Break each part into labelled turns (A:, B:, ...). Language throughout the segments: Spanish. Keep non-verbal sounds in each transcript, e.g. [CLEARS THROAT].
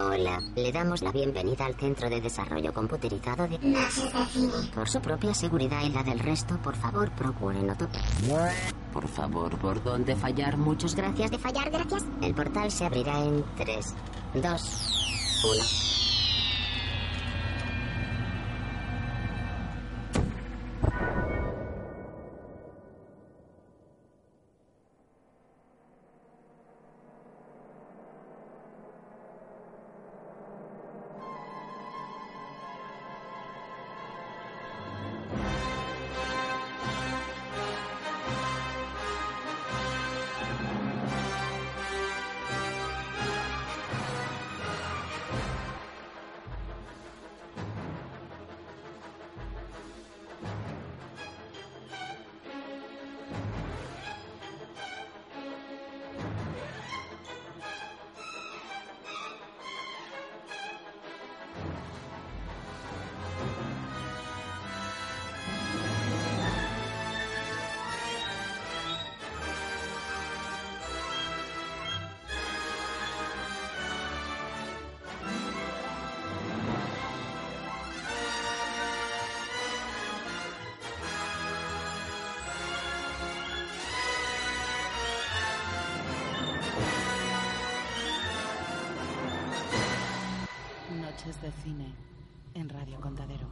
A: Hola, le damos la bienvenida al Centro de Desarrollo Computerizado de
B: Noches de Cine.
A: Por su propia seguridad y la del resto, por favor, procure no tocar.
C: Por favor, por donde fallar, muchas gracias.
A: de fallar, gracias. El portal se abrirá en 3, 2, 1.
D: Noches de cine en Radio Contadero.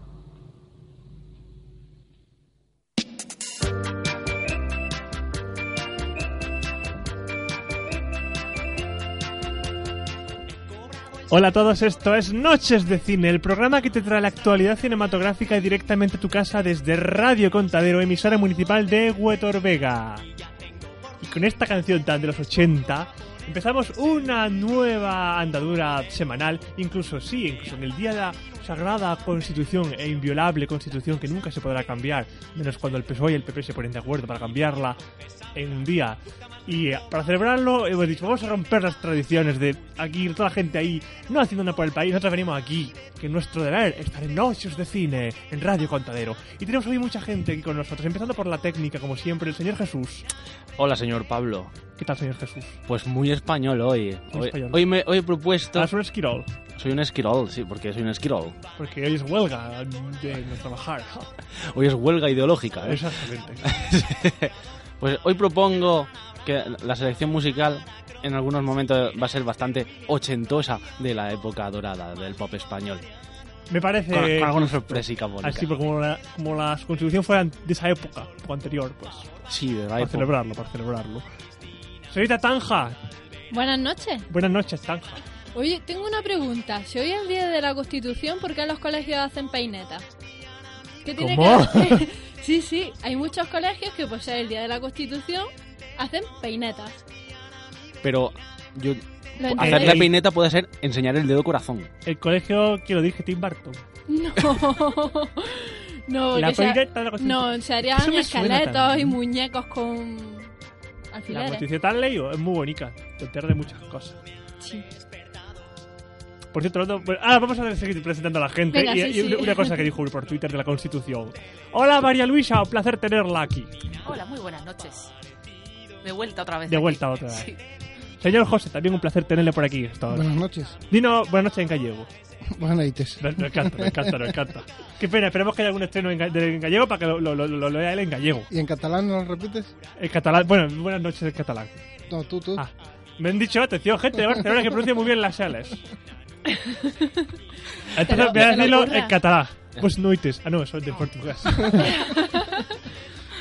E: Hola a todos, esto es Noches de Cine, el programa que te trae la actualidad cinematográfica y directamente a tu casa desde Radio Contadero, emisora municipal de Huetor Vega. Y con esta canción tan de los 80, empezamos una nueva andadura semanal, incluso sí, incluso en el día de la sagrada constitución e inviolable constitución que nunca se podrá cambiar, menos cuando el PSOE E y el PP se ponen de acuerdo para cambiarla en un día. Y eh, para celebrarlo hemos dicho, vamos a romper las tradiciones de aquí, toda la gente ahí, no haciendo nada por el país, nosotros venimos aquí, que nuestro deber es estar en noches de cine, en Radio Contadero. Y tenemos hoy mucha gente aquí con nosotros, empezando por la técnica, como siempre, el señor Jesús.
F: Hola, señor Pablo.
E: ¿Qué tal, señor Jesús?
F: Pues muy español hoy.
E: Muy
F: hoy,
E: español.
F: hoy me, hoy he propuesto.
E: Ah, es un esquirol,
F: Soy un esquirol, sí, porque soy un esquirol.
E: porque hoy es huelga de no
F: [LAUGHS]
E: trabajar.
F: Hoy es huelga ideológica. ¿eh?
E: Exactamente.
F: [LAUGHS] Pues hoy propongo que la selección musical en algunos momentos va a ser bastante ochentosa de la época dorada del pop español.
E: Me parece...
F: Con, con alguna sorpresica bonita.
E: Eh, Así, porque como la, como la constitución fuera de esa época, o anterior, pues,
F: Sí, de la
E: para
F: época.
E: celebrarlo, para celebrarlo. Señorita Tanja,
G: Buenas noches.
E: buenas noches, Tanja.
G: Oye, tengo una pregunta. Si hoy es día de la Constitución, ¿por qué en los colegios hacen peinetas? ¿Qué tiene
E: ¿Cómo?
G: que
E: [LAUGHS]
G: ver? sí, sí, hay muchos colegios que por ser el día de la Constitución hacen peinetas.
F: Pero yo,
G: ¿Lo
F: hacer
G: entendéis?
F: la peineta puede ser enseñar el dedo corazón.
E: El colegio que lo dije, Tim Burton.
G: No. [LAUGHS] no,
E: La
G: porque se ha-
E: peineta de la Constitución.
G: No, se
E: Eso
G: harían
E: me suena
G: esqueletos y
E: también.
G: muñecos con
E: La
G: alfileres.
E: constitución tan leído es muy bonita. Te enteras de muchas cosas.
G: Sí.
E: Por cierto, no- bueno, ah, vamos a seguir presentando a la gente.
G: Venga,
E: y
G: sí,
E: y
G: sí.
E: una- una cosa que dijo por Twitter de la Constitución. Hola María Luisa, un placer tenerla aquí.
H: Hola, muy buenas noches. De vuelta otra vez.
E: De
H: aquí.
E: vuelta
H: [LAUGHS]
E: otra vez.
H: Sí.
E: Señor José, también un placer tenerle por aquí. Hasta ahora.
I: Buenas noches. [LAUGHS]
E: Dino, buenas noches en gallego.
I: Buenas noches.
E: Nos, nos encanta, nos encanta, nos encanta. Qué pena, esperemos que haya algún estreno en, ga- de- en gallego para que lo, lo- lo- lo lea él en gallego.
I: ¿Y en catalán no lo repites?
E: El catalán, bueno, buenas noches en catalán.
I: No, tú, tú.
E: Ah, me han dicho, atención, gente de Barcelona que pronuncia muy bien las sales.
G: [LAUGHS]
E: Entonces
G: Pero-
E: voy a
G: pero
E: decirlo
G: curra.
E: en catalán. Pues noites. Ah, no, eso es de
G: [LAUGHS]
E: portugués.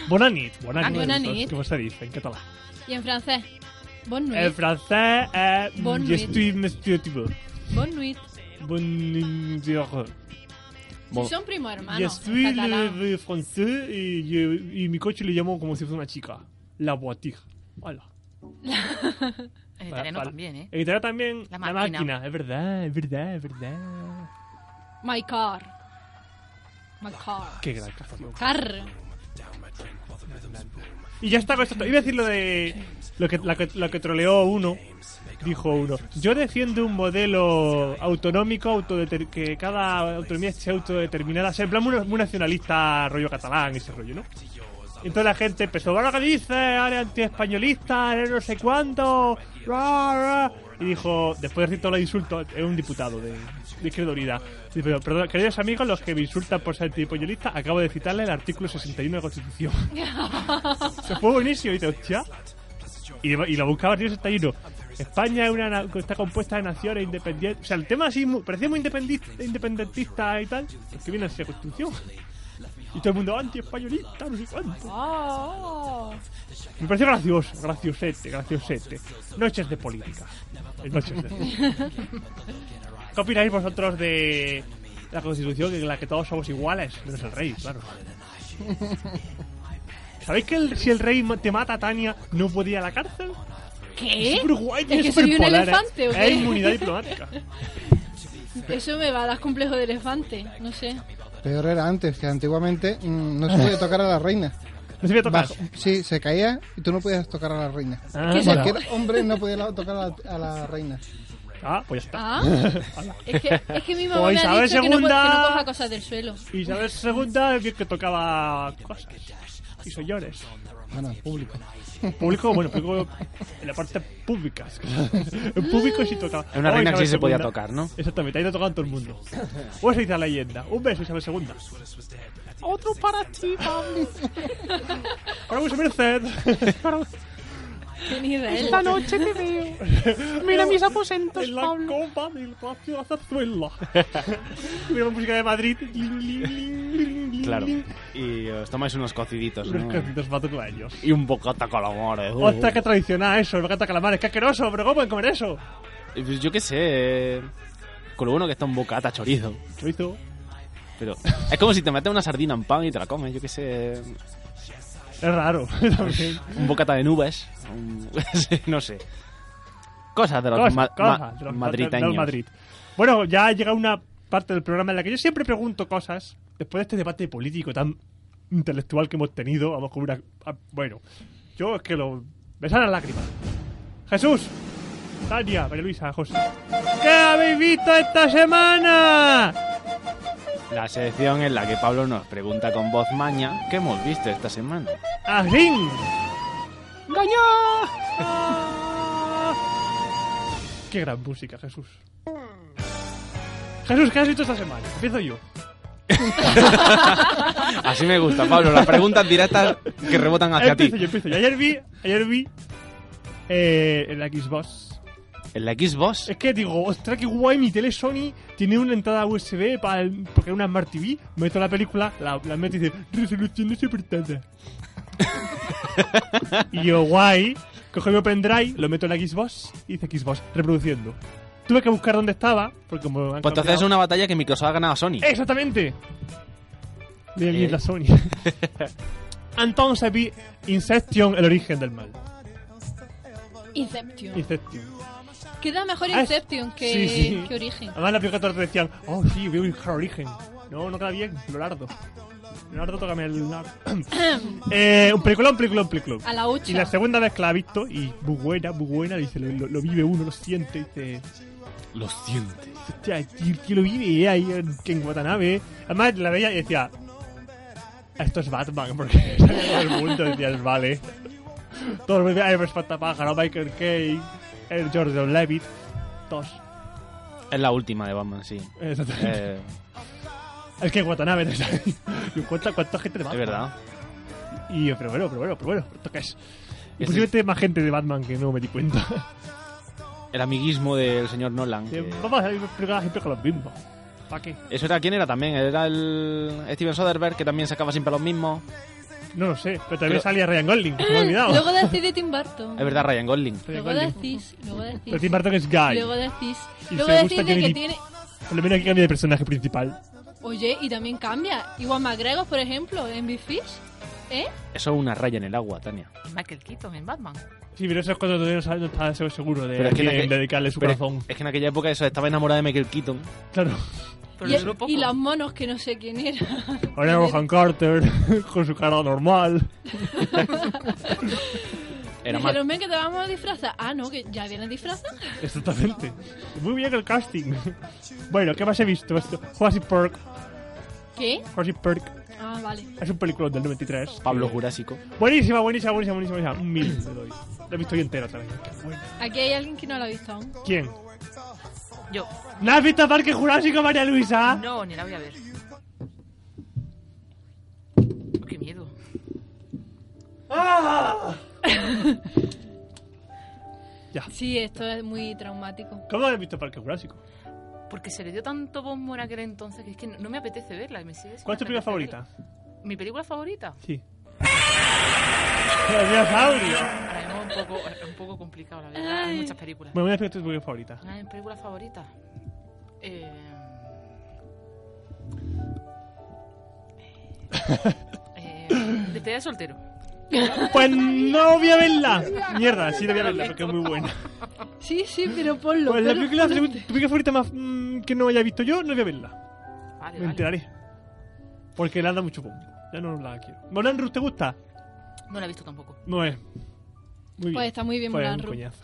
E: Bona nit, bona
H: Ah,
E: nit.
G: bona
E: Eso es
G: nit.
E: como se dice en catalán.
G: Y en francés. Bon nuit.
E: En francés, eh,
G: Bon
E: je
G: nuit.
E: suis monsieur Thibault.
G: Bon nuit.
E: Bon nuit.
G: Si son primo
H: Ah,
G: hermano.
E: Je
G: en
E: suis
G: catalán.
E: le le français y, yo- y mi coche le llamo como si fuese una chica. La boitir. Hola. Vale,
H: En italiano
E: vale.
H: también, ¿eh?
E: En italiano también
H: La
E: la
H: máquina.
E: máquina. Es verdad, es verdad, es verdad.
G: My car. My car.
E: Qué gran canción.
G: Car.
E: Y ya está con esto. Iba a decir lo de. Lo que, la que- lo que troleó uno. Dijo uno. Yo defiendo un modelo autonómico autodeter- que cada autonomía esté autodeterminada. O sea, en plan, muy, muy nacionalista, rollo catalán, ese rollo, ¿no? Entonces la gente empezó, ¿ahora qué dice? Área antiespañolista, área no sé cuánto. ra, ra". Y dijo, después de decir todos los insultos, es un diputado de, de Izquierda Unida. Dice, pero, perdón, queridos amigos, los que me insultan por ser antiespañolista, acabo de citarle el artículo 61 de la Constitución. Se fue buenísimo. Y dice, hostia. Y, y lo buscaba el artículo 61. España es una, na- está compuesta de naciones independientes. O sea, el tema así mu- parecía muy independiz- independentista y tal. Es que viene así la Constitución. Y todo el mundo anti-españolista, no sé cuánto. Ah.
G: Oh.
E: Me pareció gracioso, graciosete, graciosete. Noches de política. Eh, Noches de... ¿Qué opináis vosotros de la constitución en la que todos somos iguales? Menos el rey, claro. ¿Sabéis que el- si el rey ma- te mata a Tania, no puede ir a la cárcel?
G: ¿Qué?
E: Es súper guay,
G: ¿Eh? ¿Es que
E: es
G: soy un
E: superpolar, ¿eh?
G: elefante o qué?
E: Es inmunidad diplomática.
G: [LAUGHS] Eso me va a dar complejo de elefante, no sé.
I: Peor era antes, que antiguamente mm, no se podía tocar a la reina.
E: No se voy a tocar.
I: Bajo- sí, se caía y tú no podías tocar a la reina.
E: Ah,
G: ¿Qué es
E: bueno.
I: Cualquier hombre no podía la- tocar a la, a la reina.
E: Ah, pues ya está.
G: Ah, es que, es que mi mamá
E: Pues
G: me ha
E: Isabel
G: dicho que no,
E: segunda.
G: co- que no coja cosas del suelo.
E: Isabel segunda que tocaba cosas y señores.
I: Bueno, el público.
E: [LAUGHS] Público, bueno, público en la parte pública. [LAUGHS] En público sí tocaba.
F: Es una
E: Oh,
F: reina que
E: Isabel
F: sí se podía
E: segunda.
F: tocar, ¿no?
E: Exactamente, ahí lo tocaba todo el mundo. O esa dice la leyenda. Un beso, Isabel segunda.
H: Otro para ti, Pablo.
E: Ahora vamos a Merced.
G: Qué nivel.
H: noche te veo. Mira mis aposentos,
E: En la copa del patio Azazuela. Mira la música de Madrid. Lin, lin, lin, lin, lin,
F: Claro.
E: lin.
F: Y os tomáis unos cociditos,
E: Unos
F: ¿no?
E: casitos patrullaños.
F: Y un bocata calamares. uh.
E: Hostia, que tradicional eso, el bocata de calamares, qué asqueroso, pero ¿cómo pueden comer eso?
F: Y pues Yo qué sé. eh, Con lo bueno que está un bocata chorizo.
E: Chorizo.
F: Pero es como si te metes una sardina en pan y te la comes. Yo qué sé.
E: Es raro. [LAUGHS] también.
F: Un bocata de nubes. un- [LAUGHS] no sé. Cosas de los,
E: Cosas,
F: ma-
E: cosas
F: ma-
E: de los-
F: madrileños.
E: del Madrid. Bueno, ya ha llegado una parte del programa en la que yo siempre pregunto cosas después de este debate político tan intelectual que hemos tenido. Vamos con una. ah, Bueno, yo es que lo. Me salen las lágrimas. Jesús, Tania, María Luisa, José. ¿Qué habéis visto esta semana?
F: La sección en la que Pablo nos pregunta con voz maña qué hemos visto esta semana.
E: ¡Ajín!
F: ¡Gañó!
E: ¡Qué gran música, Jesús! Jesús, ¿qué has visto esta semana? Empiezo yo.
F: Así me gusta, Pablo. Las preguntas directas que rebotan hacia ti.
E: empiezo yo, empiezo yo. Ayer vi, ayer vi eh, en la Xbox.
F: En la Xbox.
E: Es que digo, ostras, qué guay, mi tele Sony tiene una entrada USB para el- porque es una Smart TV. Meto la película, la, la meto y dice, resolución no soportada. y yo, guay, cojo mi pendrive, lo meto en la Xbox y dice Xbox, reproduciendo. Tuve que buscar dónde estaba, porque como han
F: Pues entonces es
E: cambiado-
F: una batalla que Microsoft ha ganado a Sony.
E: Exactamente. De
F: Eh.
E: la Sony. Entonces vi Inception, el origen del mal.
G: Inception.
E: Inception.
G: Queda mejor
E: Ah, es-
G: Inception que,
E: sí, sí. Ah,
G: que Origen.
E: Además, la película todos decían, oh, sí, voy a buscar origen. No, no queda bien, Leonardo. Leonardo, tócame el.
G: [COUGHS]
E: eh, un película, un película, un película.
G: A la
E: Y
G: hucha.
E: la segunda vez que la ha visto, y muy buena, muy buena, dice, lo, lo- lo vive uno, lo siente, dice,
F: Lo siente.
E: hostia, tío, tío, lo vive eh, ahí en, en Watanabe. Además, la veía y decía, esto es Batman, [LAUGHS] porque salía todo el mundo, decías, vale. Todos los decían, es pues Pájaro, Michael Kane, el Jordan Levitt, todos.
F: Es la última de
E: [LAUGHS]
F: Batman, sí.
E: Exactamente.
F: Eh,
E: Es que Watanabe, ¿no [LAUGHS] sabes? ¿Cuánta, ¿Cuánta gente de
F: es
E: Batman?
F: verdad.
E: Y yo, pero bueno, pero bueno, pero bueno, ¿esto qué es? Y
F: Ese-
E: posiblemente más gente de Batman que no me di cuenta.
F: [LAUGHS]
E: Eh,
F: El amiguismo del señor Nolan. que-
E: Vamos a explicar siempre con los mismos. ¿Para qué?
F: Eso era quién era también. Era el Steven Soderbergh que también sacaba siempre los mismos.
E: No lo sé, pero también
F: Pero-
E: salía Ryan Gosling, se me he olvidado.
G: Luego decís de Tim Burton.
F: Es verdad, Ryan Gosling.
E: Ryan
G: Luego
E: Gosling.
G: decís, luego
E: Pero
G: decís.
E: Tim Burton es gay.
G: Luego decís.
E: Y
G: Luego
E: se
G: decís
E: gusta
G: de que
E: Johnny
G: tiene.
E: Por lo menos que cambia de personaje principal.
G: Oye, y también cambia. Igual McGregor, por ejemplo, en Big Fish. ¿Eh?
F: Eso es una raya en el agua, Tania.
H: Michael Keaton en Batman.
E: Sí, pero eso es cuando todavía no sabe- no está seguro- seguro de
F: Pero es que
E: a
F: la
E: quién
F: que-
E: dedicarle su
F: Pero
E: corazón.
F: Es que en aquella época eso estaba enamorada de Michael Keaton.
E: Claro.
H: Pero
G: Y,
H: lo
G: el-
H: duró poco.
G: y los monos que no sé quién era.
E: Ahora Rohan Carter, [LAUGHS] con su cara normal.
F: Era más.
G: Dijeron, ven que te vamos a disfrazar. Ah, no, que ya vienen disfrazados.
E: Exactamente. Muy bien el casting. Bueno, ¿qué más he visto? Esto- Jurassic Park.
G: ¿Qué?
E: Jurassic Park.
G: Ah, vale.
E: Es un película del 93.
F: Pablo Jurásico.
E: Buenísima, buenísima, buenísima, buenísima. Un mil le doy. Lo he visto yo entero también.
G: Aquí hay alguien que no lo ha visto aún.
E: ¿Quién?
H: Yo.
E: ¿No has visto Parque Jurásico, María Luisa?
H: No, ni la voy a ver. Oh, qué miedo.
G: Sí, esto es muy traumático.
E: ¿Cómo no has visto Parque Jurásico?
H: Porque se le dio tanto bombo en aquel entonces que es que no me apetece verla. y Me sigue sin
E: ¿Cuál es tu película
H: apetecer
E: favorita?
H: verla. ¿Mi película favorita?
E: Sí. Los dinosaurios.
H: Ahora mismo es un poco, es un poco complicado, la verdad. Hay
G: Ay.
H: muchas películas.
E: Bueno, voy a decir tu película favorita.
H: Ah, ¿Mi película favorita? Eh... eh,
E: [COUGHS]
H: Despedida de soltero.
E: Pues no voy a verla. Mierda, sí la voy a verla porque es muy buena.
G: Sí, sí, pero ponlo.
E: Pues la
G: ponlo.
E: película, tu película favorita más mm, que no haya visto yo, no voy a verla.
H: Vale,
E: Me
H: vale.
E: enteraré. Porque le han dado mucho bombo. Ya no la quiero. Moulin Rouge, ¿te gusta?
H: No la he visto tampoco.
E: No es. Muy bien.
G: Pues está muy bien
E: Pues
G: Moulin
E: un
G: Rouge.
E: coñazo.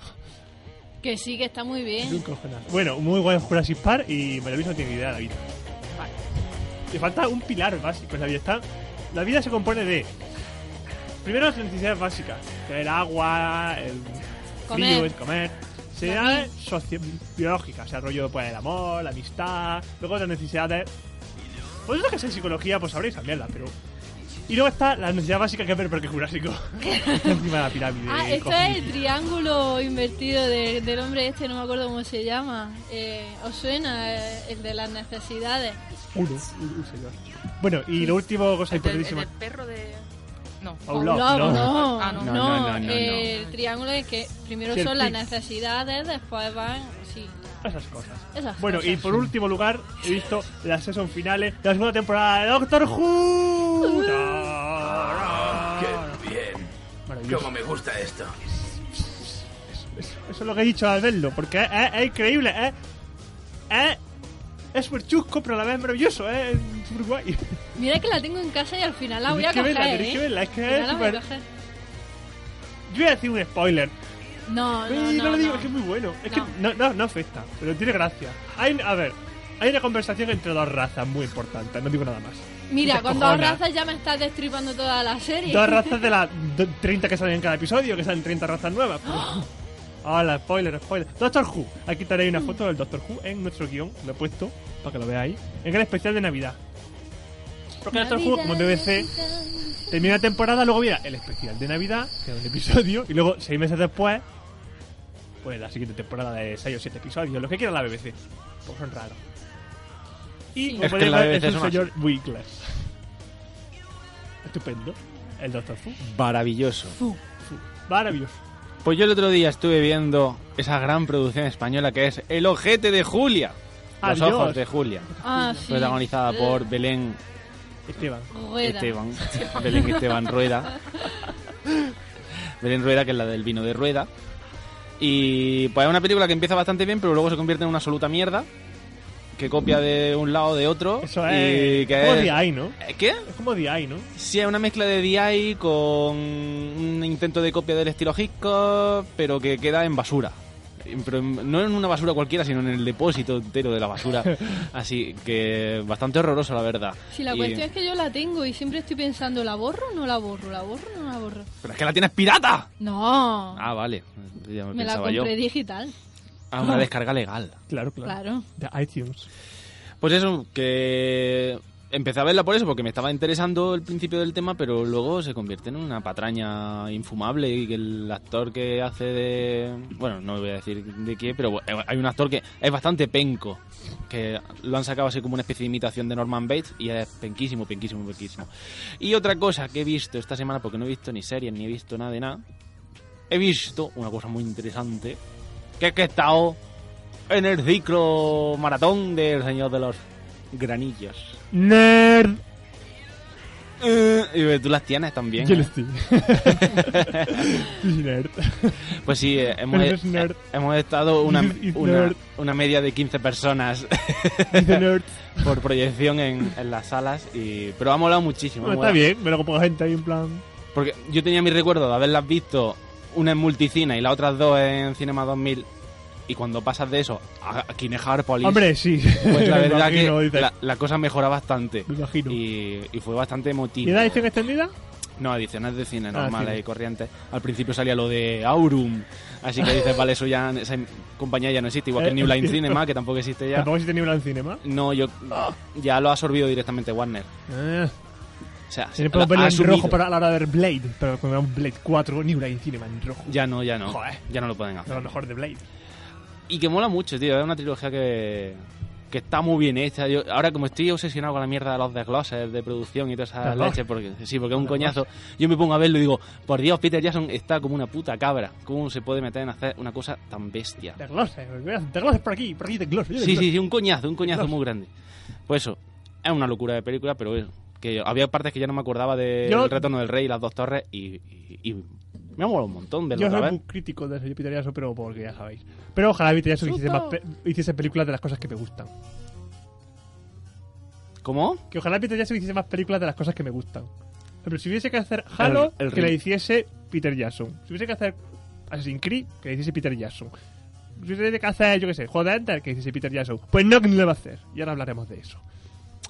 G: Que sí, que está muy
E: Es un
G: bien.
E: cojonazo. Bueno, muy guay Jurassic Park y María Luisa no tiene ni idea de la vida.
H: Vale.
E: Le falta un pilar básico en la vida. Está, la vida se compone de. Primero las necesidades básicas: que el agua, el
G: Comer.
E: frío, el comer. Necesidades socio- biológicas, o sea, rollo pues, el amor, la amistad. Luego las necesidades. Vosotros que sois psicología, pues sabréis cambiarla, pero. Y luego está la necesidad básica que es ver Parque Jurásico.
G: [LAUGHS]
E: Encima de la pirámide.
G: Ah, esto
E: cojones.
G: es el triángulo invertido de- del hombre este, no me acuerdo cómo se llama. Eh, ¿Os suena eh, el de las necesidades?
E: Uno, un, un señor. Bueno, y lo último, cosa
H: El del, el
E: importantísima.
H: del perro de... No.
E: A un
G: Oh,
E: lado, no.
G: no, no,
H: Ah, no.
F: No,
G: no,
F: no, no, no,
G: El triángulo es que primero
E: Sí, el
G: son las
E: tic.
G: necesidades, después van. Sí,
E: Esas cosas.
G: esas
E: Bueno,
G: cosas.
E: y por último lugar, he visto las season finales de la segunda temporada de Doctor Who.
B: ¡Qué bien!
E: Maravilloso.
B: ¡Cómo me gusta esto!
E: Eso es lo que he dicho al verlo, porque es, es- es increíble, es. Es. Es súper chusco, pero a la vez es maravilloso, es súper guay. [LAUGHS]
G: Mira que la tengo en casa y al final la voy a
E: Tenéis que
G: coger.
E: verla, tenéis
G: ¿eh?
E: que verla, es que
G: Al final
E: es
G: la voy a
E: súper-
G: coger.
E: Yo voy a decir un spoiler.
G: No,
E: Pero
G: no,
E: no,
G: no,
E: lo digo,
G: no.
E: es que es muy bueno. Es
G: No.
E: que no, no, no afecta, pero tiene gracia. Hay, a ver, hay una conversación entre dos razas muy importante, no digo nada más.
G: Mira,
E: Te
G: con dos
E: cojona.
G: razas ya me estás destripando toda la serie. [LAUGHS]
E: Dos razas de las do- 30 que salen en cada episodio, que salen 30 razas nuevas.
G: ¡Ah!
E: [GASPS] Hola, spoiler, spoiler. Doctor Who. Aquí tenéis una foto del Doctor Who en nuestro guión. Lo he puesto para que lo veáis. En el especial de Navidad. Porque Doctor Who, como en BBC, termina la temporada, luego viene el especial de Navidad, que es un episodio, y luego seis meses después, pues la siguiente temporada de seis o siete episodios, lo que quiera la BBC. Pues son raros. Y como
F: Es que
E: podéis
F: la
E: ver,
F: BBC
E: es un
F: son así.
E: señor Winkler. Estupendo. El Doctor Who.
F: Maravilloso.
E: Maravilloso.
F: Pues yo el otro día estuve viendo esa gran producción española que es El ojete de Julia. Los
E: Adiós.
F: ojos de Julia.
G: Ah, sí.
F: Protagonizada por Belén
E: Esteban.
G: Rueda.
F: Esteban.
G: [LAUGHS]
F: Belén Esteban Rueda. Belén Rueda, que es la del vino de Rueda. Y pues es una película que empieza bastante bien, pero luego se convierte en una absoluta mierda. Que copia de un lado de otro.
E: Eso
F: y
E: es.
F: que
E: como
F: es- Eh,
E: DI, ¿no?
F: ¿Qué?
E: Es como DI, ¿no?
F: Sí, es una mezcla de DI con un intento de copia del estilo Hitchcock, pero que queda en basura. Pero en- no en una basura cualquiera, sino en el depósito entero de
E: [LAUGHS]
F: la basura. Así que bastante horroroso, la verdad.
G: Si la
F: Y-
G: cuestión es que yo la tengo y siempre estoy pensando, ¿la borro o no la borro? ¿La borro o no la borro?
F: ¡Pero es que la tienes pirata!
G: No,
F: Ah, vale. Ya me,
G: me la
F: pensaba
G: compré
F: yo.
G: digital,
F: Ah, una descarga legal.
E: Claro,
G: claro.
E: De iTunes.
F: Pues eso, que empecé a verla por eso, porque me estaba interesando el principio del tema, pero luego se convierte en una patraña infumable y que el actor que hace de... Bueno, no voy a decir de qué, pero hay un actor que es bastante penco, que lo han sacado así como una especie de imitación de Norman Bates y es penquísimo, penquísimo, penquísimo. Y otra cosa que he visto esta semana, porque no he visto ni series ni he visto nada de nada, he visto una cosa muy interesante, que es que he estado en el ciclo maratón del Señor de los Granillos.
E: Nerd.
F: Eh, Y ve, tú las tienes también.
E: Yo
F: ¿eh?
E: lo
F: [LAUGHS]
E: estoy. Soy [LAUGHS] nerd.
F: Pues sí, eh, hemos,
E: Eres nerd.
F: eh, hemos estado
E: [LAUGHS]
F: una,
E: This is
F: una,
E: nerd.
F: una media de 15 personas [LAUGHS]
E: Dice nerd.
F: por proyección en, en las salas, y, pero ha molado muchísimo. ha
E: Bueno, está
F: molado.
E: bien, me lo pongo gente ahí en plan.
F: Porque yo tenía mi recuerdo de haberlas visto una en Multicina y las otras dos en Cinema 2000 Y cuando pasas de eso a Kine Harpolis,
E: Hombre, sí.
F: pues
E: [LAUGHS]
F: la
E: Me
F: verdad
E: imagino,
F: que
E: dices.
F: la, la cosa mejora bastante.
E: Me imagino.
F: Y, y fue bastante
E: ¿Y
F: emotivo.
E: la edición extendida?
F: No, ediciones de cine
E: Ah,
F: normales
E: cine.
F: y corrientes. Al principio salía lo de Aurum, así que dices, vale, eso ya, esa compañía ya no existe, igual que
E: Eh, [LAUGHS]
F: New Line
E: entiendo.
F: Cinema, que tampoco existe ya.
E: Tampoco si tenía una en cinema.
F: No, yo ya lo ha absorbido directamente Warner.
E: Ah,
F: O sea,
E: Siempre
F: lo
E: podemos verlo
F: ha
E: en
F: asumido.
E: rojo para, a la hora de ver Blade. Pero cuando veamos Blade 4, ni una en cinema en rojo.
F: Ya no, ya no.
E: Joder.
F: Ya no lo pueden
E: De
F: hacer.
E: lo mejor de Blade.
F: Y que mola mucho, tío. Es una trilogía que, que está muy bien hecha. Yo, ahora, como estoy obsesionado con la mierda de los desgloses de producción y todas esas
E: Desglose.
F: leches, porque, sí, porque es un coñazo, yo me pongo a verlo y digo, por Dios, Peter Jackson está como una puta cabra. ¿Cómo se puede meter en hacer una cosa tan bestia?
E: De glosses. De glosses por aquí, por aquí de glosses.
F: Sí, sí, sí, un coñazo, un coñazo
E: Desglose.
F: muy grande. Pues eso, es una locura de película, pero es que había partes que ya no me acordaba del
E: Yo-
F: Retorno del Rey y las dos torres y, y- y me ha molado un montón verlo
E: Yo
F: otra
E: soy
F: vez.
E: muy crítico de ese Peter Jackson, pero porque ya sabéis. Pero ojalá Peter Jackson hiciese, más pe- hiciese películas de las cosas que me gustan.
F: ¿Cómo?
E: Que ojalá Peter Jackson hiciese más películas de las cosas que me gustan. Pero si hubiese que hacer Halo,
F: El- el
E: que la
F: ritmo.
E: hiciese Peter Jackson. Si hubiese que hacer Assassin's Creed, que la hiciese Peter Jackson. Si hubiese que hacer, yo qué sé, Juego de Enter, que la hiciese Peter Jackson. Pues no, que no lo va a hacer. Y ahora hablaremos de eso.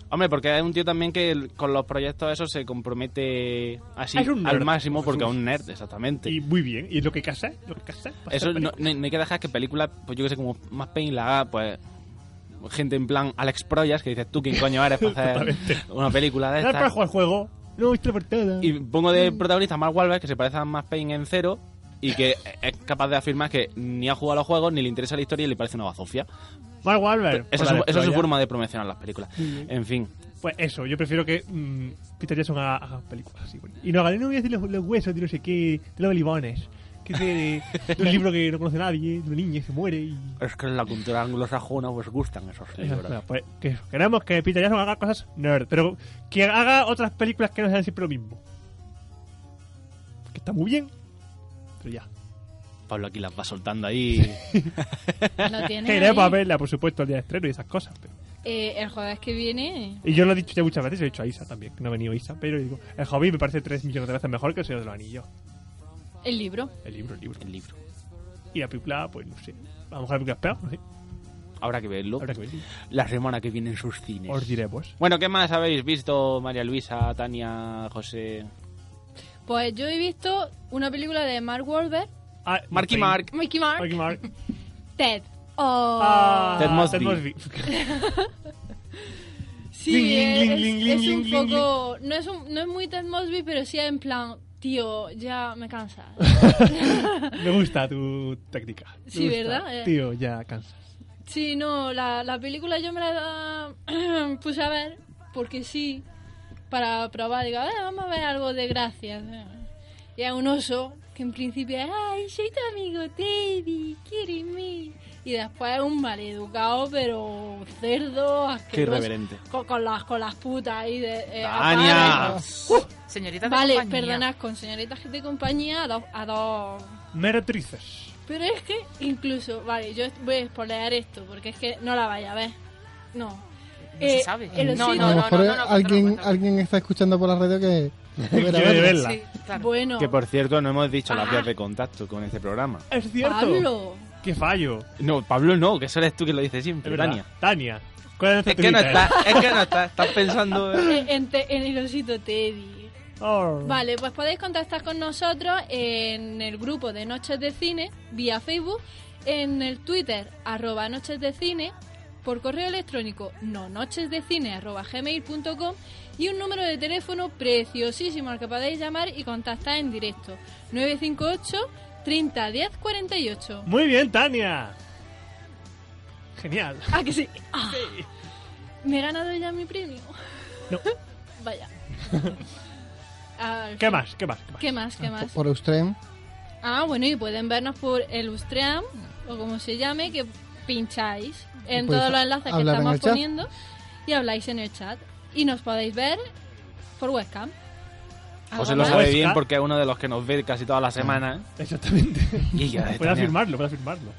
F: Hombre, porque es un tío también que el- con los proyectos eso se compromete así
E: Es un nerd,
F: al máximo
E: como
F: porque es
E: Jesús.
F: un nerd, exactamente.
E: Y muy bien. Y es lo que casa, lo que casa. va a
F: eso
E: ser
F: no,
E: película.
F: no hay- no hay que dejar que películas, pues yo que sé, como más Payne la haga, pues gente en plan Alex Proyas, que dices tú quién coño
E: [LAUGHS]
F: eres para hacer
E: Totalmente.
F: una película de
E: Ahora para
F: estas.
E: jugar al juego. No, viste la portada.
F: Y pongo de
E: Mm.
F: protagonista a Mark Wahlberg, que se parece a más Payne en cero y que es capaz de afirmar que ni ha jugado a los juegos, ni le interesa la historia y le parece una bazofia.
E: Mark Wahlberg.
F: Esa
E: por
F: es,
E: la
F: su,
E: de
F: esa es su
E: Troya.
F: forma de promocionar las películas. En fin,
E: Pues eso, yo prefiero que mm, Peter Jackson haga, haga películas así. bueno. Y no haga, no voy a decir los, los huesos de no sé qué, de los libones. Que de, de un libro que no conoce nadie, de una niña que se muere y...
F: es que en la cultura anglosajona os gustan esos libros.
E: Bueno, pues que eso, queremos que Peter Jackson haga cosas nerd, pero que haga otras películas que no sean siempre lo mismo. Que está muy bien, pero ya.
F: Pablo aquí las va soltando ahí. [LAUGHS]
G: Lo tienes ahí.
E: Queremos verla, por supuesto, el día de estreno y esas cosas. pero-
G: Eh, el jueves que viene,
E: Y yo lo he dicho ya muchas veces, lo he dicho a Isa también, que no ha venido Isa, pero digo, el hobby me parece tres millones de veces mejor que el Señor de los Anillos.
G: el libro.
E: El libro, el libro.
F: el libro.
E: Y la película, pues no sé. A lo mejor la película es peor, no sé.
F: Habrá que verlo.
E: Habrá que verlo.
F: La semana que viene en sus cines.
E: Os diremos.
F: Bueno, ¿qué más habéis visto, María Luisa, Tania, José?
G: Pues yo he visto una película de Mark Wahlberg,
E: Ah,
F: Marky
E: Martín.
F: Mark.
G: Mickey Mark,
E: Marky Mark.
G: Ted. Oh,
E: Ah,
F: Ted Mosby.
G: sí, eh,
E: Ling, ling, ling,
G: es,
E: ling,
G: es-
E: ling,
G: es un
E: ling, ling,
G: poco. No es, un- no es muy Ted Mosby, pero sí en plan, tío, ya me
E: [LAUGHS]
G: cansa.
E: Me gusta tu táctica. Me
G: Sí,
E: gusta.
G: ¿verdad? Eh.
E: Tío, ya cansas.
G: Sí, no, la, la película yo me la [CLEARS THROAT] puse a ver porque sí, para probar, digo, "A ver, vamos a ver algo de gracias. Y a un oso que en principio, ay, soy tu amigo Teddy, quíreme. Y después un maleducado, pero cerdo,
F: Qué
G: asqueroso.
F: irreverente.
G: Con, con las, con las putas ahí de... eh,
F: ¡Tania!
G: aparte.
H: Señorita de
G: Vale,
H: compañía.
G: perdonad, con señoritas de compañía a dos- a dos
E: Meretrices.
G: pero es que incluso, vale, yo voy a spoilear esto porque es que no la vaya a ver. No. Eh,
H: No se sabe.
G: el
H: No,
G: osito-
I: a lo
H: no,
I: mejor
H: no, no, no,
I: alguien,
H: cuéntalo,
I: alguien está escuchando por la radio que...
E: [LAUGHS]
I: que verá
E: Quiere
I: verlo.
E: verla.
H: Sí, claro.
G: Bueno,
F: Que por cierto, no hemos dicho las
G: Ah.
F: vías de contacto con este programa.
E: Es cierto.
G: Pablo,
E: Qué fallo.
F: No, Pablo no, que eso eres tú que lo dices
E: Es
F: siempre,
E: verdad.
F: Tania.
E: Tania. ¿Cuál es
F: Es
E: nuestro
F: que no
E: Twitter?
F: está, es que no está, estás pensando. en-
G: eh, en, te- en el osito Teddy.
E: Oh.
G: Vale, pues podéis contactar con nosotros en el grupo de Noches de Cine vía Facebook, en el Twitter arroba Noches de Cine, por correo electrónico no nochesdecine arroba gmail.com y un número de teléfono preciosísimo al que podéis llamar y contactar en directo 958 30 10 48.
E: Muy bien, Tania. Genial.
G: Ah, que sí. Ah. Me he ganado ya mi premio.
E: No.
G: [LAUGHS] Vaya. Ah,
E: ¿Qué más? Pues ¿Qué más? ¿Qué más?
G: ¿Qué más? ¿Qué más?
I: Por Ustream.
G: Ah, bueno, y pueden vernos por el Ustream, o como se llame, que pincháis en
I: Podéis
G: todos los enlaces que
I: hablar en
G: estamos
I: el chat.
G: poniendo y habláis en el chat. Y nos podéis ver por webcam. ¿Algo
F: José lo
G: más?
F: sabe
E: Huesca.
F: bien porque es uno de los que nos ve casi todas
E: Ah.
F: las semanas.
E: Exactamente.
F: Y ya,
E: Puedes
F: Tania.
E: afirmarlo, puedes afirmarlo.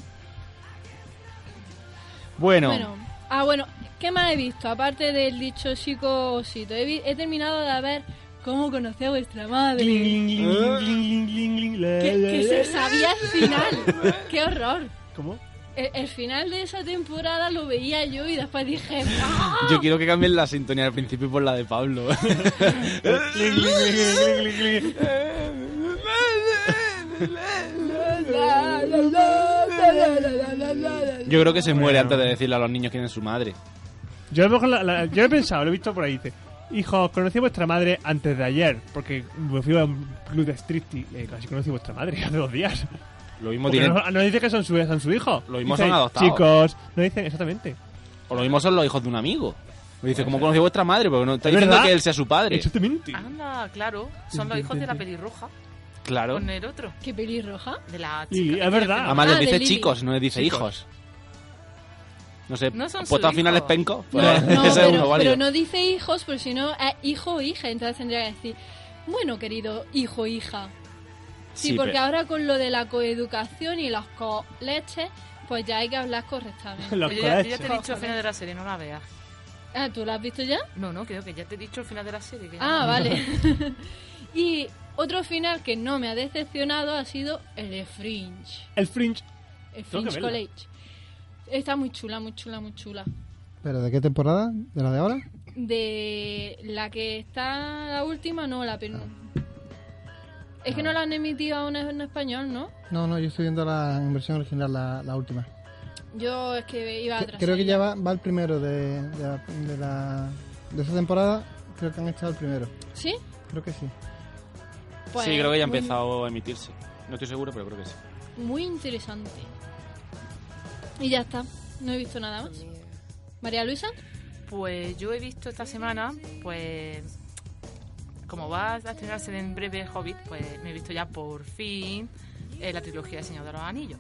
F: Bueno,
G: Bueno, ah, bueno, ¿qué más he visto? Aparte del dicho chico osito, he, vi- he terminado de ver cómo conocí a vuestra madre.
E: Gling, gling, gling, gling, gling, gling, la,
G: que,
E: la,
G: que
E: la.
G: se sabía el final. ¡Qué horror!
E: ¿Cómo?
G: el, el final de esa temporada lo veía yo y después dije, ¡ah!
F: Yo quiero que cambien la sintonía al principio por la
E: [LAUGHS]
F: de Pablo.
E: Clic, clic, clic, clic, clic, clic.
F: Yo creo que se muere antes de decirle a los niños quién es su madre.
E: Yo, a lo mejor la- la- yo he pensado, lo he visto por ahí, dice, hijo, conocí a vuestra madre antes de ayer, porque me fui a un club de striptease, eh, casi conocí a vuestra madre [LAUGHS] hace dos días.
F: Lo mismo,
E: Porque
F: tienen,
E: No, no dice que son su, son su hijo.
F: Lo mismo
E: Dice,
F: son adoptados.
E: Chicos, no dicen exactamente.
F: o lo mismo son los hijos de un amigo. Me dice, ¿cómo conocí a vuestra madre? Porque no está
E: ¿Es
F: diciendo
E: verdad?
F: que él sea su padre.
E: Exactamente.
G: Ah.
H: Anda, claro. Son los hijos de la pelirroja
F: Claro.
H: con el otro.
G: ¿Qué pelirroja?
H: De la
E: Y
H: chica.
E: es verdad.
F: Además
G: Ah,
F: les
G: de
F: dice
G: Lili.
F: chicos, no les dice hijos. No sé,
H: No son
F: puesto
H: su
F: al final es
H: hijo.
F: penco.
G: No,
F: Pues, [LAUGHS]
G: no,
F: ese es uno
G: pero,
F: válido.
G: pero no dice hijos, pero si no, es hijo o hija. Entonces tendría que decir, bueno, querido hijo hija. Sí,
F: Sí,
G: porque
F: pero-
G: ahora con lo de la coeducación y los coleches, pues ya hay que hablar
F: [LAUGHS]
G: correctamente.
E: [LAUGHS] Los
H: Pero yo ya, yo ya
E: coleches.
H: te he dicho al final de la serie, no la veas.
G: ah, ¿tú lo has visto ya?
H: No, no, creo que ya te he dicho al final de la serie. que ya
G: Ah,
H: no-
F: [LAUGHS]
G: vale. [LAUGHS] y otro final que no me ha decepcionado ha sido el de Fringe.
E: El fringe.
G: El
E: Tengo que
G: Fringe
E: verla.
G: College. Está muy chula, muy chula, muy chula.
I: ¿Pero de qué temporada? ¿De la de ahora?
G: De la que está la última, no, la penúltima. Es que no la han emitido aún en español, ¿no?
I: No, no, yo estoy viendo la en versión original, la, la última.
G: Yo es que iba
I: Que-
G: atrás.
I: Creo que ya va, va el primero de, de la, de la- de esa temporada. Creo que han echado el primero.
G: ¿Sí?
I: Creo que sí.
G: Pues,
F: sí, creo que ya ha
H: mm.
G: muy-
F: empezado a emitirse. No estoy seguro, pero creo que sí.
G: Muy interesante. Y ya está. No he visto nada más. María Luisa,
H: Pues yo he visto esta semana, pues como va a estrenarse en breve Hobbit, pues me he visto ya por fin eh, la trilogía de Señor de los Anillos.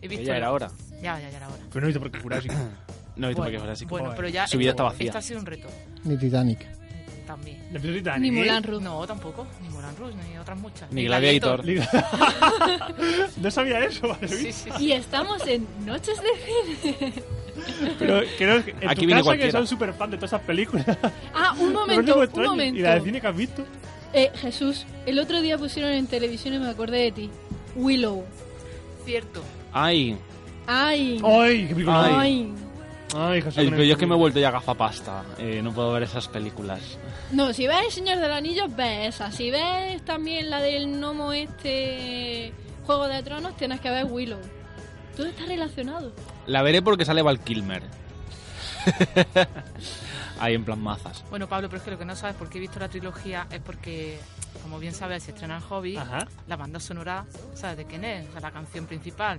H: He visto
F: Ya era hora.
H: Ya, ya, ya era hora.
E: Pero no he visto por qué
F: [COUGHS]
E: Jurassic.
F: No he visto por qué
H: Bueno,
F: es así.
H: bueno, pero ya
F: Su vida
H: esto-
F: está vacía.
H: Esto ha sido un reto eh,
I: Ni Titanic.
H: también.
E: ¿La episodio
G: ni
E: Titanic? [LAUGHS]
G: Mulan Rouge.
H: No, tampoco, ni Moran Rouge, ni otras muchas.
F: Ni Gladiator.
E: Liga- [LAUGHS] no sabía eso, vale.
H: Sí, sí, sí.
G: Y estamos en Noches de Cine.
E: Pero creo que en
F: Aquí
E: tu casa
F: viene
E: que
F: cualquiera.
E: son súper fan de todas esas películas. [LAUGHS]
G: Ah, un
E: Me parece
G: momento,
E: muy
G: un
E: extraño. Y
G: momento.
E: la de cine que has visto.
G: Eh, Jesús, el otro día pusieron en televisión y me acordé de ti. Willow.
H: Cierto.
F: Ay,
G: Ay.
E: ¡Ay, qué película!
F: Ay.
E: Ay, Jesús,
F: el-
E: no
F: pero yo es que
E: entendido.
F: me he vuelto ya gafapasta. Eh, no puedo ver esas películas.
G: No, si ves El Señor del Anillo, ves esa. Si ves también la del gnomo este Juego de Tronos, tienes que ver Willow. Todo está
F: [LAUGHS]
G: relacionado.
F: La veré porque sale Val Kilmer. [LAUGHS] Ahí en plan mazas.
H: Bueno, Pablo, pero es que lo que no sabes por qué he visto la trilogía es porque, como bien sabes, se estrena en Hobbit.
E: Ajá.
H: la banda sonora, ¿sabes de quién es? O sea, la
E: [LAUGHS]
H: canción principal,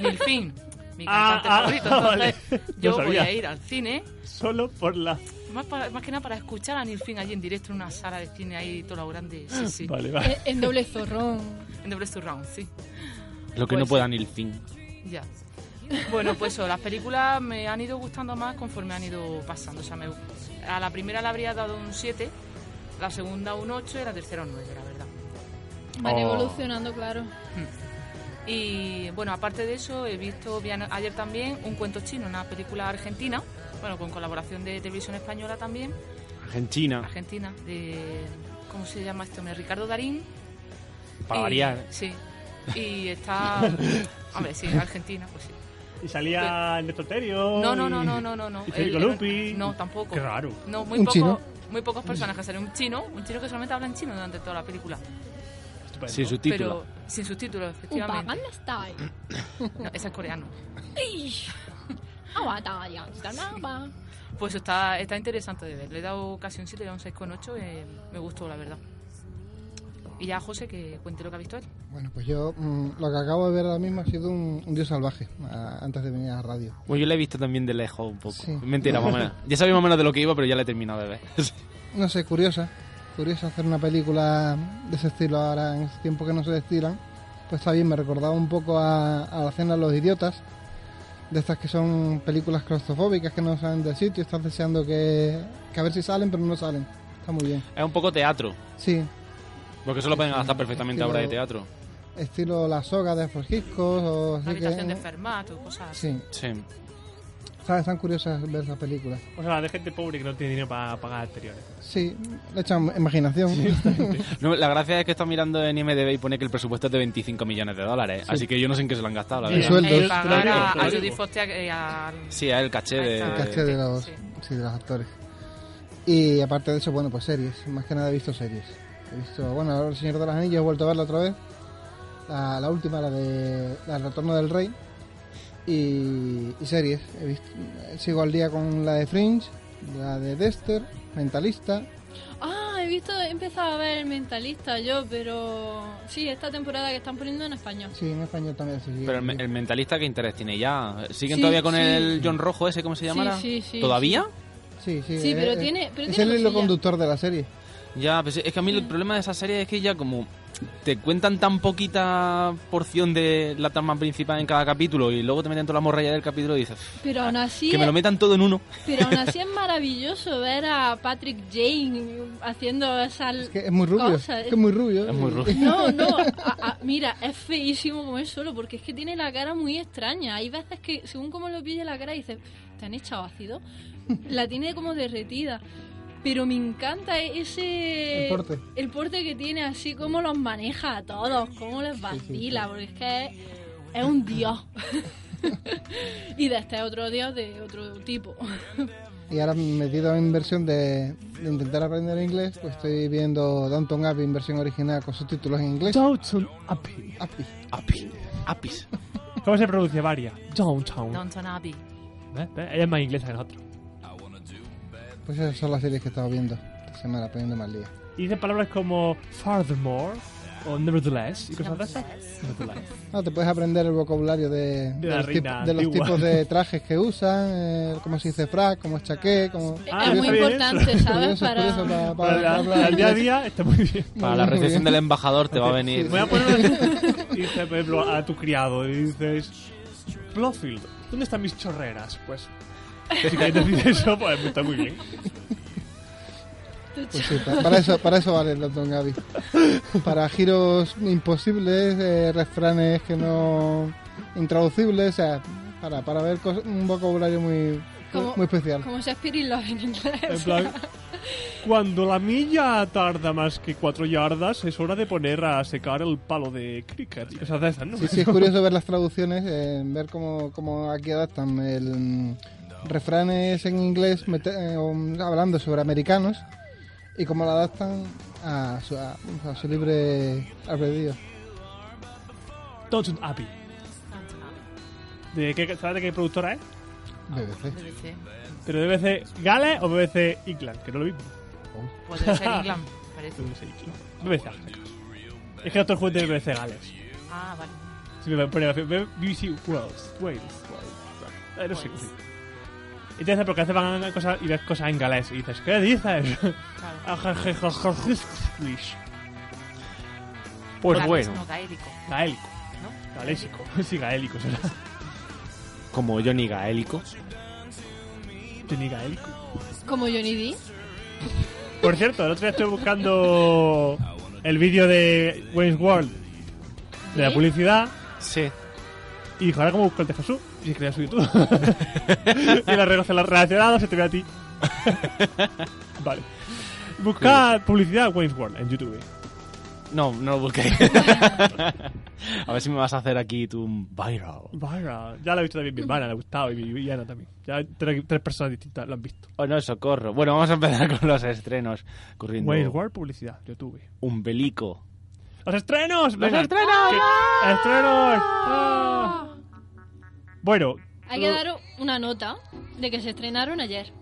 H: Lil Fin, mi
E: Ah,
H: cantante
E: ah,
H: favorito.
E: vale.
H: Entonces,
E: No
H: yo voy
E: sabía.
H: a ir al cine,
E: Solo por la...
H: más, para- más que nada para escuchar a Neil Finn allí en directo en una sala de cine ahí, todo lo grande. Sí, sí.
E: Vale, vale.
G: Eh, En doble zorrón.
H: En Double Surround, sí.
F: Lo que
H: Pues
F: no
H: sí.
F: pueda ni el fin.
H: Ya. Bueno, pues eso, las películas me han ido gustando más conforme han ido pasando. O sea, me- a la primera le habría dado un 7, la segunda un 8 y la tercera un 9, la verdad.
G: Van
F: Oh.
G: evolucionando, claro.
H: Y bueno, aparte de eso, he visto bien ayer también un cuento chino, una película argentina, bueno, con colaboración de televisión española también,
F: Argentina.
H: argentina, de. ¿Cómo se llama este hombre? Ricardo Darín.
F: Para
H: Y-
F: variar.
H: Sí.
E: [LAUGHS]
H: Y está. Hombre, sí, argentina, pues sí.
E: Y salía Néstor Terio.
H: No, no,
E: y-
H: no, no, no, no. no.
E: Y Federico
H: El- el-
E: Lupi.
H: No, tampoco.
E: Qué raro.
H: No, muy
I: Un
H: poco-
I: chino.
H: Muy pocos personajes, sale un chino, un chino que solamente habla en chino durante toda la película,
E: Estupendo.
F: Sin subtítulos.
H: pero sin subtítulos, efectivamente.
G: Upaganda está [CLEARS THROAT] ahí.
H: No, ese es coreano.
G: Aguanta, Ah, ya está nada.
H: Pues está, está interesante de ver. Le he dado casi un 7, le he dado un 6,8. eh, me gustó, la verdad. Y ya, José, que cuente lo que ha visto él.
I: Bueno, pues yo mm, lo que acabo de ver ahora mismo ha sido un, un dios salvaje a- antes de venir a la radio.
F: Bueno, yo la he visto también de lejos un poco.
I: Sí.
F: Mentira, más o menos. [LAUGHS] Ya sabía más o menos de lo que iba, pero ya la he terminado de ver. [LAUGHS]
I: No sé, curiosa. Curiosa hacer una película de ese estilo ahora en estos tiempos que no se destilan. Pues está bien, me recordaba un poco a, a la cena de los idiotas. De estas que son películas claustrofóbicas que no salen del sitio. Estás deseando que, que a ver si salen, pero no salen. Está muy bien.
F: es un poco teatro.
I: Sí,
F: Porque eso lo pueden adaptar perfectamente a obra de teatro.
I: estilo La soga de Francisco. O así
H: La habitación
I: que-
H: de Fermat o cosas así.
I: Sí.
F: Sí.
I: Están, están curiosas ver esas películas.
E: O sea, de gente pobre que no tiene dinero para pagar anteriores.
I: Sí, le echan imaginación. [LAUGHS]
F: No, la gracia es que está mirando en IMDB y pone que el presupuesto es de 25 millones de dólares. Así que yo no sé en qué se lo han gastado, la
I: Y
F: verdad.
I: sueldo.
H: Eh,
I: Sueldos.
H: pagar
E: Te lo digo,
H: a,
E: te lo
H: a
E: digo.
H: Judy Foster eh, al-
F: Sí, es el caché de...
H: El
I: el caché de los,
H: Sí.
I: sí, de los actores. Y aparte de eso, bueno, pues series. Más que nada he visto series. He visto, bueno, ahora El Señor de las Anillas, he vuelto a verla otra vez. La, la última, la de la del Retorno del Rey. Y, y series. He visto, sigo al día con la de Fringe, la de Dexter, Mentalista.
G: Ah, he visto, he empezado a ver el mentalista yo, pero sí, esta temporada que están poniendo en español.
I: Sí, en español también. sí, sí.
F: Pero el, me- el mentalista, ¿qué interés tiene ya? ¿Siguen
G: Sí,
F: todavía con
G: sí.
F: el John Rojo ese, cómo se llamara?
G: sí, sí,
F: ¿Todavía?
I: sí, sí,
G: Sí, pero
I: eh,
G: tiene- pero
I: es
G: tiene
I: el hilo
G: cosilla.
I: conductor de la serie.
F: Ya, pues es que a mí el problema de esa serie es que ya como te cuentan tan poquita porción de la trama principal en cada capítulo y luego te meten toda la morralla del capítulo y dices,
G: Pero aún así,
F: Ah, que me lo metan todo en uno.
G: pero
F: [LAUGHS]
G: aún así es maravilloso ver a Patrick Jane haciendo esa
I: Es que es muy rubio.
G: cosa.
I: Es que es muy rubio.
F: Es muy rubio.
G: No, no, a- a- mira, es feísimo comer solo porque es que tiene la cara muy extraña. Hay veces que, según como lo pille la cara, dices, ¿te han echado ácido? La tiene como derretida. Pero me encanta e- ese.
I: El porte.
G: el porte que tiene, así como los maneja a todos, cómo les vacila, porque es que es, es un dios. [LAUGHS] y de este otro dios de otro tipo.
I: Y ahora metido en versión de, de intentar aprender inglés, pues estoy viendo Downton Abbey en versión original con subtítulos en inglés. Ah,
E: Downton Abbey.
I: Abbey.
F: Api, apis.
E: ¿Cómo se pronuncia Varia? Downtown.
H: Downton Abbey.
E: ¿Eh? Ella es más inglesa que nosotros.
I: Pues esas son las series que he estado viendo esta semana, poniendo más día.
E: Y dicen palabras como furthermore o nevertheless y cosas de esas. Nevertheless. [LAUGHS]
I: No, Ah, te puedes aprender el vocabulario de,
E: la
I: los,
E: reina
I: tip- de los
E: antigua.
I: tipos
E: [LAUGHS]
I: de trajes que usan, eh, cómo se dice frac, cómo es chaqué, cómo...
E: Ah,
G: es muy
E: está bien eso.
G: importante, ¿sabes?
I: Curioso,
G: Para...
I: curioso, para, para-
E: Para
I: para
E: la-
I: hablar
E: para el día a
I: inglés.
E: día está muy bien.
F: Para la
I: Muy bien.
F: recepción del embajador te va a venir.
E: Voy a poner y dice, por ejemplo, a tu criado y dices, Blofield, ¿dónde están mis chorreras? Pues, si quieres decir eso, pues está muy bien.
I: Pues sí, pa- para eso, para eso vale el Downton Abbey. Para giros imposibles, eh, refranes que no... intraducibles, o sea, para, para ver cos- un vocabulario muy,
G: Como-
I: muy especial.
G: Como Shakespeare y Love en
E: En
G: inglés.
E: plan, cuando la milla tarda más que cuatro yardas, es hora de poner a secar el palo de cricket. Y cosas de esas, ¿no?
I: Sí, sí, es curioso ver las traducciones, eh, ver cómo, cómo aquí adaptan el mm, refranes en inglés mete- eh, o, mm, hablando sobre americanos y cómo lo adaptan a su, a- a su libre albedrío.
E: Downton Abbey.
H: Downton Abbey.
E: ¿De qué, ¿Sabes de qué productora es?
I: BBC.
H: BBC.
E: ¿Pero BBC Gales o BBC England? Que no lo mismo.
H: Pues
F: [LAUGHS]
H: debe ser England, parece.
E: BBC England. BBC África. Es que no estoy jugando de BBC Gales.
H: Ah, vale.
E: Si me pone BBC Wales. Wales. Eh, no sé.
H: Wales.
E: sí. Y te dice, porque a veces van a cosas y ves cosas en galés y dices, ¿qué dices?
H: Claro.
E: Ajajajajajujujujujujujujujujujujujujujujujujujujujujujujujujujujujujujujujujujujujujujujujujujuju.
F: Pues
H: Gales,
F: bueno,
H: No, gaélico.
E: Gaélico.
H: ¿No?
E: Galésico. [LAUGHS] Sí, gaélico será.
F: como Johnny Gaélico.
E: Johnny gaélico.
G: Como Johnny D.
E: Por cierto, el otro día estoy buscando el vídeo de Wayne's World de la
G: ¿Sí?
E: publicidad
F: Sí.
E: y dijo, ahora cómo busco el de Jesús. Y es que lo voy a subir tú. y la relación relacionada se te ve a ti. vale. Busca publicidad Wayne's World en YouTube.
F: No, no lo busqué. a ver si me vas a hacer aquí tu viral.
E: Vara, ya la he visto también mi hermana, le ha gustado y mi y Ana también. Ya tres, tres personas distintas lo han visto.
F: Oh, no, socorro. Bueno, vamos a empezar con los estrenos. Corriendo.
E: Wayne's World, publicidad, YouTube.
F: Umbelico.
E: ¡Los estrenos! ¡Los
F: estrenos!
E: ¡Estrenos! ¡Ah! Bueno,
G: Hay que dar una nota de que se estrenaron ayer.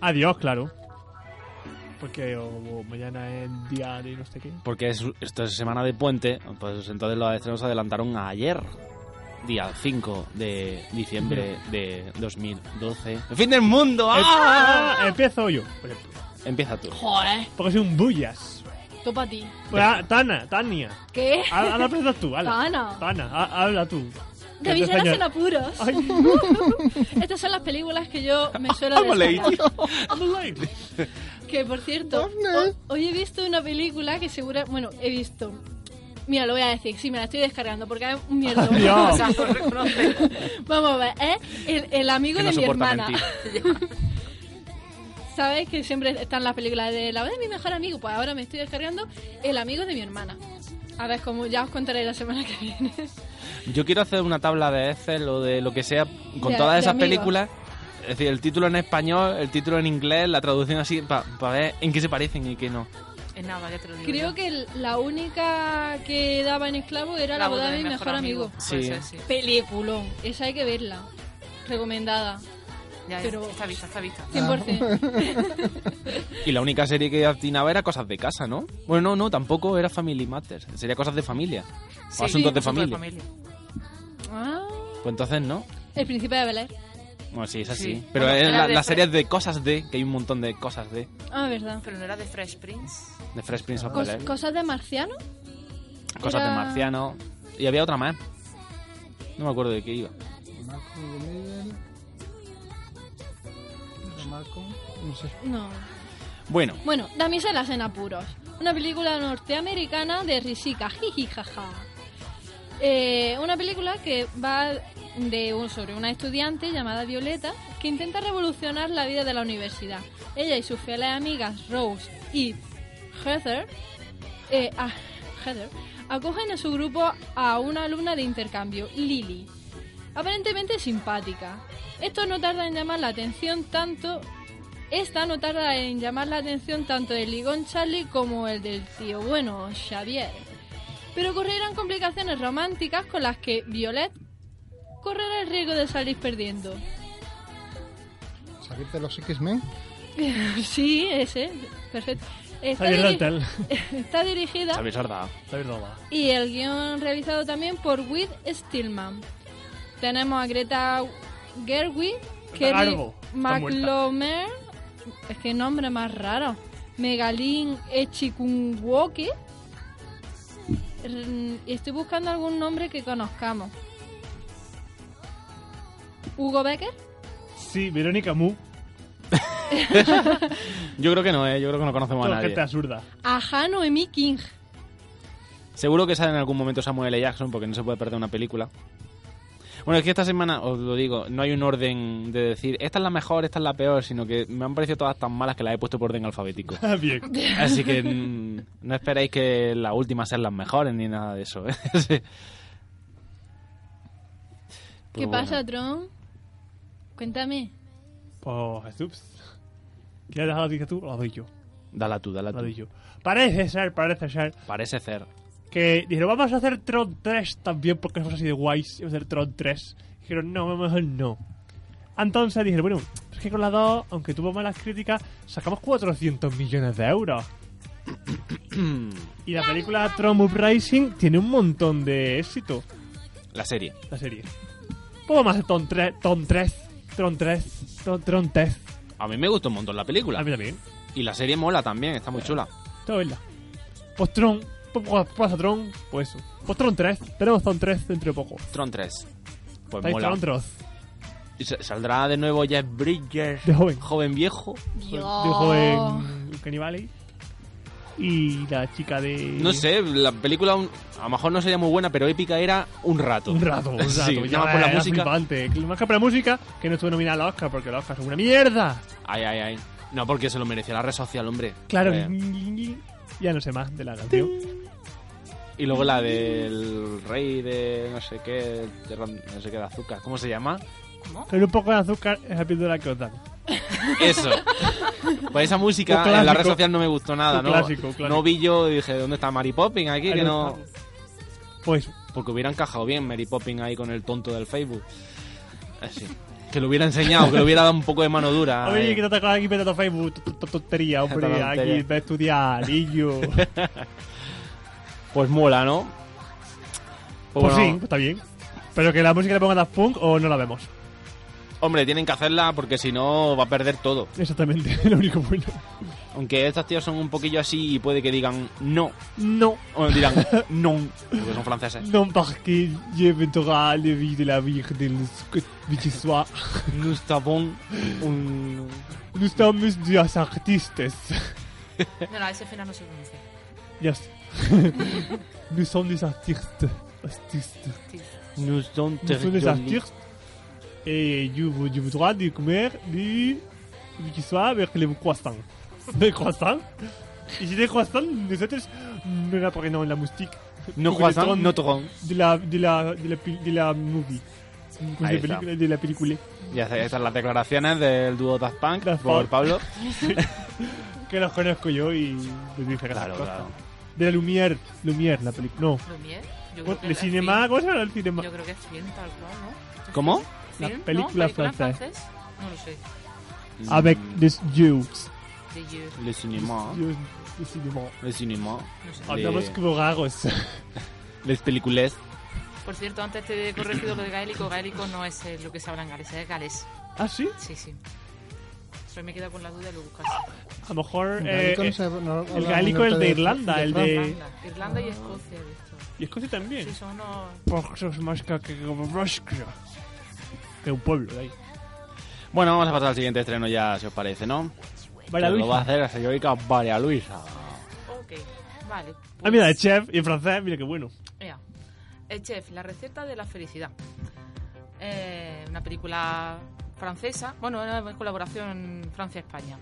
E: adiós, claro. Porque o- o mañana es día de no sé qué.
F: Porque es, esto es semana de puente, pues entonces los estrenos se adelantaron a ayer, día 5 de diciembre de 2012. ¡El fin del mundo! ¡Ah!
E: Ah, Empiezo yo, por ejemplo.
F: Empieza tú.
G: Joder,
E: Porque soy un bullas.
G: topa a ti.
E: Pues, ah, Tana, Tania.
G: ¿Qué?
F: Este
E: ha- Habla primero tú, habla.
G: Tana.
E: Tana, ha- habla tú.
G: Te
E: Que te
G: visionas
E: enseño-
G: en apuros.
E: Ay, [LAUGHS]
G: Estas son las películas que yo me suelo
F: I'm a lady.
G: destacar.
E: I'm a lady.
G: Que por cierto,
I: Daphne.
G: ho- hoy he visto una película que segura, bueno, he visto Mira, lo voy a decir, sí, me la estoy descargando porque es
F: [LAUGHS]
G: un mierda.
E: Dios.
H: O sea, lo reconoce.
G: Vamos a ver, es el, el amigo
F: Que no
G: de mi
F: soporta
G: hermana.
F: mentir.
G: [LAUGHS] ¿Sabes que siempre están las películas de la voz de mi mejor amigo? Pues ahora me estoy descargando el amigo de mi hermana. A ver, como ya os contaré la semana que viene.
F: Yo quiero hacer una tabla de Excel o de lo que sea con
G: De-
F: todas
G: de
F: esas
G: amigos.
F: películas. Es decir, el título en español, el título en inglés, la traducción así, para ver en qué se parecen y qué no.
H: Es nada, ya te lo digo.
G: Creo
H: yo.
G: que el- la única que daba en esclavo era la, boda de mi mejor amigo.
H: Puede
F: Sí.
H: ser, sí.
G: Peliculón, esa hay que verla. Recomendada,
H: Ya,
G: Pero-
H: está vista, está vista.
F: Ah,
G: [LAUGHS] 100%.
F: Y la única serie que atinaba era cosas de casa, ¿no? Bueno, no, no, tampoco era Family Matters. Sería cosas de familia. O
H: Sí,
F: asuntos
H: sí,
F: de familia.
G: Ah,
F: Pues entonces no.
G: el príncipe de Bel Air.
F: Bueno, sí, es así.
H: Sí.
F: Pero
H: Bueno,
F: es
H: era
F: la,
H: de
F: la
H: Fre-
F: serie de cosas de, que hay un montón de cosas de,
G: Ah, verdad.
H: Pero no era de Fresh Prince.
F: de Fresh Prince of
G: Cos-
F: Bel-Air.
G: ¿Cosas de marciano?
F: Cosas de
G: era-
F: marciano. Y había otra más. No me acuerdo de qué iba.
I: Malcolm in the Middle. Era Malcolm, no sé.
G: No.
F: Bueno,
G: Bueno, Damiselas en apuros. Una película norteamericana de Rishika, jiji, jaja. Eh, una película que va de un, sobre una estudiante llamada Violeta que intenta revolucionar la vida de la universidad. Ella y sus fieles amigas Rose y Heather, eh, ah, Heather acogen en su grupo a una alumna de intercambio, Lily, aparentemente simpática. Esto no tarda en llamar la atención tanto. Esta no tarda en llamar la atención tanto del ligón Charlie como el del tío bueno, Xavier. Pero ocurrirán complicaciones románticas con las que Violet correrá el riesgo de salir perdiendo. [LAUGHS]
I: Salir de los X-Men.
G: sí, ese, perfecto. Está,
E: Xavier
G: diri-
E: Daltal.
G: [LAUGHS] está dirigida
F: Xavier Sardá.
E: Xavier Daltal.
G: Y el guión realizado también por Whit Stillman. Tenemos a Greta Gerwig,
E: Greta
G: Kelly
E: Garbo, está muerta.
G: McLomer, es que nombre más raro, Megalin Echikunwoke. Mm, y Estoy buscando algún nombre que conozcamos. ¿Hugo Becker?
E: Sí, Verónica Mu.
F: Yo creo que no, ¿eh? Yo creo que no conocemos a
E: Toda gente
F: nadie.
E: absurda. [LAUGHS]
G: Ajá, Noemí King.
F: Seguro que sale en algún momento Samuel L. Jackson porque no se puede perder una película. Bueno, es que esta semana, os lo digo, no hay un orden de decir esta es la mejor, esta es la peor, sino que me han parecido todas tan malas que las he puesto por orden alfabético.
E: Ah, Bien.
F: Así que mm, no esperéis que las últimas sean las mejores ni nada de eso. ¿eh? [LAUGHS] Sí.
G: ¿Qué
F: Pues
G: pasa,
F: bueno.
G: Tron? Cuéntame.
E: Oh, Jesús. ¿Quieres dejar la dije tú? La doy yo.
F: Dala tú, dala
E: La doy
F: tú.
E: yo. Parece ser, parece ser
F: Parece ser.
E: que dijeron, vamos a hacer Tron 3 también porque somos así de guays y vamos a hacer Tron 3. Dijeron, no, mejor no. Entonces dijeron, bueno, es que con la 2, aunque tuvo malas críticas, sacamos 400 millones de euros.
F: mm,
E: y la película Tron Uprising tiene un montón de éxito,
F: La serie.
E: la serie. Pues vamos a hacer Tron 3, Tron 3, Tron 3, Tron, Tron 3.
F: A mí me gustó un montón la
E: A
F: película.
E: mí también.
F: Y la serie mola también, está muy chula.
E: Todo verdad. Pues Tron, pues, pues, pues a Tron, pues eso. Pues Tron 3, tenemos Tron 3 dentro de poco.
F: Tron 3. Pues
E: Estáis
F: mola.
E: Tron 3.
F: Y sa- ¿Saldrá de nuevo Jeff Bridges?
E: De joven.
F: Joven viejo.
E: Dijo en Uncanny Valley. Y la chica de.
F: No sé, la película un- a lo mejor no sería muy buena, pero épica era un rato.
E: Un rato, un rato.
F: [LAUGHS] Sí,
E: ya
F: nada más por la
E: era
F: música.
E: flipante. Más que por la música, que no estuvo nominada al Oscar, porque el Oscar es una mierda.
F: Ay, ay, ay. No, porque se lo merecía la red social, hombre.
E: Claro,
F: Eh,
E: ya no sé más de la canción.
F: Y luego la del rey de no sé qué, de ran- no sé qué de azúcar. ¿Cómo se llama?
E: Pero un poco de azúcar es la píldora que os dan. [LAUGHS]
F: Eso. Pues esa música
E: Un clásico.
F: en la red social no me gustó nada,
E: Un
F: ¿no?
E: clásico, un clásico.
F: No vi yo y dije, ¿dónde está Mary Poppins aquí?
E: Ahí
F: que
E: no
F: no...
E: Pues,
F: Porque hubiera encajado bien Mary Poppins ahí con el tonto del Facebook. Eh, Así. Que lo hubiera enseñado, que le hubiera dado un poco de mano
E: [LAUGHS]
F: dura.
E: oye,
F: eh.
E: que te atacas aquí, pero Facebook, to- to-
F: [LAUGHS]
E: tontería, hombre,
F: Tontería.
E: aquí está a estudiar,
F: [LAUGHS]
E: niño. Pues,
F: Pues mola, ¿no? Pues bueno,
E: sí, pues está bien. Pero que la música le ponga Daft Punk o no la vemos.
F: Hombre, tienen que hacerla porque si no va a perder todo.
E: Exactamente, [LAUGHS] lo único bueno.
F: Aunque estos tíos son un poquillo así y puede que digan no.
E: No,
F: O
E: [LAUGHS]
F: dirán no, porque son franceses.
E: Non parce que j'inventerai la vie de la Virgen de soir.
F: No está bon un...
E: Nous sommes des artistes.
H: No, no, ese final no se pronuncia.
E: Ya sé. [LAUGHS] Nous sommes des artistes. Artistes.
B: Nous
E: Nous
B: sommes
E: sommes des
B: terriblement-
E: artistes. Et je vous, je vous droit de comer du, du soir avec les [LAUGHS] croissants. Des croissants. Et si des croissants, nous autres, nous apprenons la moustique.
B: No
E: Pour
B: croissant,
E: les
B: no
E: trons
B: tron.
E: De la, de la, de la, pil- de la movie. De la
F: Ahí está.
E: película- de la película.
F: Ya está, ya están las declaraciones del dúo Daft Punk
E: Daft
F: por
E: Punk.
F: Pablo.
E: Que los conozco yo y les dije que
F: Claro, claro.
E: De la Lumière. Lumière, la película. No.
H: Lumière. Yo creo que
E: Le Pues,
H: era
E: cinema,
H: film.
E: ¿cómo se llama el cinema?
H: Yo creo que es film tal cual, ¿no?
F: ¿Cómo?
E: La
H: Film, ¿no?
E: película francesa.
H: francés. No lo sé.
E: Avec les yeux.
H: De You,
F: Le cinéma.
E: Yeux de cinéma.
F: Le cinéma.
H: no sé.
E: Hablamos
F: Le-
E: como raros.
F: Les películas.
H: Por cierto, antes te he corregido lo de gaélico. Gaélico no es eh, lo que se habla en Gales, es galés.
E: ¿Ah, sí?
H: Sí, sí. Solo me he quedado con la duda de lo buscarse.
E: A lo mejor...
I: El
E: eh,
I: gaélico no
E: eh,
I: se- no habla
E: el
I: en
E: gaélico es
I: norte
E: de Irlanda, el de...
H: Irlanda, Irlanda y Escocia, he visto.
E: Y Escocia también.
H: Sí, son unos...
E: Porque sos más ca- que como Rosca. Que un pueblo de ahí.
F: Bueno, vamos a pasar al siguiente estreno ya, si os parece, ¿no?
E: Vaya
F: Que Lo va a
E: Luisa.
F: hacer la señorita María Luisa.
H: Ok, vale.
E: Ah, mira,
H: pues-
E: chef y en francés, mira qué bueno.
H: Ea. El chef, la receta de la felicidad. Eh, una película francesa, bueno, una colaboración Francia-España.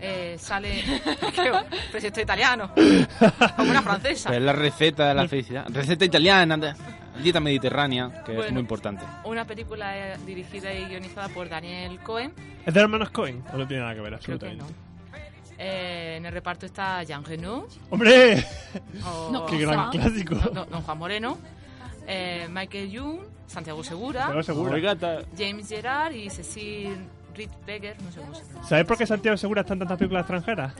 H: Eh, sale. [LAUGHS] ¿Qué va? Pero si
E: [LAUGHS]
H: estoy italiano. Como una francesa.
F: Pues es la receta de la felicidad. Receta italiana, de- dieta mediterránea, que es
H: Bueno.
F: muy importante.
H: Una película eh, dirigida y guionizada por Daniel Cohen.
E: ¿Es de hermanos Cohen? O no tiene nada que ver,
H: Creo que
E: absolutamente.
H: no. Eh, en el reparto está Jean Reno.
E: ¡Hombre!
G: No,
E: ¡Qué gran
G: Ojalá.
E: clásico!
H: Don Juan Moreno. eh, Michael Young. Santiago Segura.
E: Santiago Segura.
F: Oigata.
H: James Gerard y Cecil Ritbecker, no sé cómo se pronuncia.
E: ¿Sabes por qué Santiago Segura está en tantas películas extranjeras?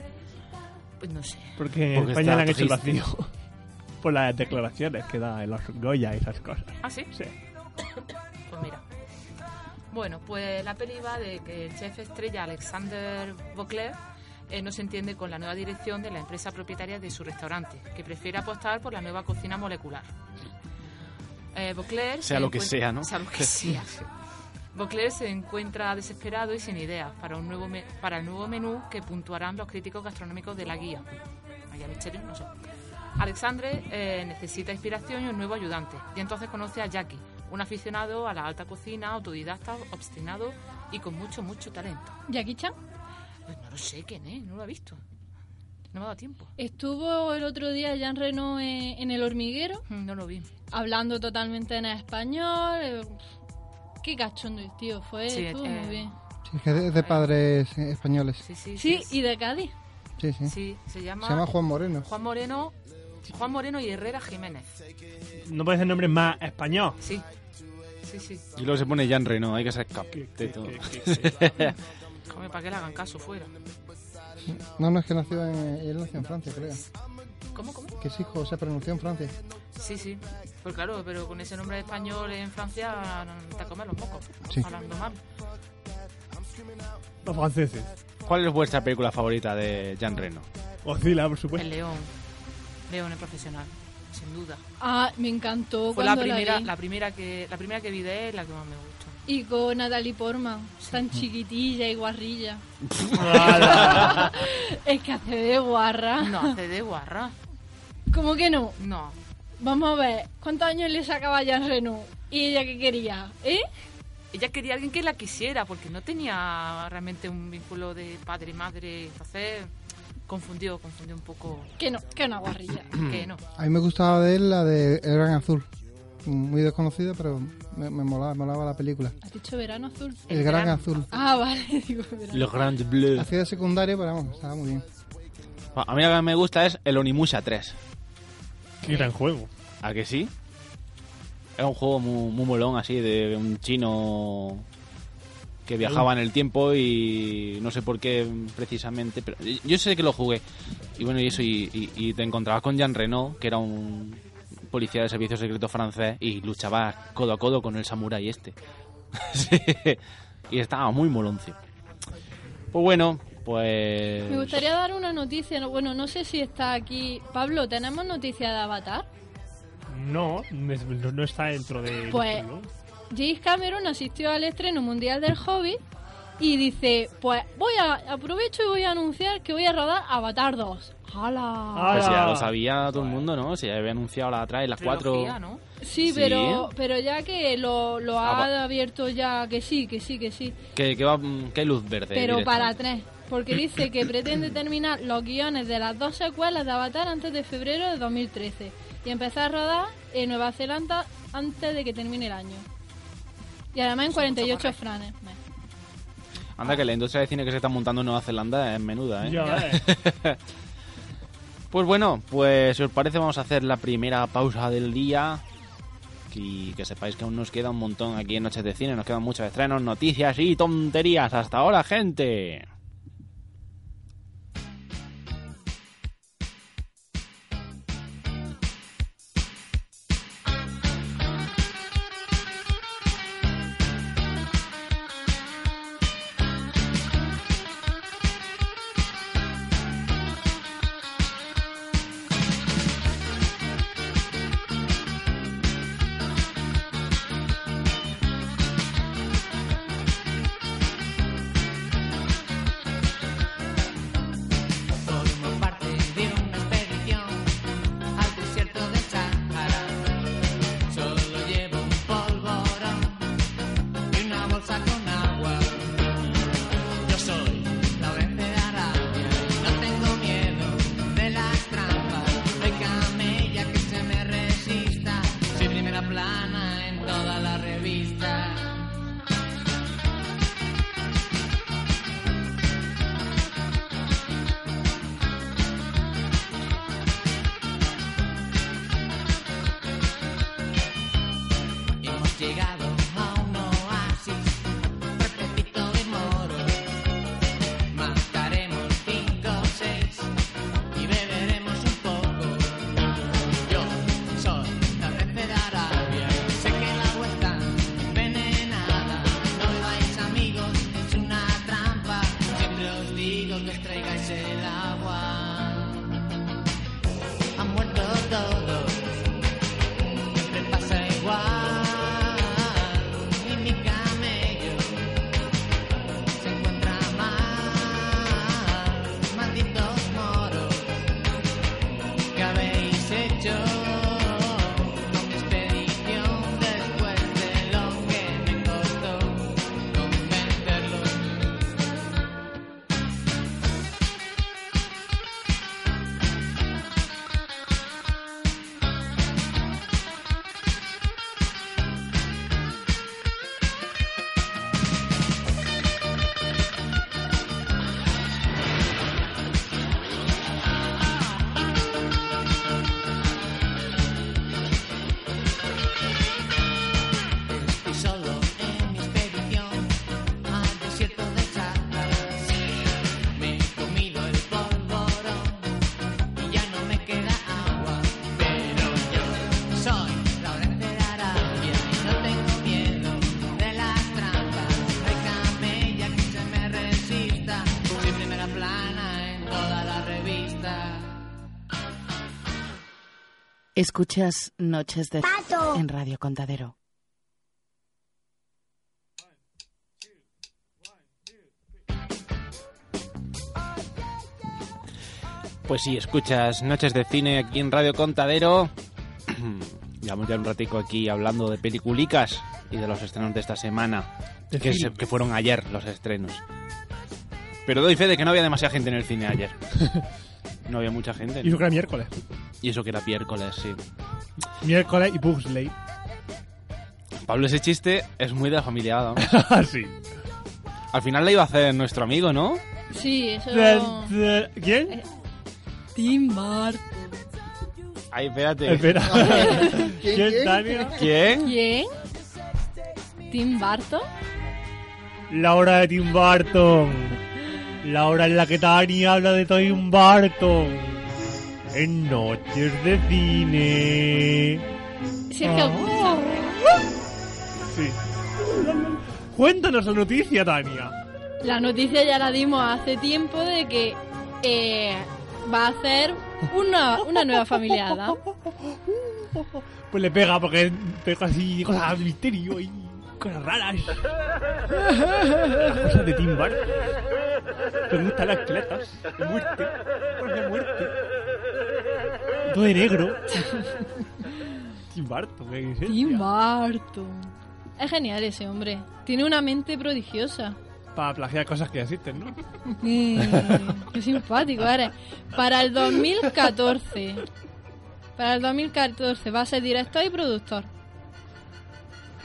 H: Pues no sé.
E: Porque, en
F: Porque
E: España
F: está
E: le han hecho el
F: triste.
E: vacío. [LAUGHS] Por las declaraciones que da en los Goya y esas cosas.
H: ¿Ah, sí?
E: Sí.
H: Pues mira. Bueno, pues la peli va de que el chef estrella Alexander Beauclerc eh, no se entiende con la nueva dirección de la empresa propietaria de su restaurante, que prefiere apostar por la nueva cocina molecular. Eh, Beauclerc
F: Sea
H: se
F: lo que
H: encuent-
F: sea, ¿no?
H: Sea
F: [LAUGHS]
H: lo que sea. Beauclerc se encuentra desesperado y sin ideas para, un nuevo me- para el nuevo menú que puntuarán los críticos gastronómicos de la guía. Guía Michelin, no sé. Alexandre eh, necesita inspiración y un nuevo ayudante, y entonces conoce a Jackie, un aficionado a la alta cocina, autodidacta, obstinado y con mucho, mucho talento.
G: Jackie Chan
H: Pues no lo sé quién es, no lo he visto. No me ha dado tiempo.
G: estuvo el otro día Jean Reno en, en El Hormiguero,
H: Mm, No lo vi.
G: hablando totalmente en español. eh, Qué cachondo el tío fue,
H: Sí,
G: estuvo
H: eh,
G: muy bien.
I: Sí, es que es de padres eh, españoles.
H: Sí, sí.
G: Sí, y de Cádiz.
I: Sí, sí.
H: Sí, se llama,
I: Se llama Juan Moreno.
H: Juan Moreno. Juan Moreno y Herrera Jiménez.
E: No puede ser nombre más español.
H: Sí. Sí, sí.
F: Y luego se pone Jan Reno, hay que ser capteto. [LAUGHS]
H: Joder, para que le hagan caso fuera.
I: No, no, es que nació en, él nació en Francia, creo.
H: ¿Cómo, cómo?
I: Que sí, jo, se pronunció en Francia.
H: Sí, sí. Pues claro, pero con ese nombre de español en Francia mm, te comen los mocos.
I: Sí.
H: Hablando mal.
E: Los franceses.
F: ¿Cuál es vuestra película favorita de Jan Reno?
E: Oscila, por
H: El
E: supuesto.
H: león. León es profesional, sin duda.
G: Ah, me encantó
H: Fue la
G: cuando
H: primera,
G: vi.
H: la, primera que, la primera que vi de él, la que más me gustó.
G: Y con Natalie Portman,
H: Mm.
G: tan chiquitilla y guarrilla. es que hace de guarra.
H: No
G: [LAUGHS]
H: hace de guarra.
G: ¿Cómo que no?
H: No.
G: Vamos a ver, ¿cuántos años le sacaba ya Renault? ¿Y ella qué quería? ¿Eh?
H: Ella quería a alguien que la quisiera, porque no tenía realmente un vínculo de padre y madre. Entonces, confundió, confundió
F: [CLEARS THROAT]
H: un poco
G: Que no, que una guarrilla.
H: que no.
I: A mí me gustaba de él la de El Gran Azul. Muy desconocida, pero me, me molaba, me molaba la película.
G: ¿Has dicho verano azul?
I: El,
H: El
I: Gran,
H: Gran-
I: Azul.
G: Ah, [LAUGHS] vale, digo verano.
F: Le Grand Bleu.
I: Hacía de secundario, pero vamos, estaba muy bien.
F: A mí la que más me gusta es El Onimusha 3.
E: Qué gran juego.
F: ¿A que sí? Es un juego muy, muy molón, así, de un chino que viajaba en el tiempo y no sé por qué precisamente, pero yo sé que lo jugué. Y bueno, y eso, y, y- y te encontrabas con Jean Reno, que era un policía de servicio secreto francés, y luchabas codo a codo con el samurái este. [LAUGHS] Sí. Y estaba muy moloncio. Pues bueno, pues...
G: Me gustaría dar una noticia. no- Bueno, no sé si está aquí. Pablo, ¿tenemos noticia de Avatar?
E: No, es- no, no está dentro de...
G: Pues- James Cameron asistió al estreno mundial del Hobbit y dice, pues voy a aprovecho y voy a anunciar que voy a rodar Avatar 2. ¡Hala!
E: Ah.
F: Pues ya lo sabía todo el mundo, ¿no? Se ya había anunciado la atrás, las cuatro.
H: Trilogía, ¿no?
G: Sí,
F: sí.
G: pero pero ya que lo, lo ha
F: Ava-
G: abierto ya que sí, que sí, que sí.
F: Que, que va, mm, que hay luz verde.
G: Pero para
F: directamente.
G: tres, porque dice que pretende terminar los guiones de las dos secuelas de Avatar antes de febrero de 2013 y empezar a rodar en Nueva Zelanda antes de que termine el año. Y además en 48 franes.
F: Anda, que la industria de cine que se está montando en Nueva Zelanda es menuda, ¿eh?
E: Ya, eh.
F: Pues bueno, pues si os parece vamos a hacer la primera pausa del día y que sepáis que aún nos queda un montón aquí en Noches de Cine, nos quedan muchos estrenos, noticias y tonterías. Hasta ahora, gente.
B: Por una parte de una expedición al desierto de Sahara. Solo llevo un polvorón y una bolsa con agua. Yo soy Lauren de Arabia, no tengo miedo de las trampas. No hay camella que se me resista. Soy primera plana en toda la revista. Hemos llegado a un oasis, repetito de moro. Mataremos cinco o seis y beberemos un poco. Yo soy la red de Arabia, sé que la vuelta envenenada. No bebáis amigos, es una trampa. Siempre os digo que os traigáis el agua. Han muerto todos siempre pasa igual y mi camello se encuentra mal malditos moros ¿qué habéis hecho con mi expedición después de lo que me costó convencerlos? Y solo en mi expedición al desierto de Sahara Me he comido el polvorón y ya no me queda agua Pero yo soy la orante de Arabia y no tengo miedo de las trampas Hay camella que se me resista Mi primera plana en toda la revista
D: Escuchas Noches de
A: Pato.
D: en Radio Contadero.
F: Pues sí, escuchas Noches de Cine aquí en Radio Contadero. [CLEARS THROAT] Llevamos ya un ratico aquí hablando de peliculicas y de los estrenos de esta semana.
E: De
F: Que, se-
E: cine.
F: que fueron ayer los estrenos. Pero doy fe de que no había demasiada gente en el
E: [LAUGHS]
F: cine ayer. No había mucha gente.
E: Y eso que era miércoles.
F: Y eso que era miércoles, sí.
E: Miércoles y Bugsley.
F: Pablo, ese chiste es muy de la
E: [LAUGHS]
F: familia Adam.
E: sí.
F: Al final la iba a hacer nuestro amigo, ¿no?
G: Sí, eso
E: Eh, eh, ¿Quién?
G: Tim Burton.
F: Ay, espérate.
E: Espera. [LAUGHS] ¿Quién,
I: quién?
E: Daniel?
F: ¿Quién?
G: ¿Quién? ¿Tim Burton?
E: La hora de Tim Burton. La hora en la que Tani habla de Tim Burton. En noches de cine.
G: Sergio Augusto.
E: Sí. Cuéntanos la noticia, Tania.
G: La noticia ya la dimos hace tiempo de que eh, va a hacer una, una nueva familia Adam.
E: Pues le pega porque pega así cosas de misterio y... cosas raras. Las cosas de Tim Burton. Me gustan las clatas. De muerte. Cosas de muerte. Todo de negro. Tim Burton, qué esencia.
G: Tim Burton. Es genial ese hombre. Tiene una mente prodigiosa.
E: Para plagiar cosas que ya existen, ¿no?
G: Eh, [LAUGHS] qué simpático eres. Para el 2014. Para el 2014 va a ser director y productor.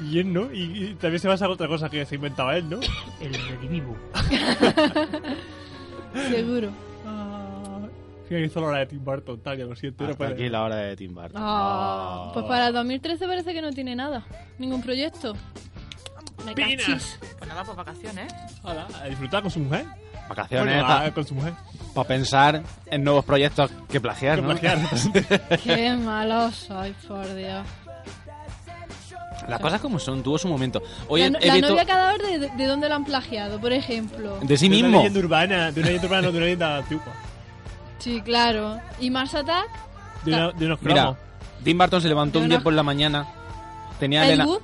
E: Y él, ¿no? Y, y también se basa en otra cosa que se inventaba él, ¿no? El redivivo.
G: Seguro.
E: Finalizó la hora de Tim Burton, Talia, lo siento. era
F: Hasta
E: para-
F: Ah, aquí la hora de Tim Burton.
G: Ah,
F: Ah.
G: Pues para el 2013 parece que no tiene nada. Ningún proyecto. Me
E: Pinas.
G: cachis.
H: Pues nada, pues vacaciones. ¿eh?
E: Hola, a disfrutar con su mujer.
F: Ah, Vacaciones
E: Bueno, a-
F: para
E: con su mujer.
F: pensar en nuevos proyectos que plagiar,
E: Que
F: ¿no?
E: plagiar. [LAUGHS]
G: Qué malo soy, por Dios.
F: Las cosas como son, tuvo su momento. Hoy
G: la
F: he,
G: no-
F: he
G: la
F: visto
G: novia cadáver, de, ¿de dónde la han plagiado? Por ejemplo.
F: de sí
E: De una
F: mismo.
E: leyenda urbana, de una leyenda urbana, no, de una leyenda antigua.
G: Sí, claro. ¿Y Mars Attack?
E: De, una- de unos
F: Mira,
E: cromos.
F: Tim Burton se levantó
G: De
F: un día
G: una-
F: por la mañana. Tenía
G: ¿Ed
F: Elena.
G: Wood?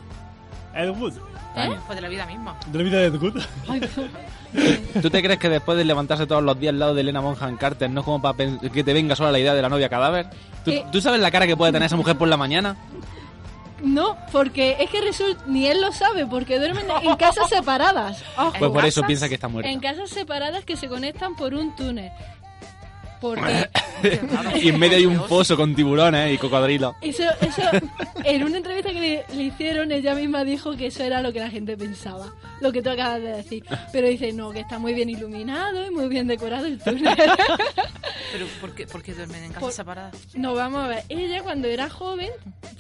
E: Ed Wood.
G: ¿Eh?
F: Tania,
H: Pues de la vida misma.
E: De la vida de Ed Wood.
G: Ay, qué-
F: ¿Tú te crees que después de levantarse todos los días al lado de Elena Bonham Carter no es como para que te venga sola la idea de la novia cadáver? ¿Tú,
G: Eh.
F: tú sabes la cara que puede tener esa mujer por la mañana?
G: No, porque es que resulta, ni él lo sabe, porque duermen en casas [LAUGHS] separadas. Ojo.
F: Pues por eso
H: casas?
F: piensa que está muerta.
G: Ah, En casas separadas que se conectan por un túnel. Porque
F: [LAUGHS] y en medio hay un foso con tiburones y cocodrilos.
G: eso, eso, en una entrevista que le, le hicieron, ella misma dijo que eso era lo que la gente pensaba, lo que tú acabas de decir. Pero dice, no, que está muy bien iluminado y muy bien decorado el túnel.
H: Pero ¿por qué, por qué duermen en casa
G: Por-
H: separada?
G: No, vamos a ver. Ella cuando era joven,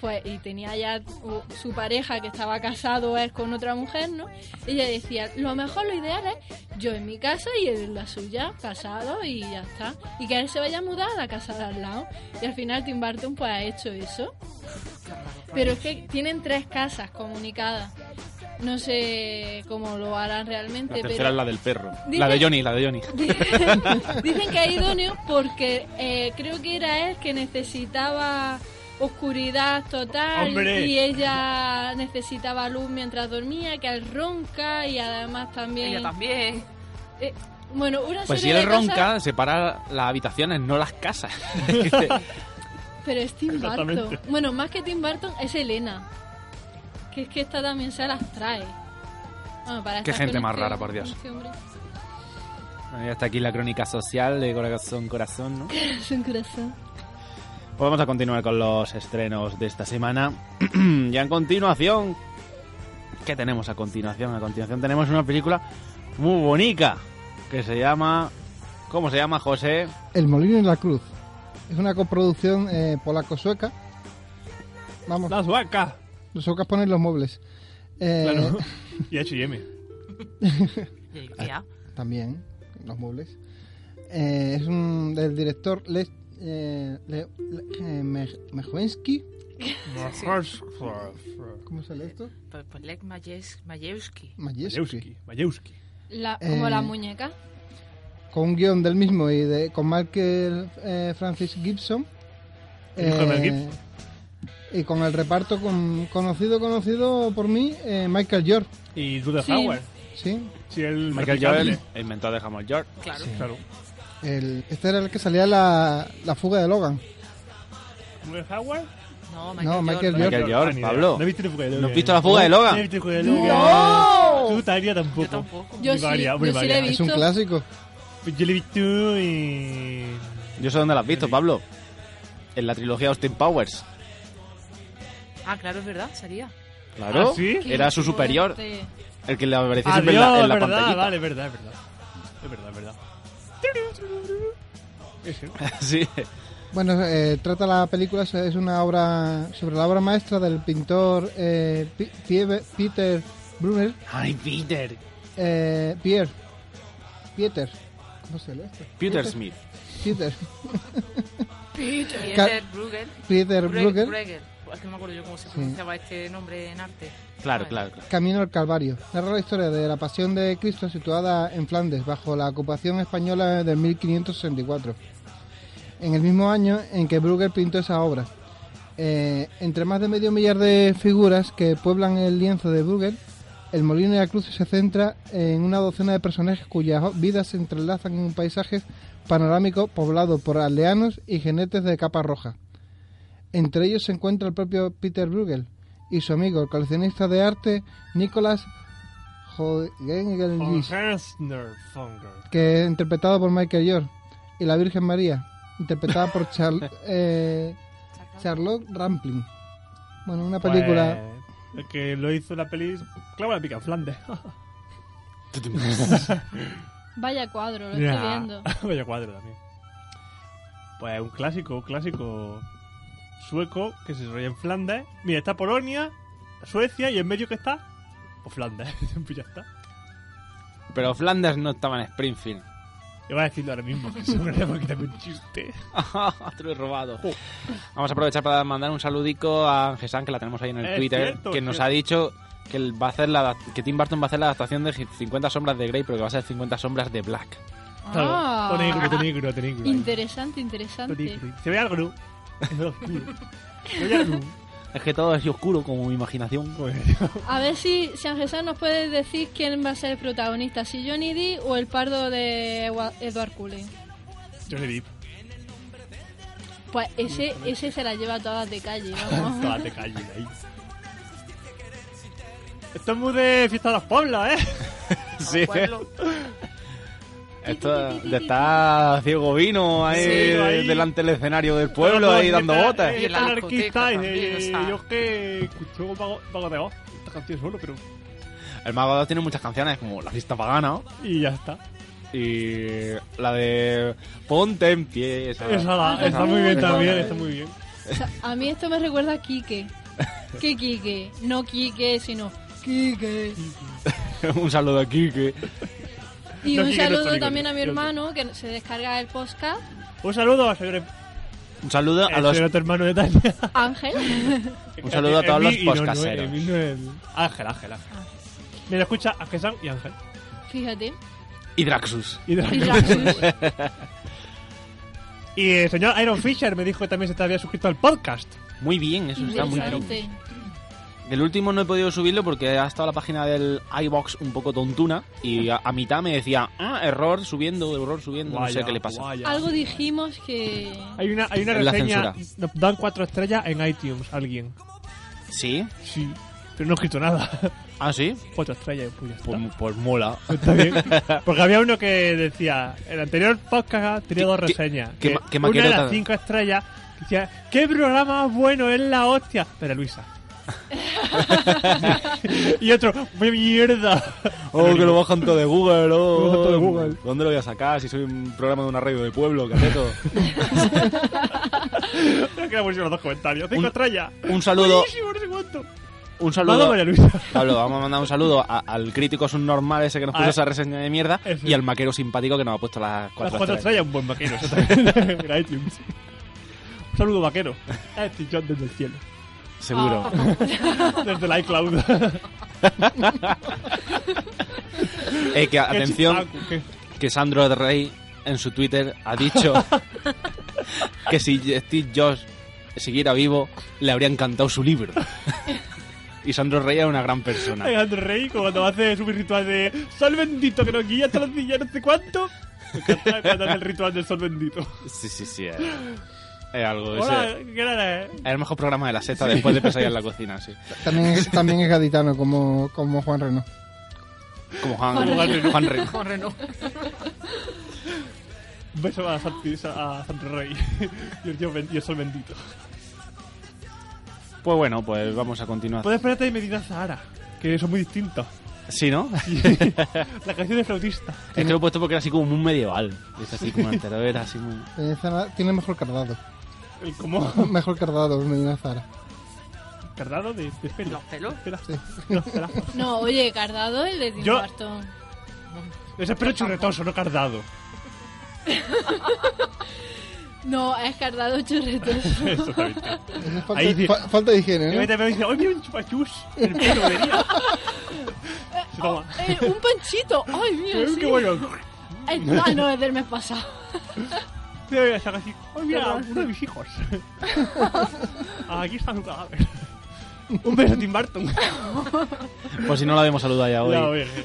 G: pues, y tenía ya u- su pareja que estaba casado es con otra mujer, ¿no? Ella decía, lo mejor, lo ideal es yo en mi casa y él en la suya, casado y ya está. Y que él se vaya a mudar a la casa de al lado. Y al final Tim Burton pues ha hecho eso. Pero es que tienen tres casas comunicadas. No sé cómo lo harán
F: La
G: realmente,
F: tercera
G: pero...
F: es la del perro.
G: Dime-
F: La de Johnny, la de Johnny.
G: [LAUGHS] Dicen que es idóneo porque eh, creo que era él que necesitaba oscuridad total
E: ¡Hombre!
G: y ella necesitaba luz mientras dormía, que él ronca y además también...
H: Ella también.
G: Eh, bueno, una
F: Pues si
G: serie
F: él
G: de cosas,
F: ronca, separa las habitaciones, no las
G: [LAUGHS]
F: casas.
G: pero es Tim Burton.
E: Exactamente.
G: Bueno, más que Tim Burton es Elena. Que es que esta también se las trae. Bueno, para
F: Qué
G: estar
F: gente
G: con
F: más
G: este-
F: rara, por Dios.
G: con este hombre. [LAUGHS]
F: Bueno, y hasta aquí la crónica social de Corazón Corazón, ¿no?
G: Es un corazón.
F: Pues vamos a continuar con los estrenos de esta semana. [CLEARS THROAT] y en continuación, ¿qué tenemos a continuación? A continuación tenemos una película muy bonita que se llama... ¿Cómo se llama, José?
I: El Molino y la Cruz. Es una coproducción eh, polaco-sueca. Vamos,
E: Las vacas.
I: los suecas ponen los muebles. Eh,
E: Claro. Y H&M.
H: De
F: Ah.
H: Ikea.
I: [LAUGHS] También, los muebles. Eh, es un, del director Les, eh, Le- Le- eh, Mej- Mejwensky. ¿Cómo se lee esto?
H: Pues, pues Lech Majes- Majewski.
I: Majewski.
E: Majewski. Majewski.
G: La- como
I: Eh,
G: la muñeca.
I: Con un guión del mismo y de, con Michael eh, Francis Gibson. Eh,
E: El hijo de Mel Gibson.
I: y con el reparto con, conocido, conocido por mí, eh, Michael York.
E: Y Rudolf
G: Sí.
E: Hauer.
I: ¿sí?
E: Sí, el
F: Michael
E: replicante.
F: Jordan, el inventor de Hammond George.
H: Claro.
E: Claro.
I: El, este era el que salía la, la fuga de Logan.
E: Rudolf Hauer.
H: No, Michael,
I: No, Michael
H: Jordan.
F: Michael Jordan,
E: ni idea.
F: Pablo.
E: ¿No viste la fuga de Logan?
F: ¿No has visto la fuga de Logan?
E: No viste la fuga de Logan. Tú, Talia, tampoco.
H: Yo tampoco.
G: Yo
E: Muy
G: sí,
E: varia,
G: yo
E: muy
G: sí la he
E: varia.
G: visto.
I: Es un clásico.
E: Pues Yo le he visto y...
F: Yo sé dónde la has visto, Pablo. En la trilogía Austin Powers.
H: Ah, claro, es verdad, sería.
F: Claro.
E: ¿Ah, sí?
G: Qué
F: Era su superior,
G: fuerte.
F: el que le aparecía
E: Adiós,
F: siempre en la, en la
E: verdad,
F: pantallita.
E: vale, verdad, verdad. Es verdad, es verdad. Ese, ¿no?
F: [LAUGHS] sí.
I: Bueno, eh, trata la película, es una obra sobre la obra maestra del pintor eh, Pi- Pieve- Peter Brunner.
F: Ay, Peter.
I: Eh, Pierre. Pieter. ¿Cómo se lee esto?
F: Peter Smith.
I: Peter. Ca-
H: Peter Bruegel.
I: Peter
H: Bruegel.
I: Brugger.
H: Bruegel. Es que no me acuerdo yo cómo se pronunciaba este nombre en arte.
F: Claro,
H: Vale.
F: claro, claro.
I: Camino al Calvario. Narra la historia de la pasión de Cristo situada en Flandes, bajo la ocupación española de 1564. En el mismo año en que Brugger pintó esa obra. Eh, entre más de medio millar de figuras que pueblan el lienzo de Brugger, El Molino y la Cruz se centra en una docena de personajes cuyas vidas se entrelazan en un paisaje panorámico poblado por aldeanos y jinetes de capa roja. Entre ellos se encuentra el propio Peter Bruegel y su amigo, el coleccionista de arte Nicolas
E: Von
I: Hohengelis,
E: Herzner Fonger.
I: que es interpretado por Michael York, y la Virgen María, interpretada
E: [LAUGHS]
I: por Char- eh, Charlotte Rampling. Bueno, una película...
E: Pues, el que lo hizo la peli clava la pica en
F: [LAUGHS]
E: Flandes.
G: Vaya cuadro, lo
E: Ya. Ah, [LAUGHS]
G: estoy viendo.
E: Vaya cuadro también. Pues un clásico, un clásico sueco que se desarrolla en Flandes. Mira, está Polonia, Suecia y en medio que está, pues Flandes. [LAUGHS] Pues ya está.
F: Pero Flanders no estaba en Springfield.
E: Yo voy a decirlo ahora mismo, que seguro que me quita un chiste.
F: [LAUGHS] Te lo he robado. Vamos a aprovechar para mandar un saludico a Angesan, que la tenemos ahí en el
E: Es
F: Twitter,
E: cierto,
F: que
E: es
F: nos
E: cierto.
F: ha dicho que, él va a hacer la, adap- que Tim Burton va a hacer la adaptación de 50 sombras de Grey, pero que va a ser 50 sombras de Black.
G: Ah.
E: Claro, negro,
G: [LAUGHS]
E: to negro, to negro. ahí.
G: Interesante,
E: To
G: interesante.
E: negro. Se ve algo, ¿no? Es oscuro. Se ve algo.
F: Es que todo es oscuro como mi imaginación.
E: Pues,
G: A ver si, si Angesán nos puede decir quién va a ser el protagonista, si Johnny D o el pardo de Ewa- Edward Cullen.
E: [LAUGHS] Yo le di
G: Pues ese, ese se la lleva todas de calle,
E: [LAUGHS] todas
G: vamos.
E: de calle ahí. Esto es muy de fiesta de los pueblos, ¿eh?
F: Sí.
H: Pueblo.
F: [LAUGHS] Esto de estar ciego vino ahí,
E: Sí, ahí.
F: delante del escenario del pueblo, ahí dando botas.
E: Y el
H: la
E: anarquista y
H: discoteca
E: dice,
H: también, o sea.
E: yo es que escucho un pago, pago de voz, esta canción solo, pero...
F: El Mago de Oz tiene muchas canciones, como La Fiesta Pagana
E: Y ya está.
F: y la de Ponte en pie. Esa,
E: Esa la-
F: Ah. esa-
E: está muy bien
F: esa-
E: también, está muy bien.
G: O sea, a mí esto me recuerda a Quique. ¿Qué Quique? No Quique, sino Quique.
F: [LAUGHS] Un saludo aquí que
G: Y
E: No, Quique no
G: un
E: está
G: saludo
E: ni
G: también
E: con-
G: a mi
E: yo-
G: hermano que se descarga el podcast,
E: Un saludo a señores-
F: un saludo a
E: el
F: los
E: señor tu hermano de Tania.
G: Ángel.
F: [LAUGHS]
G: [LAUGHS]
F: Un saludo a
E: [LAUGHS]
F: todos los
E: Emi y no, no,
F: podcasteros.
E: Emi no es- Ángel, Ángel, Ángel. Mira, escucha a Kesan y Ángel.
G: Fíjate.
F: Hidraxus.
E: Y,
G: Y Raxus.
E: y el señor Iron Fisher me dijo que también se te había suscrito al podcast.
F: Muy bien, eso está muy bien.
G: Interesante.
F: El último no he podido subirlo porque ha estado la página del iBox un poco tontuna y a, a mitad me decía, ah, error subiendo, error subiendo, no sé
E: Guaya,
F: qué le pasa.
E: guaya.
G: Algo dijimos que.
E: Hay una, hay una
F: Es la
E: reseña, nos dan cuatro estrellas en iTunes, alguien.
F: ¿Sí?
E: Sí, pero no he escrito nada. [LAUGHS]
F: Ah, sí.
E: Cuatro estrellas, pues ya está.
F: Pues, pues mola.
E: Está bien. Porque había uno que decía, el anterior podcast tenía dos
F: qué-
E: reseñas.
F: qué
E: que una de
F: ma- qué maquinota.
E: las cinco estrellas decía, qué programa más bueno es la hostia. Pero
F: [LAUGHS]
E: Luisa. y otro, ¡qué mierda!
F: [LAUGHS] Oh, que lo bajan todo de Google, oh,
I: Lo bajan todo de Google.
F: ¿Dónde lo voy a sacar si soy un programa de una radio de pueblo, cateto?
E: Creo que eran buenísimos los dos comentarios. Cinco
F: Un-
E: estrellas.
F: [LAUGHS] un saludo.
E: Buenísimo, no sé cuánto.
F: Un
E: Vamos,
F: saludo.
E: María Luisa.
F: Pablo, vamos a mandar un saludo a- al crítico subnormal ese que nos puso
E: Ah,
F: esa reseña de mierda
E: ese.
F: y al maquero simpático que nos ha puesto las cuatro,
E: Las cuatro
F: estrellas.
E: estrellas, un buen vaquero. eso también. [LAUGHS] En iTunes. Un saludo
F: [LAUGHS]
E: vaquero. A Steve Jobs desde el cielo.
F: Seguro.
E: Desde el iCloud.
F: Eh, que atención,
E: Qué chistaco, qué-
F: que Sandro Rey en su Twitter ha dicho que si Steve Jobs siguiera vivo, le habría encantado su libro. y Sandro Rey es una gran persona.
E: Alejandro Rey, como cuando hace su ritual de Sol bendito que nos guía hasta la silla, no sé cuánto. Me encanta cuando hace el ritual del Sol bendito.
F: Sí, sí, sí. Es, es algo de
E: Hola,
F: ese-
E: ¿qué eh? era?
F: Es el mejor programa de la sexta después de pesadilla en la cocina, sí.
E: Pues- [LAUGHS]
I: También es, también es gaditano como, como Juan Reno.
F: Como Juan,
E: Juan Reno.
F: Juan Reno.
H: Con Renault.
E: Un beso a, Santi, a Santo Rey [LAUGHS] y el, Dios ben- y el Sol bendito.
F: Pues bueno, pues vamos a continuar.
E: Puedes ponerte de Medina Zahara, que son muy distintos.
F: Sí, ¿no?
E: La canción de flautista.
F: Es que lo he puesto porque era así como muy medieval. Es así como una talavera, así muy...
I: Medina Eh, Zara Tiene mejor cardado. [LAUGHS]
E: El como
I: Mejor cardado Medina Zara.
E: cardado de, de pelo.
H: [LAUGHS] Los pelos.
E: Espera, no, espera.
G: No, oye, Cardado, el de Tim
E: Yo-
G: Burton.
E: Ese pelo churretoso, no cardado.
G: No, es Cardado
E: [LAUGHS]
G: Eh, churretoso.
E: Exactamente.
I: Es Falta,
E: Ahí sí.
I: fa- falta de
E: Y
I: higiene,
E: me dice, oye, mira un chupachus. El pelo venía. Se toma.
G: Eh, un panchito. Ay, mira.
E: Eh,
G: sí.
E: ¡Qué bueno!
G: Eh, Ah, no, es del mes pasado.
E: Sí, voy a sacar así. ¡Ay, mira! Uno de mis hijos. Aquí está su cadáver. Un beso, Tim Burton. [LAUGHS]
F: Por si no la habíamos saludado ya
E: La
F: hoy.
E: Virgen.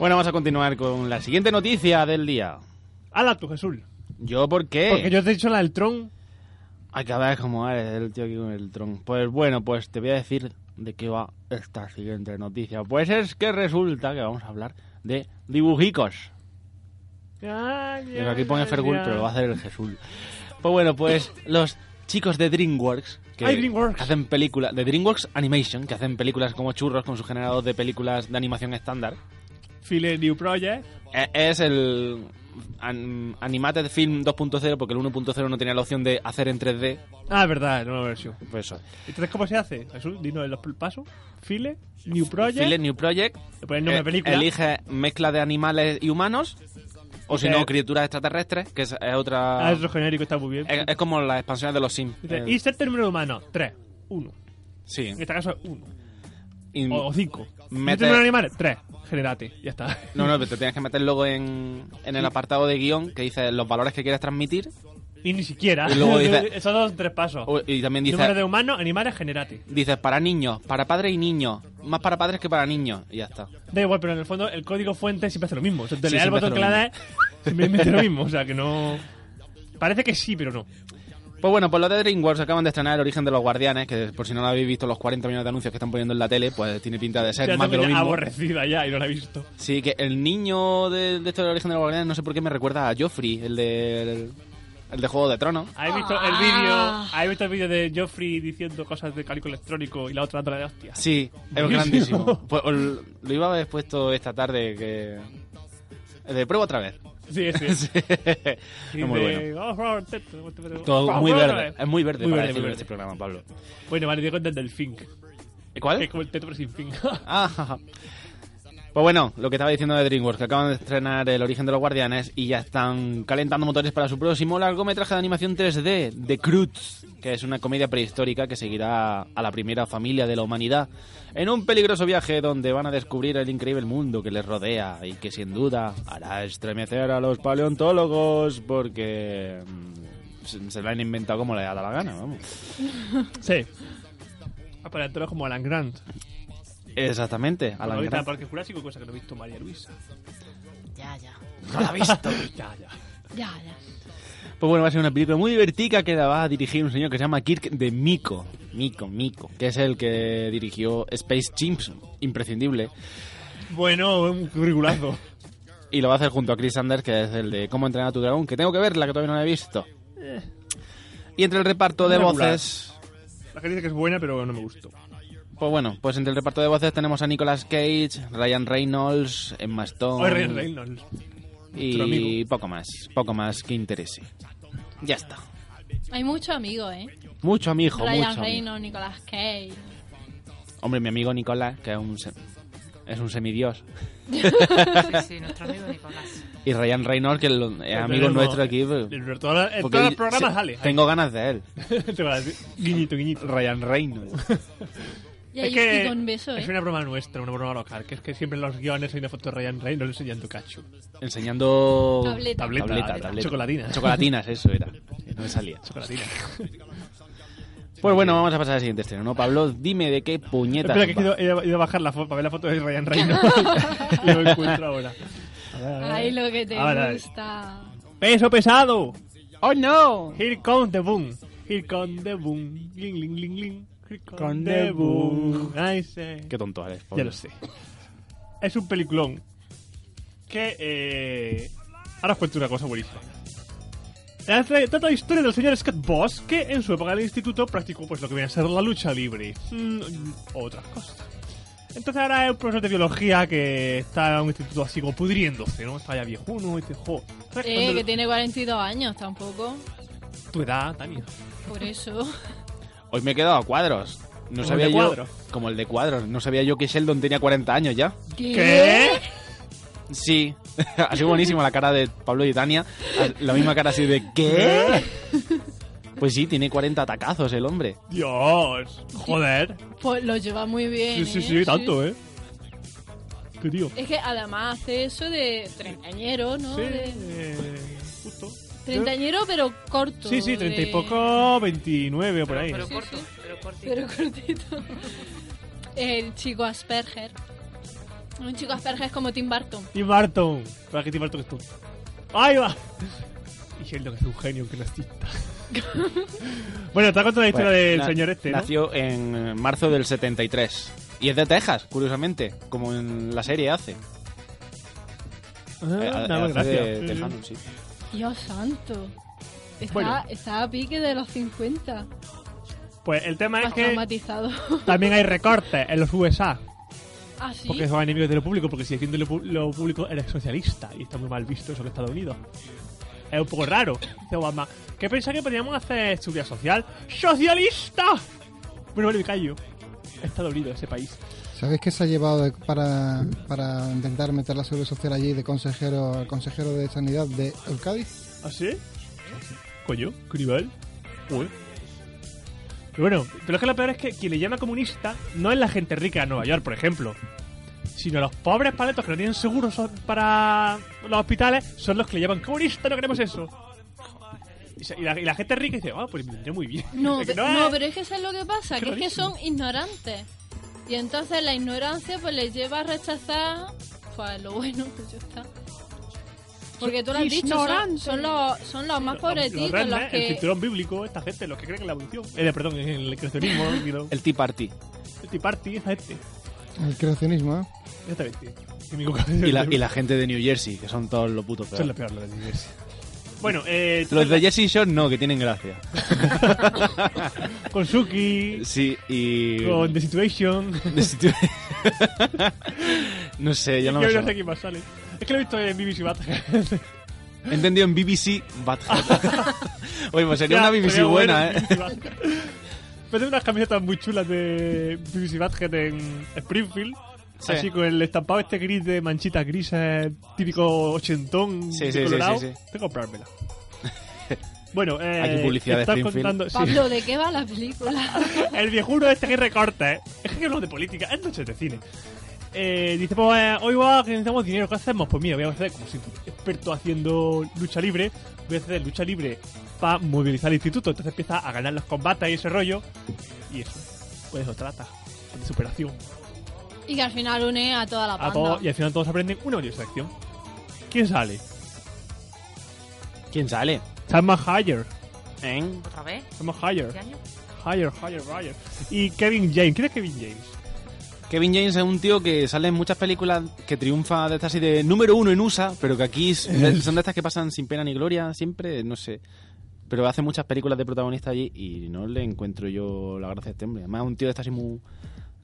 F: Bueno, vamos a continuar con la siguiente noticia del día.
E: Hala tú, Jesús.
F: ¿Yo por qué?
E: Porque yo te he dicho la del Tron.
F: Hay que ver cómo eres el tío aquí con el tron. Pues bueno, pues te voy a decir de qué va esta siguiente noticia. Pues es que resulta que vamos a hablar de dibujicos. Pero aquí pone Fergul, pero lo va a hacer el Jesús. Pues bueno, pues los chicos de DreamWorks que
E: Ay, DreamWorks.
F: hacen películas de DreamWorks Animation, que hacen películas como churros con su generador de películas de animación estándar.
E: File New Project.
F: Eh, Es el an- Animated Film 2.0 porque el 1.0 no tenía la opción de hacer en 3D.
E: Ah, verdad, nueva versión.
F: Pues eso.
E: Entonces, ¿cómo se hace? Jesús, dinos los pasos. File, New Project.
F: File New Project.
E: Le pones nombre
F: eh,
E: de película.
F: Elige mezcla de animales y humanos. O si
E: Dice-
F: no, criaturas extraterrestres, que es, es otra.
E: Ah, eso genérico está muy bien.
F: es, es como las expansiones de los Sims.
E: Dice,
F: Eh,
E: insert el número humano. 3, 1.
F: sí.
E: En este caso es 1.
F: Y-
E: O 5.
F: Mete-
E: Mete... número animal? 3. Generate. Ya está.
F: No, no, pero te tienes que meter luego en, en el apartado de guión que dice los valores que quieres transmitir.
E: Y ni siquiera.
F: Y luego dice-
E: [LAUGHS] Esos dos tres pasos.
F: O- Y también dice,
E: Oh. Número de humano, animales, generate.
F: dice para niños, para padres y niños. Más para padres que para niños. Y ya está.
E: Da igual, pero en el fondo el código fuente siempre hace lo mismo. O sea, te
F: Sí,
E: le das el
F: siempre
E: botón que
F: hace lo
E: le das, simplemente lo mismo. O sea, que no... Parece que sí, pero no.
F: Pues bueno, pues los de DreamWorks acaban de estrenar El origen de los guardianes, que por si no lo habéis visto los 40 millones de anuncios que están poniendo en la tele, pues tiene pinta de ser
E: Ya
F: más de lo
E: termina
F: mismo.
E: aborrecida ya y no la he visto.
F: Sí, que el niño de, de esto del origen de los guardianes no sé por qué me recuerda a Joffrey, el de, el, de Juego de Tronos.
E: ¿Has visto el vídeo ¿Has visto el vídeo de Joffrey diciendo cosas de cálculo electrónico y la otra dándole de hostias?
F: Sí, es
E: Buenísimo.
F: grandísimo. Pues, ol- lo iba a haber puesto esta tarde que... De prueba otra vez. [LAUGHS]
E: Sí, sí. "Oh,
F: Sí. Es muy bueno.
E: bueno.
F: Todo muy verde. Es muy verde
E: oh, Muy
F: para
E: verde, muy
F: decirlo en
E: verde.
F: este programa, Pablo.
E: Bueno, vale, digo desde el Fink.
F: ¿Y
E: Que
F: ¿Cuál?
E: es como el teto pero sin fin. [LAUGHS]
F: Ah, jaja. Pues bueno, lo que estaba diciendo de DreamWorks, que acaban de estrenar El origen de los guardianes y ya están calentando motores para su próximo largometraje de animación 3D, The Cruz, que es una comedia prehistórica que seguirá a la primera familia de la humanidad en un peligroso viaje donde van a descubrir el increíble mundo que les rodea y que sin duda hará estremecer a los paleontólogos porque mm, se, se lo han inventado como le da la gana, vamos.
E: sí. Aparentemente como Alan Grant.
F: Exactamente, a
E: Alan
F: la
E: Grant. en Parque Jurásico, cosa que no he visto María Luisa.
H: Ya, ya.
E: No la he visto. [LAUGHS] ya, ya.
G: Ya, ya.
F: Pues bueno, va a ser una película muy divertida que la va a dirigir un señor que se llama Kirk de Miko. Miko, Miko. Que es el que dirigió Space Chimps, imprescindible.
E: Bueno, un curriculazo.
F: Y lo va a hacer junto a Chris Sanders, que es el de Cómo entrenar a tu dragón, que tengo que verla, que todavía no la he visto. Y entre el reparto de
E: Regular.
F: voces...
E: La gente dice que es buena, pero no me gustó.
F: Pues bueno, pues entre el reparto de voces tenemos a Nicolas Cage, Ryan Reynolds, Emma Stone...
E: Oye, Ryan Reynolds. nuestro
F: Y
E: amigo.
F: poco más, poco más que interese. Ya está.
G: Hay muchos amigos, ¿eh?
F: Mucho amigo, mucho
G: Ryan
F: amigo.
G: Reynolds, Nicolas Cage.
F: Hombre, mi amigo Nicolás, que es un, se- es un semidios.
H: Sí, sí, nuestro amigo Nicolás.
F: Y Ryan Reynolds, que lo- es amigo
E: Tenemos-
F: nuestro aquí. pero-
E: En todas las- en
F: porque
E: todos los
F: yo-
E: programas [LAUGHS]
F: sí,
E: sale.
F: Tengo ganas de él.
E: Te va a decir, guiñito, guiñito. [LAUGHS]
F: Ryan Reynolds.
G: Y ahí y con beso,
E: es
G: ¿eh?
E: una broma nuestra, una broma local, que es que siempre en los guiones hay una foto de Ryan Reynolds enseñando cacho.
F: Enseñando...
G: Tableta.
E: Tableta, chocolatina.
F: Chocolatinas, eso era. No me salía.
E: Chocolatina.
F: Pues bueno, vamos a pasar al siguiente estreno, ¿no, Pablo? Dime de qué puñetas
E: Espera, que he
F: va.
E: ido, he ido- he ido a bajar la foto para ver la foto de
G: [LAUGHS]
E: Ryan Reynolds. [LAUGHS] y lo encuentro ahora. A ver, a ver.
G: Ay, lo que te
E: A ver, a ver.
G: gusta.
E: ¡Peso pesado!
F: ¡Oh, no!
E: Here comes the boom. Here comes the boom. Ling, ling, ling, ling. Here comes
F: Con
E: the
F: the boom.
E: boom. I say.
F: Qué tonto eres, Pablo.
E: Ya lo sé. Es un peliculón que... eh, Ahora os cuento una cosa buenísima. Hace- Trata la historia del señor Scott Boss, que en su época del instituto practicó pues lo que viene a ser la lucha libre. Mm, otras cosas. Entonces ahora es un profesor de biología que está en un instituto así como pudriéndose, ¿no? Está ya viejuno y te jo. ¿sabes
G: Eh,
E: cuando-
G: que tiene 42 años tampoco.
E: Tu edad, Tania. [LAUGHS]
G: Por eso.
F: Hoy me he quedado a cuadros. No
E: Como el
F: sabía
E: de
F: yo...
E: cuadros.
F: Como el de cuadros. No sabía yo que Sheldon tenía 40 años ya.
E: ¿Qué?
F: Sí. [LAUGHS] ha sido buenísima la cara de Pablo y Tania. La misma cara así de... ¿Qué? pues sí, tiene 40 atacazos el hombre.
E: Dios. Joder.
G: Pues lo lleva muy bien.
E: Sí, sí,
G: ¿eh?
E: sí, tanto, ¿eh? Qué tío.
G: Es que además hace eso de treintañero, ¿no?
E: Sí,
G: De-
E: eh, justo.
G: Treintañero, pero corto.
E: Sí, sí, treinta y
G: de-
E: poco, 29 o por ahí.
H: Pero
G: Sí,
H: corto,
G: sí.
H: pero cortito.
G: Pero cortito. El chico Asperger. Un chico Asperger es como Tim Burton.
E: Tim Burton. Para que Tim Burton es tú. ¡Ahí va! Y Sheldon es un genio que racista. bueno, te ha contado la historia
F: Bueno,
E: del
F: Pues, na-
E: señor este, ¿no?
F: Nació en marzo del 73. Y es de Texas, curiosamente, como en la serie hace. Eh,
E: Ah,
F: hace
E: nada,
F: de
E: gracias. Sí, sí.
F: tejano, sí.
G: Dios santo. Está,
E: Bueno.
G: está a pique de los 50.
E: Pues el tema es
G: Más
E: que
G: traumatizado.
E: también hay recortes en los USA.
G: ¿Ah, sí?
E: Porque son enemigos de lo público, porque si defiendes lo, pu- lo público eres socialista y está muy mal visto eso en Estados Unidos. Es un poco raro, dice Obama. ¿Qué pensáis que podríamos hacer seguridad social? ¡Socialista! Bueno, vale, me callo. Estados Unidos, ese país.
I: ¿Sabéis qué se ha llevado de- para, para intentar meter la seguridad social allí de consejero al consejero de sanidad de Euskadi?
E: ¿Ah, sí? Coño, qué nivel. Ué. Pero bueno, pero es que lo peor es que quien le llama comunista no es la gente rica de Nueva York, por ejemplo. Sino los pobres paletos que no tienen seguros son- para los hospitales son los que le llaman comunista, no queremos eso. Y se- Y la, y la gente rica dice, ah, pues me vendría muy bien. [LAUGHS]
G: No,
E: Es que
G: pe-
E: es-
G: no, pero es que ¿sabes lo que pasa?
E: Qué
G: Que es que
E: rarísimo.
G: son ignorantes. Y entonces la ignorancia pues les lleva a rechazar pues, lo bueno, pues ya está. Porque tú lo has dicho, son,
E: Ignorantes.
G: son los, son los más
E: Los
G: pobretitos, los
E: rednecks, ¿eh? El
G: que...
E: cinturón bíblico, esta gente, los que creen en la evolución. Eh, perdón, en el creacionismo, [LAUGHS] you know,
F: El Tea Party.
E: el Tea Party, este, esta gente.
I: El creacionismo, ¿eh?
E: Esta gente. este, Y mi
F: Y la, y la gente de New Jersey, que son todos los putos
E: Eso es lo
F: peores.
E: peor, lo del universo. Bueno, eh,
F: Los de Jersey Shore no, que tienen gracia.
E: con Suki,
F: Sí, y...
E: con The Situation.
F: de sitio- [LAUGHS] no sé, ya no
E: [LAUGHS] Yo
F: me
E: no sé
F: sé.
E: quién más sale. Es que lo he visto en BBC Bat. [LAUGHS]
F: He entendido en BBC [LAUGHS] Bad Oye, pues sería una BBC buena, ¿eh?
E: [LAUGHS] Pero tengo unas camisetas muy chulas de BBC Badhead en Springfield.
F: Sí.
E: Así con el estampado este gris de manchitas grises, típico ochentón
F: Sí,
E: de
F: sí, sí,
E: colorado.
F: sí, sí.
E: Tengo que comprármela. [LAUGHS] Bueno, eh,
F: Aquí publicidad de
E: estás
F: Springfield.
E: contando- sí.
G: Pablo, ¿de qué va la película?
E: El viejuno este que recorta, ¿eh? Es que hablamos de política, es noche de cine. Eh, dice, pues eh, hoy va, que necesitamos dinero, ¿qué hacemos? Pues mira, voy a hacer, como soy experto haciendo lucha libre, voy a hacer lucha libre para movilizar el instituto. Entonces empieza a ganar los combates y ese rollo. Y eso, pues eso trata, de superación.
G: y que al final une a toda la
E: A
G: banda.
E: todos- y al final todos aprenden una única acción. ¿Quién sale?
F: ¿Quién sale?
E: Salma Higher.
F: ¿Eh?
H: ¿Otra vez?
E: Salma Higher.
H: ¿Qué año?
E: Higher, Higher, Higher. Y Kevin James. ¿Quién es Kevin James?
F: Kevin James es un tío que sale en muchas películas que triunfa de estas así de número uno en USA, pero que aquí s- son de estas que pasan sin pena ni gloria siempre, no sé. Pero hace muchas películas de protagonista allí y no le encuentro yo la gracia a este hombre. Además, es un tío de estas así muy...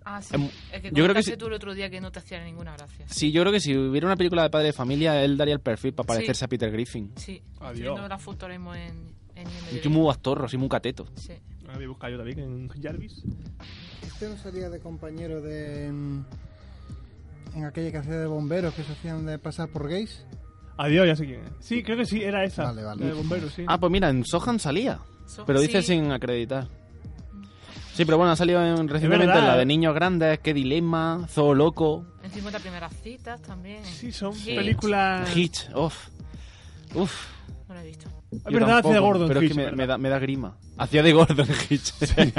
H: Ah, sí.
F: Em,
H: El que
F: yo creo que
H: comentaste
F: sí.
H: tú el otro día que no te hacía ninguna gracia.
F: Sí, yo creo que si hubiera una película de padre de familia, él daría el perfil para
H: Sí.
F: parecerse a Peter Griffin.
H: Sí.
E: Adiós.
H: Estoy viendo la foto ahora mismo en, en IMDb.
F: Un tío muy astorro, así muy cateto.
H: Sí.
E: Ah, voy a buscar yo también en Jarvis.
I: Este no sería de compañero de. En, en aquella que hacía de bomberos que se hacían de pasar por gays.
E: Adiós, ya sé quién es. Sí, creo que sí, era esa.
I: Vale, vale.
E: La de bomberos, sí.
F: Ah, pues mira, en Sohan salía.
H: So-
F: Pero dice
H: sí.
F: sin acreditar. Sí, pero bueno, ha salido en- recientemente
E: verdad,
F: en la
E: eh.
F: de Niños Grandes, Qué Dilema, Zoo Loco,
H: En 50 primeras citas también.
E: sí, son
H: Sí.
E: películas...
F: Hitch, uff. Uff.
H: No lo he visto.
E: Es verdad, hacía de Gordon
F: Pero
E: Hitch,
F: es que me,
E: ¿verdad?
F: me da, me da grima. Hacía de Gordon Hitch.
E: [LAUGHS]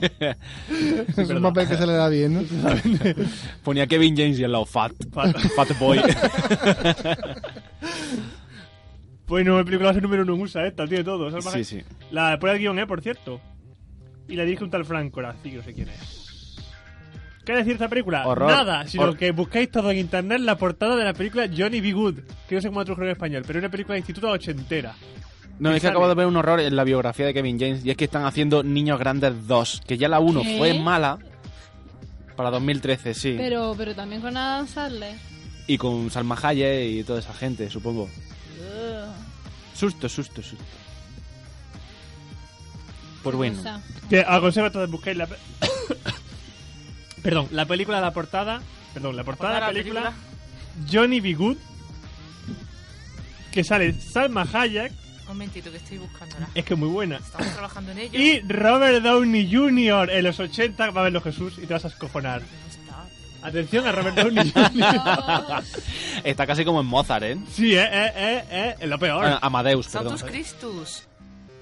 I: es un papel que se le da bien, ¿no?
F: [LAUGHS] Ponía Kevin James y al lado Fat. [LAUGHS] Fat,
E: [LAUGHS]
F: Boy.
E: Bueno, mi película va a ser número uno en USA, esta, tiene todo. Salma
F: sí,
E: Hayek.
F: sí.
E: La pone el guión, ¿eh? Por cierto. Y la dirige un tal Frank Corazzi, que no sé quién es. ¿Qué decir de esta película?
F: Horror.
E: Nada, sino
F: Hor-
E: que buscáis todo en internet la portada de la película Johnny B. Good, que no sé cómo la tradujeron en español, pero es una película de instituto ochentera.
F: No, es que
E: sale?
F: acabo de ver un horror en la biografía de Kevin James y es que están haciendo Niños Grandes 2, que ya la 1
G: ¿Qué?
F: fue mala. Para 2013, sí.
G: Pero, pero también con Adam Sandler.
F: Y con Salma Hayek y toda esa gente, supongo. Susto, susto, susto. Pues bueno.
G: O sea, [LAUGHS]
E: Que aconsejo a todos busquéis la... pe- [COUGHS] perdón, la película de la portada... Perdón, la portada de la película Johnny B. Good, que sale Salma Hayek,
H: Un momentito que estoy buscándola.
F: Eh.
E: es que es muy buena.
H: Estamos
F: [LAUGHS]
H: trabajando en ello.
E: Y Robert Downey Jr. en los 80, va a verlo Jesús y te vas a escojonar.
H: No Pues está.
E: Atención a Robert Downey.
F: Está casi como en Mozart, ¿eh?
E: [LAUGHS] sí, eh, eh, eh, eh, es lo peor.
F: Ah, Amadeus, perdón.
H: Santos Christus.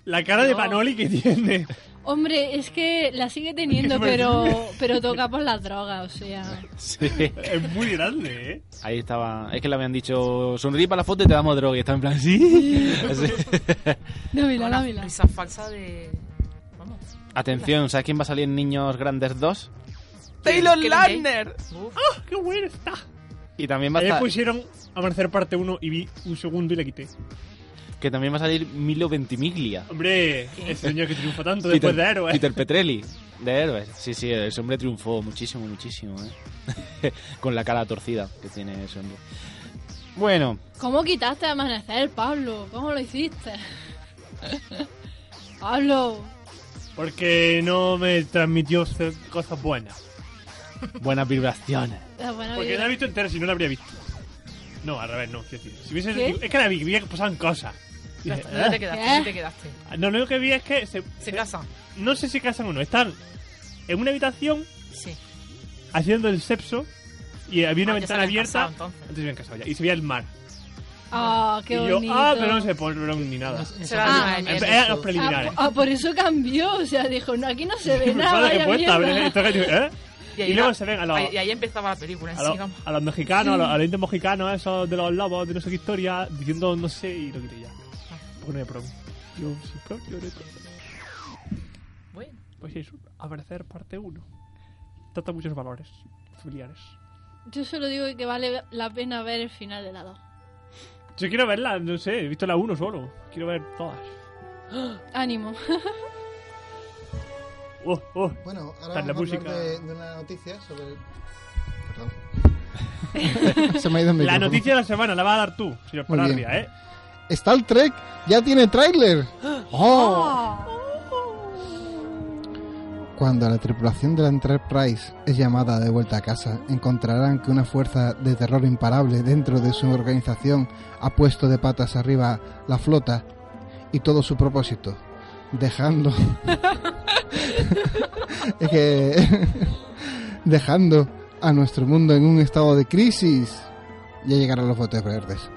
E: La cara de Panoli que tiene.
G: Hombre, es que la sigue teniendo, pero, pero toca por las drogas, o sea.
F: [LAUGHS] Sí.
E: Es muy grande, ¿eh?
F: Ahí estaba. Es que le habían dicho, sonríe para la foto y te damos droga. Y está en plan, sí. [LAUGHS] Así.
G: Dámela,
H: Una
G: dámela.
H: risa falsa de... Vamos.
F: Atención, ¿sabes quién va a salir en Niños Grandes 2?
H: Taylor Lautner. Uf,
E: ¡Ah, qué bueno está!
F: Y también va a
E: Ayer
F: estar-
E: pusieron Amanecer parte 1 y vi un segundo y le quité.
F: que también va a salir Milo Ventimiglia.
E: Hombre, ese señor que triunfa tanto después de Héroes.
F: Peter Petrelli. De Héroes. Sí, sí, ese hombre triunfó muchísimo, muchísimo, ¿eh? [LAUGHS] Con la cara torcida que tiene ese hombre. Bueno,
G: ¿Cómo quitaste a Amanecer, Pablo? ¿Cómo
E: [LAUGHS]
G: lo hiciste? Pablo,
E: Porque no me transmitió ce- cosas buenas.
F: buenas vibraciones.
G: la buena
E: Porque
G: vida.
E: la he visto entera si no la habría visto. No, al revés, no. quiero decir, Si hubiese,
G: ¿Qué?
E: Es que la vi, vi que pasaban cosas.
H: ya
E: Dije,
H: está, ¿Dónde te
E: "Ah".
H: quedaste?
G: ¿Qué?
H: ¿Dónde te quedaste?
E: No, no, lo que vi es que se-
H: ¿Se casan?
E: no sé si casan o no. Están en una habitación
H: Sí.
E: haciendo el sexo y había una
H: Ah, ya se
E: ventana
H: habían
E: abierta.
H: casado, entonces.
E: se habían casado ya, y se veía el mar.
G: Ah, qué
E: y yo,
G: bonito.
E: ah, pero no se fueron ni nada.
H: Se van a
G: Ah,
H: la nieve.
E: Eran los
G: Ah,
E: preliminares.
G: po- ah, por eso cambió, o sea, dijo, no, aquí no
E: [LAUGHS]
G: se ve
E: Me
G: nada.
E: sabe
G: vaya
E: que puesta,
G: mierda.
E: ¿eh? Esto que digo, ¿eh? Y,
H: ahí
E: luego
H: va-
E: se ven a los,
H: ahí- Y ahí empezaba la película,
E: a los,
H: sigamos.
E: a los mexicanos, a los, a los indios mexicanos, esos de los lobos, de no sé qué historia, diciendo no sé y lo quité ya. Porque no hay prom. Yo soy prom, yo no hay prom.
H: Bueno,
E: Pues eso, aparecer parte 1. Trata muchos valores familiares.
G: Yo solo digo que vale la pena ver el final de la 2.
E: Yo quiero verla, no sé, he visto la 1 solo. Quiero ver todas.
G: Ánimo.
E: Oh, oh.
I: Bueno, ahora
E: Para la
I: vamos a hablar
E: música.
I: de, de una noticia
E: [LAUGHS]
I: sobre... Perdón. [LAUGHS] Se me ha ido el
E: La
I: micrófono.
E: noticia de la semana la va a dar tú, señor
I: Muy bien.
E: Pararria, ¿eh?
I: Star Trek ya tiene tráiler. ¡Oh! Cuando la tripulación de la Enterprise es llamada de vuelta a casa, encontrarán que una fuerza de terror imparable dentro de su organización ha puesto de patas arriba la flota y todo su propósito, dejando es que dejando a nuestro mundo en un estado de crisis. Ya llegarán los botes verdes.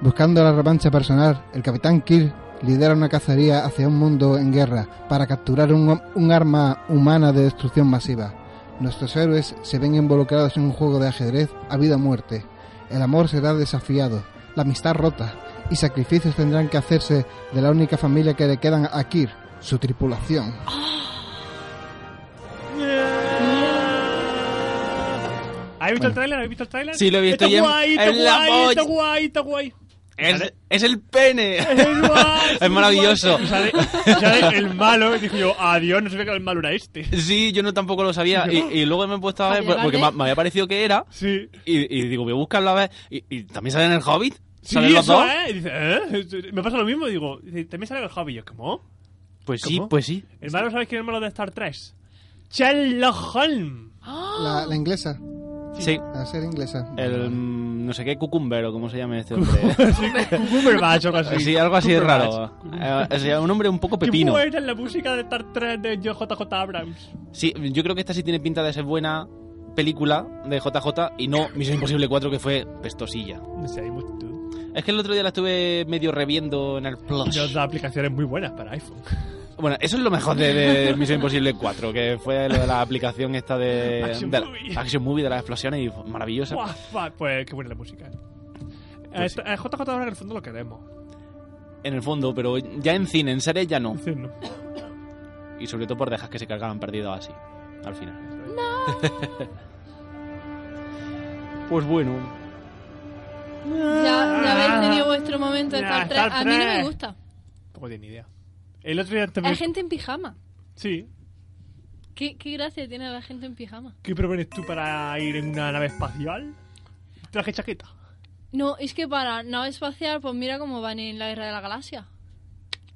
I: Buscando la revancha personal, el capitán Kirk lidera una cacería hacia un mundo en guerra para capturar un, un arma humana de destrucción masiva. Nuestros héroes se ven involucrados en un juego de ajedrez a vida o muerte. El amor será desafiado, la amistad rota y sacrificios tendrán que hacerse de la única familia que le quedan a Kirk, su tripulación.
E: ¿Has visto el
I: Bueno.
E: tráiler? ¿Habéis visto el tráiler?
F: Sí, lo he visto
E: Está
F: y en-
E: guay, está
F: en la
E: guay, está
F: polla.
E: guay, está guay.
F: Es, es el pene.
E: Es guay,
F: Es maravilloso.
E: Y [LAUGHS] sale- y sale el malo, y dijo yo, adiós, no sabía que el malo era este.
F: [LAUGHS] Sí, yo no tampoco lo sabía. Y, y luego me he puesto a ver
G: Vale,
F: porque
G: vale.
F: me, me había parecido que era.
E: Sí.
F: Y, y digo, voy a buscarlo a ver. Y, y también sale en el Hobbit.
E: Sí,
F: ¿Salen los
E: eso,
F: dos?
E: ¿eh? Y dice, ¿eh? Me pasa lo mismo, digo, dice, también sale el hobby. Yo, ¿cómo?
F: Pues sí,
E: ¿Cómo?
F: pues sí.
E: El malo, ¿sabes quién es el malo de Star Trek? Sherlock Holmes. [LAUGHS]
I: La, la inglesa,
F: Sí.
I: la serie inglesa.
F: El mm, no sé qué cucumbero, ¿cómo se llama [LAUGHS] este hombre?
E: Cumberbatch o algo así.
F: Sí, algo así de
E: Cumberbatch.
F: raro. Eh, o sea, un hombre un poco
E: Qué
F: pepino.
E: buena es la música de Star Trek de JJ Abrams.
F: Sí, yo creo que esta sí tiene pinta de ser buena película de JJ y no Misión Imposible 4 que fue pestosilla.
E: No sé, hay mucho.
F: Es que el otro día la estuve medio reviendo en el Plus.
E: Yo, las aplicaciones muy buenas para iPhone.
F: Bueno, eso es lo mejor
E: [LAUGHS]
F: de, de Misión Imposible 4, que fue lo de la aplicación esta de
E: Action
F: de la-
E: Movie.
F: Action Movie de las explosiones y fue maravillosa.
E: Buah, fa- pues qué buena la música. Eh,
F: Pues
E: esta- eh, JJ Abrams en el fondo lo queremos.
F: En el fondo, pero ya en cine, en serie ya no.
E: Dice, no.
F: Y sobre todo por dejas que se cargaban perdido así, al final. [LAUGHS] pues bueno.
G: Ya, ya habéis tenido vuestro momento de
E: Ah. Ya,
G: Star Trek.
E: Star
G: A mí no me
E: Trek.
G: gusta.
E: Tampoco tiene ni idea. El otro día también.
G: Hay gente en pijama.
E: Sí.
G: ¿Qué, qué gracia tiene la gente en pijama?
E: ¿Qué propones tú para ir en una nave espacial? Traje chaqueta.
G: No, es que para nave espacial, pues mira cómo van en la Guerra de la Galaxia.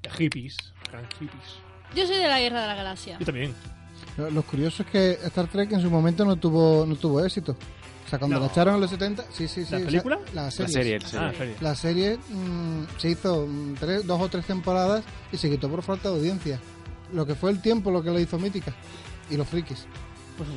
E: Qué hippies. Gran hippies.
G: Yo soy de la Guerra de la Galaxia.
E: Yo también.
I: Lo, lo curioso es que Star Trek en su momento no tuvo no tuvo éxito. O sea, cuando
E: No.
I: la echaron en los 70, sí, sí, sí.
E: ¿La
I: o sea,
E: película?
I: la
F: La
I: serie.
F: serie, el serie.
E: Ah, serio.
I: La serie mm, se hizo mm, tres, dos o tres temporadas y se quitó por falta de audiencia. Lo que fue el tiempo lo que lo hizo mítica. Y los frikis.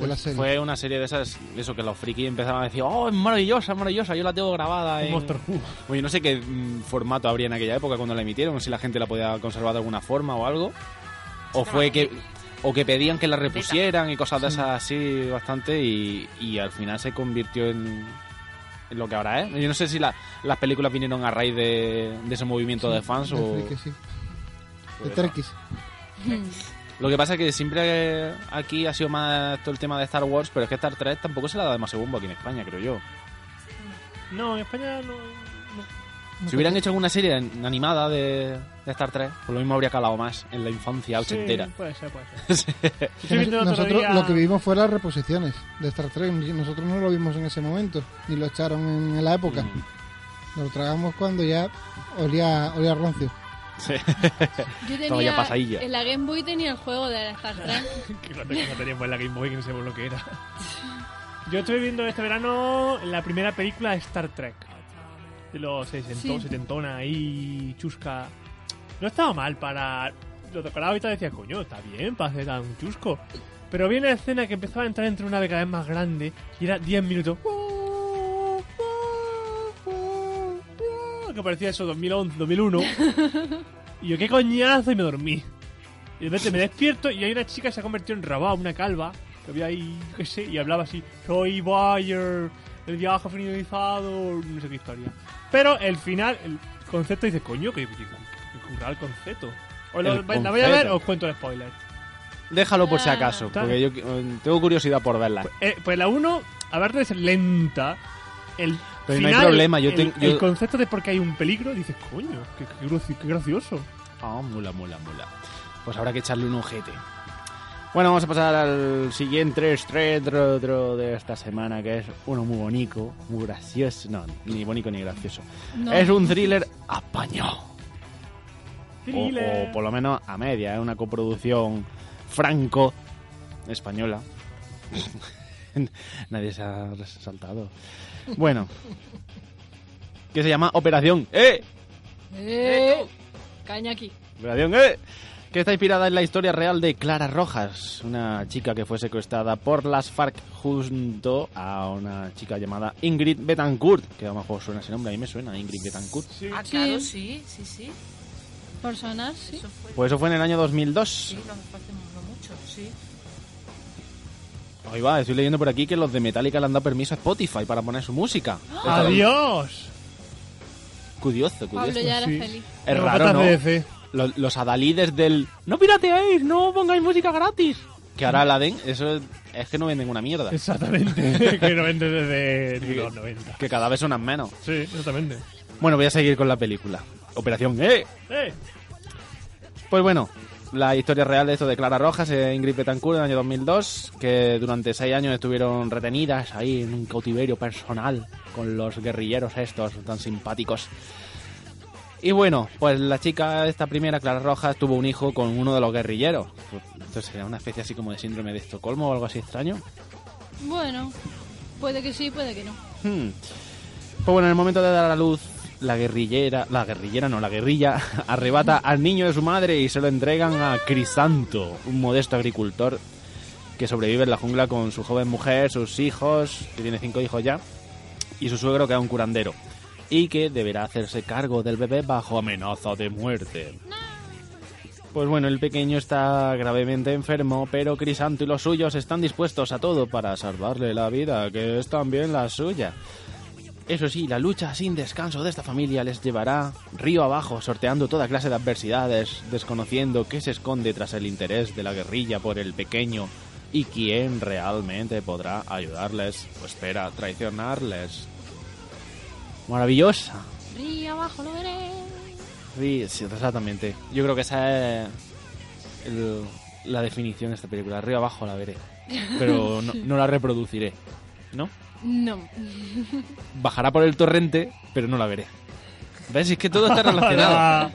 I: de la serie.
F: Fue una serie de esas, eso que los frikis empezaban a decir, oh, es maravillosa, es maravillosa, yo la tengo grabada. en-
E: Un Doctor Who.
F: Oye, no sé qué mm, formato habría en aquella época cuando la emitieron, si la gente la podía conservar de alguna forma o algo. O fue que o que pedían que la repusieran y cosas de esas así bastante y, y al final se convirtió en, en lo que ahora es. Yo no sé si la- las películas vinieron a raíz de, de ese movimiento de fans
I: De
F: o...
I: friki, sí.
F: o
I: De
F: de-
I: Terkis.
F: Lo que pasa es que siempre aquí ha sido más todo el tema de Star Wars, pero es que Star Trek tampoco se le ha dado demasiado bombo aquí en España, creo yo.
E: No, en España no.
F: Si hubieran hecho alguna serie an- animada de, de Star Trek, por lo mismo habría calado más en la infancia
E: Sí,
F: ochentera.
E: puede ser, puede ser.
F: [LAUGHS]
E: Estoy viendo el otro
I: Nosotros
E: día-
I: lo que vimos fue las reposiciones de Star Trek. Nosotros no lo vimos en ese momento, ni lo echaron en la época.
F: Mm.
I: Nos lo tragamos cuando ya olía, olía rancio.
F: Sí.
G: Yo
F: Estaba ya
G: tenía.
F: pasadilla.
G: En la Game Boy tenía el juego de la Star Trek.
E: [LAUGHS] que lo tengo, no teníamos en la Game Boy, que no sé lo que era. Yo estoy viendo este verano la primera película de Star Trek. De los 60,
G: Sí.
E: 70 ahí, chusca. No estaba mal para... Lo tocaba ahorita decía, coño, está bien para hacer tan chusco. Pero había una escena que empezaba a entrar entre una cada vez más grande y era 10 minutos. Que parecía eso, 2011, 2001. Y yo, qué coñazo, y me dormí. Y de repente me despierto y hay una chica que se ha convertido en Rabá, una calva, que había ahí, yo qué sé, y hablaba así, soy Bayer, el viaje finalizado, no sé qué historia. Pero el final, el concepto dice, coño, que que- que currado el concepto. O lo-
F: El
E: la voy a ver,
F: concepto.
E: os cuento el spoiler.
F: Déjalo por si acaso,
E: Está
F: porque yo eh, tengo curiosidad por verla.
E: Eh, pues la 1, a ver, es lenta. El
F: Pero no hay
E: final,
F: problema, yo
E: el,
F: ten- yo-
E: el concepto de por qué hay un peligro, dices, coño, qué, qué graci- qué gracioso.
F: Ah, mula, mula, mula. Pues habrá que echarle un ojete. Bueno, vamos a pasar al siguiente estreno de esta semana, que es uno muy bonito, muy gracioso. No, ni bonito ni gracioso.
G: No.
F: Es un thriller español. O,
E: Thriller.
F: o por lo menos a media, es una coproducción franco-española. [LAUGHS] Nadie se ha resaltado. Bueno, que se llama Operación ¡Eh!
G: ¡Eh! Caña aquí.
F: Operación E, que está inspirada en la historia real de Clara Rojas, una chica que fue secuestrada por las FARC junto a una chica llamada Ingrid Betancourt, que a lo mejor suena ese nombre, a mí me suena Ingrid Betancourt.
H: Ah, claro, sí, sí, sí.
G: Por sonar, sí.
H: Eso fue.
F: Pues eso fue en el año
H: Sí,
F: 2002.
H: no hace falta no mucho, sí.
F: Ahí va, estoy leyendo por aquí que los de Metallica le han dado permiso a Spotify para poner su música.
E: ¡Adiós!
F: Curioso,
G: Pablo
F: curioso.
G: ya era
E: sí.
G: feliz.
F: Es
E: Luego
F: raro,
E: patas
F: ¿no?
E: de DC.
F: Los, los adalides del ¡No pirateéis! ¡No pongáis música gratis! Que ahora la den, eso es- es que no venden una mierda.
E: Exactamente, [LAUGHS] que no vende desde los 90.
F: Que cada vez sonan menos.
E: Sí, exactamente.
F: Bueno, voy a seguir con la película. Operación E.
E: ¡Eh!
F: Pues bueno, la historia real de esto de Clara Rojas e Ingrid Betancourt en el año 2002, que durante seis años estuvieron retenidas ahí en un cautiverio personal con los guerrilleros estos tan simpáticos. Y bueno, pues la chica, esta primera, Clara Rojas, tuvo un hijo con uno de los guerrilleros. Entonces era una especie así como de síndrome de Estocolmo o algo así extraño.
G: Bueno, puede que sí, puede que no.
F: Hmm. Pues bueno, en el momento de dar a luz, la guerrillera, la guerrillera no, la guerrilla, [LAUGHS] arrebata al niño de su madre y se lo entregan a Crisanto, un modesto agricultor que sobrevive en la jungla con su joven mujer, sus hijos, que tiene cinco hijos ya, y su suegro que es un curandero, y que deberá hacerse cargo del bebé bajo amenaza de muerte. Pues bueno, el pequeño está gravemente enfermo, pero Crisanto y los suyos están dispuestos a todo para salvarle la vida, que es también la suya. Eso sí, la lucha sin descanso de esta familia les llevará río abajo, sorteando toda clase de adversidades, desconociendo qué se esconde tras el interés de la guerrilla por el pequeño y quién realmente podrá ayudarles o espera traicionarles. Maravillosa.
G: Río abajo lo veré.
F: Sí, sí, exactamente. Yo creo que esa es el- la definición de esta película. Arriba abajo la veré. Pero no, no la reproduciré. ¿No?
G: No.
F: Bajará por el torrente, pero no la veré. ¿Ves? Es que todo
E: [LAUGHS]
F: está relacionado.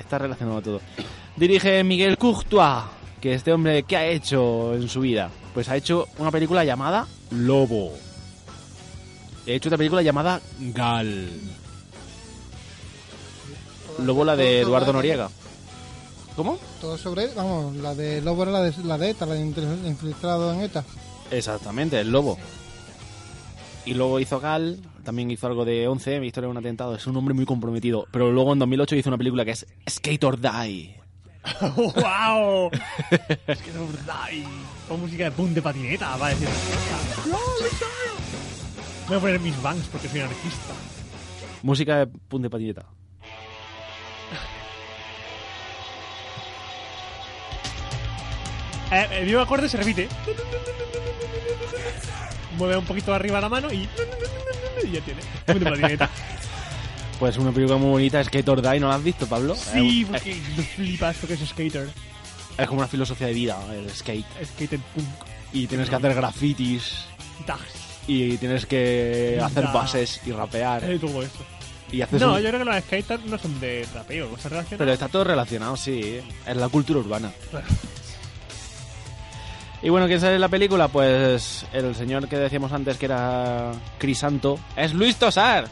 F: está relacionado todo. Dirige Miguel Courtois, que este hombre, ¿qué ha hecho en su vida? Pues ha hecho una película llamada Lobo. Ha hecho otra película llamada Gal. Lobo, la de Eduardo Noriega. ¿Cómo?
I: Todo sobre, vamos, la de Lobo era la de, la de ETA, la de intel- infiltrado en ETA.
F: Exactamente, el lobo. Y luego hizo Gal, también hizo algo de 11, mi historia de un atentado, es un hombre muy comprometido. Pero luego en 2008 hizo una película que es Skate or Die.
E: ¡Wow! es que no ay, Con música de pum de patineta, va a decir. Voy a poner mis bangs porque soy anarquista.
F: Música de pun de patineta.
E: Eh, el mismo acorde se repite. Mueve un poquito arriba la mano y. y ya tiene. Pum de patineta.
F: Pues una película muy bonita, Skate or Die, ¿no la has visto, Pablo?
E: Sí,
F: Es un-
E: porque flipas porque es skater.
F: es, es como una filosofía de vida, el skate.
E: Skater punk.
F: Y tienes que hacer grafitis,
E: y tags.
F: y tienes que hacer
E: Ya.
F: bases y rapear,
E: Eh, todo eso.
F: y haces
E: No,
F: Pues un-
E: yo creo que los skaters no son de rapeo, se relacionan.
F: Pero está todo relacionado, sí. Es la cultura urbana.
E: Claro.
F: Y bueno, ¿quién sale en la película? Pues el señor que decíamos antes que era Crisanto es Luis Tosar,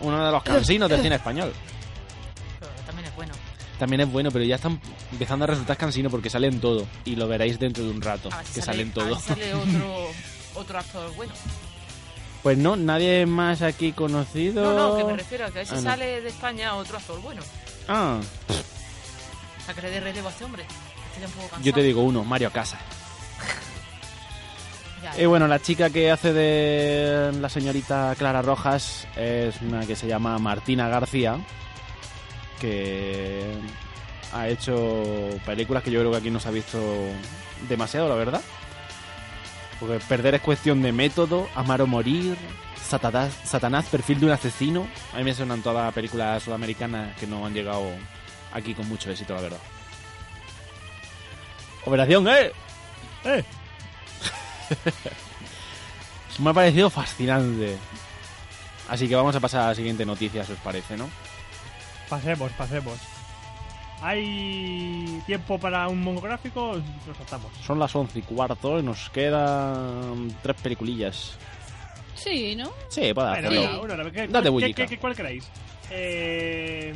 F: uno de los cansinos del cine español.
H: Pero también es bueno.
F: También es bueno, pero ya están empezando a resultar cansino porque salen todo. Y lo veréis dentro de un rato,
H: A ver si
F: que
H: sale-
F: salen
H: a ver
F: todo.
H: si sale otro, otro actor bueno.
F: [LAUGHS] Pues no, nadie más aquí conocido.
H: No, no, que me refiero a que a ver si
F: Ah, no.
H: sale de España otro actor bueno.
F: Ah,
H: O sea, que le dé relevo a este hombre. Estoy ya un poco cansado.
F: yo te digo uno, Mario Casas.
H: Ya,
F: Y Eh, bueno, la chica que hace de la señorita Clara Rojas es una que se llama Martina García, que ha hecho películas que yo creo que aquí no se ha visto demasiado, la verdad. Porque perder es cuestión de método, amar o morir, Satanás, Satanás, perfil de un asesino. A mí me suenan todas películas sudamericanas que no han llegado aquí con mucho éxito, la verdad. Operación, ¿eh?
E: ¡Eh!
F: Me ha parecido fascinante. Así que vamos a pasar a la siguiente noticia, si os parece, ¿no?
E: Pasemos, pasemos. ¿Hay tiempo para un monográfico? Lo saltamos.
F: Son las 11 y cuarto y nos quedan tres peliculillas.
G: Sí, ¿no?
F: Sí, para
E: Bueno,
F: hacerlo.
E: venga, una, una, ¿qué-
F: Ah, Date
E: qué-
F: bullica.
E: qué- qué- ¿Cuál queréis? Eh,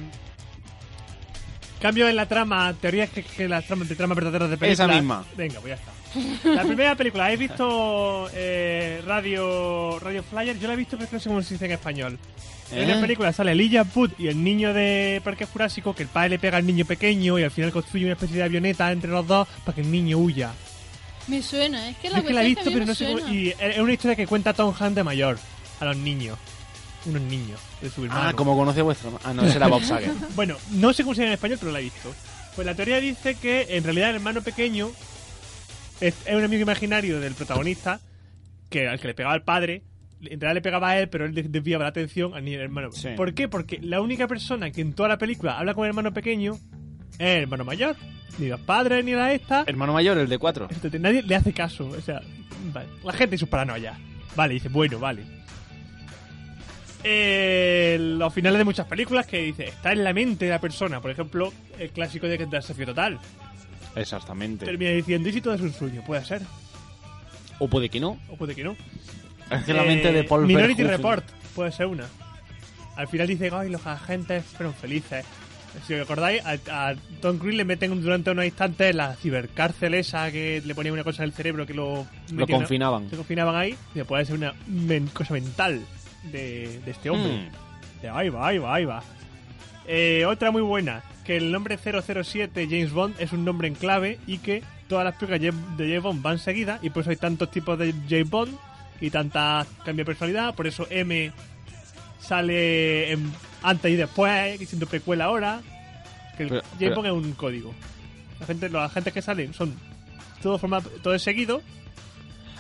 E: Cambio en la trama, teorías que, que las tramas de tramas verdaderas de películas.
F: Esa misma.
E: Venga, pues ya está. La primera película, ¿habéis visto eh, Radio Radio Flyer? Yo la he visto, pero es que no sé cómo se dice en español. En
F: ¿Eh?
E: la película sale Elijah Wood y el niño de Parque Jurásico, que el padre le pega al niño pequeño y al final construye una especie de avioneta entre los dos para que el niño huya.
G: Me suena, es que
E: Yo
G: la
E: es que la he
G: cuestión
E: visto,
G: es que a
E: pero no sé
G: mí me
E: cómo-
G: suena.
E: Y es una historia que cuenta Tom Hunt de mayor a los niños. Unos niños de su hermano.
F: Ah, como conoce vuestra... Ah, no, ese era Bob
E: [LAUGHS]
F: Saget.
E: Bueno, no sé cómo se llama en español, pero la he visto. Pues la teoría dice que en realidad el hermano pequeño es, es un amigo imaginario del protagonista que al que le pegaba al padre. En realidad le pegaba a él, pero él de- desviaba la atención al niño del hermano.
F: Sí.
E: ¿Por qué? Porque la única persona que en toda la película habla con el hermano pequeño es el hermano mayor. Ni los padres, ni la esta.
F: Hermano mayor, el de cuatro.
E: Entonces, Este nadie le hace caso. O sea, vale. la gente y sus paranoias. Vale, dice, bueno, vale. Eh, los finales de muchas películas que dice, está en la mente de la persona. Por ejemplo, el clásico de Desafío Total.
F: Exactamente.
E: Termina diciendo, ¿y si todo es un sueño? Puede ser,
F: O puede que no.
E: o puede que no.
F: Es que la mente
E: Eh,
F: de Paul
E: Minority
F: Verhoeven-
E: Report, puede ser una. Al final dice, ay, los agentes fueron felices. Si os acordáis, a, a Tom Cruise le meten durante unos instantes la cibercárcel esa que le ponía una cosa en el cerebro que lo...
F: Lo
E: metían a-
F: confinaban.
E: se confinaban ahí, y puede ser una men- cosa mental de, de este hombre.
F: Mm.
E: De ahí va, ahí va, ahí va. Eh, otra muy buena, que el nombre 007 James Bond es un nombre en clave y que todas las películas Jam- de James Bond van seguidas y por eso hay tantos tipos de James Bond y tanta cambio de personalidad, por eso M sale en- antes y después, y siendo precuela ahora, que el
F: Pero-
E: James
F: pero-
E: Bond es un código. La gente, los agentes que salen son todo, forma, todo es seguido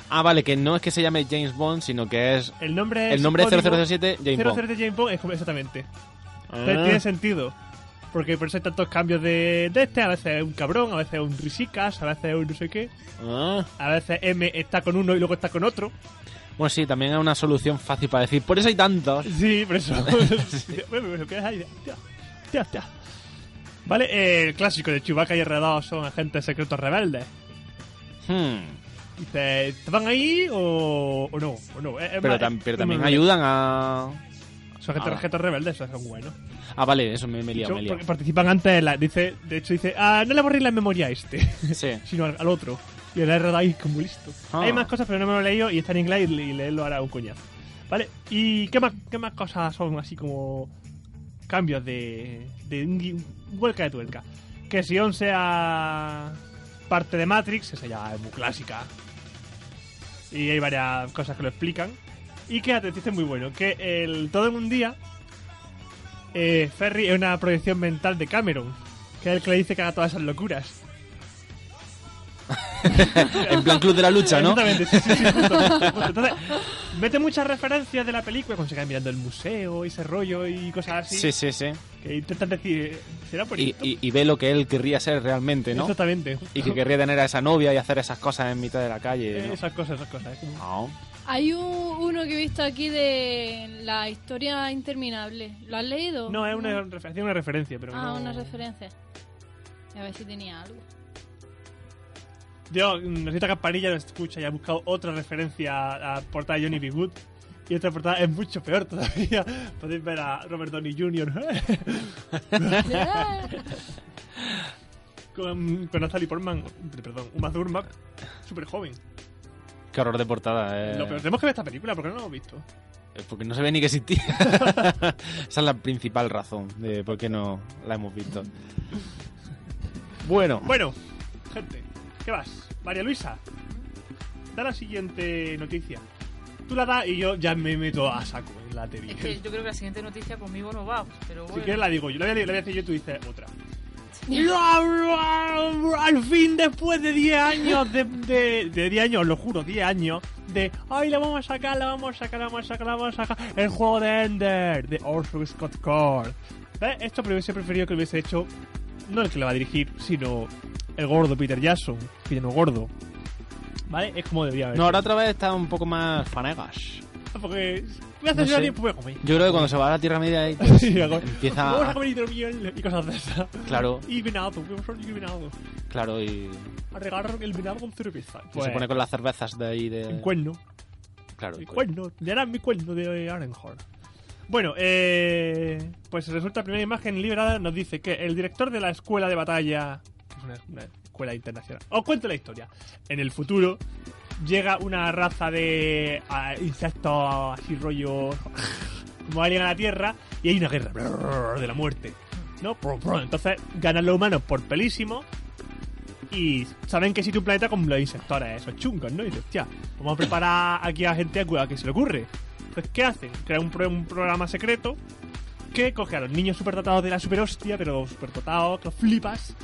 F: Ah, vale, que no es que se llame James Bond, sino que es...
E: El nombre es.
F: El nombre es
E: código
F: 007 James Bond.
E: 007 James Bond, es como- exactamente. Entonces
F: Ah.
E: tiene sentido. Porque por eso hay tantos cambios de, de este. A veces es un cabrón, a veces es un risicas, a veces es un no sé qué.
F: Ah.
E: A veces M está con uno y luego está con
F: [LAUGHS]
E: otro.
F: Bueno, sí, también es una solución fácil para decir. Por eso hay tantos.
E: Sí, por eso. [LAUGHS] Bueno, me lo quedas ahí. Tía, tía, tía. Vale, eh, el clásico de Chewbacca y R2 son agentes secretos rebeldes.
F: Hmm.
E: Dice, ¿están ahí o, o no? O no? Es- es
F: Pero,
E: más-
F: tam- pero
E: es-
F: también
E: es-
F: ayudan a,
E: Son gente,
F: Ah.
E: tarjetas rebeldes, eso es bueno.
F: Ah, vale, eso me, me he liado, me he liado.
E: Porque participan antes de la. Dice, de hecho, dice, ah, no le borréis la memoria a este,
F: Sí.
E: [LAUGHS] sino al, al otro. Y el R ahí como listo.
F: Ah.
E: Hay más cosas, pero no me lo he leído y está en inglés y, le- y leerlo hará un coñazo. ¿Vale? ¿Y qué más, qué más cosas son así como cambios de. de un gui- vuelca de tuerca? Que Sion sea parte de Matrix, esa ya es muy clásica. Y hay varias cosas que lo explican. Y que atención, es muy bueno, que el todo en un día eh, Ferry es una proyección mental de Cameron, que es el que le dice que haga todas esas locuras.
F: En plan Club de la Lucha, ¿no?
E: Exactamente, sí, sí, sí, justo, justo, justo.
F: [LAUGHS]
E: Entonces, mete muchas referencias de la película cuando se quedan mirando el museo y ese rollo y cosas así.
F: Sí, sí, sí.
E: Que intentan decir, ¿será por
F: Y,
E: esto?
F: y- y ve lo que él querría ser realmente, ¿no?
E: Exactamente. justo.
F: Y que querría tener a esa novia y hacer esas cosas en mitad de la calle.
E: Eh,
F: ¿no?
E: Esas cosas, esas cosas. es como-
F: No.
G: Hay un- uno que he visto aquí de la historia interminable. ¿Lo has
F: Ah.
G: leído?
E: No, es una, refer- hacía una referencia, pero
G: Ah,
E: no...
G: una referencia. A ver si tenía algo.
E: Yo, mm, Rosita Campanilla lo escucha y ha buscado otra referencia a la portada de Johnny B. Good. Y otra portada es mucho peor todavía. [LAUGHS] Podéis ver a Robert Downey Jr.
G: Ah,
E: [LAUGHS] con, con Natalie Portman, perdón, Uma Thurman, súper joven.
F: Qué horror de portada, eh.
E: Lo peor, tenemos que ver esta película porque no la hemos visto.
F: Es Porque no sabía ni que existía. [LAUGHS] Esa es la principal razón de por qué no la hemos visto. Bueno,
E: Bueno, gente, ¿qué vas? María Luisa, da la siguiente noticia. Tú la das y yo ya me meto a saco en la teoría.
H: Es que yo creo que la siguiente noticia conmigo no va, pero
E: Si
H: bueno.
E: quieres la digo yo, la voy a, la voy a decir yo y tú dices otra. Al fin, después de 10 años, de, de, de 10 años, os lo juro, 10 años, de ¡Ay, la vamos a sacar, la vamos a sacar, la vamos a sacar, la vamos a sacar! El juego de Ender, de Orson Scott Card. ¿Ves? Esto pero hubiese preferido que lo hubiese hecho, no el que lo va a dirigir, sino el gordo Peter Jackson, que ya no es gordo. ¿Vale? Es como debería haber.
F: no, ahora
E: sido.
F: otra vez está un poco más fanegas.
E: Porque. Voy a hacer
F: No
E: yo
F: sé.
E: tiempo, voy a comer.
F: Yo creo que cuando se va a la Tierra Media
E: [LAUGHS]
F: ahí, pues,
E: Sí, hago- Vamos
F: empieza
E: a
F: a-
E: comer hidromiel y cosas de esas.
F: Claro,
E: Y venado, pues, vamos a y venado.
F: claro, y
E: A regar el venado con cerveza.
F: y
H: Pues
F: se pone con las cervezas de ahí
E: el
F: de...
E: cuerno.
F: Claro, pues. el
E: Mi
F: cuerno.
E: cuerno. Ya era mi cuerno de Arenhorn. Bueno, eh, pues resulta, primera imagen liberada nos dice que el director de la escuela de batalla, que es una, una escuela internacional, os cuento la historia. En el futuro llega una raza de ah, insectos así rollo como alien a la Tierra y hay una guerra brrr, de la muerte. ¿no? Brr, brr. Entonces ganan los humanos por pelísimo y saben que existe un planeta con los insectores, esos chungos, ¿no? Y dicen, hostia, vamos a preparar aquí a gente a que se le ocurre. Entonces, ¿qué hacen? Crean un, pro- un programa secreto que coge a los niños superdotados de la superhostia, pero superdotados, que los flipas,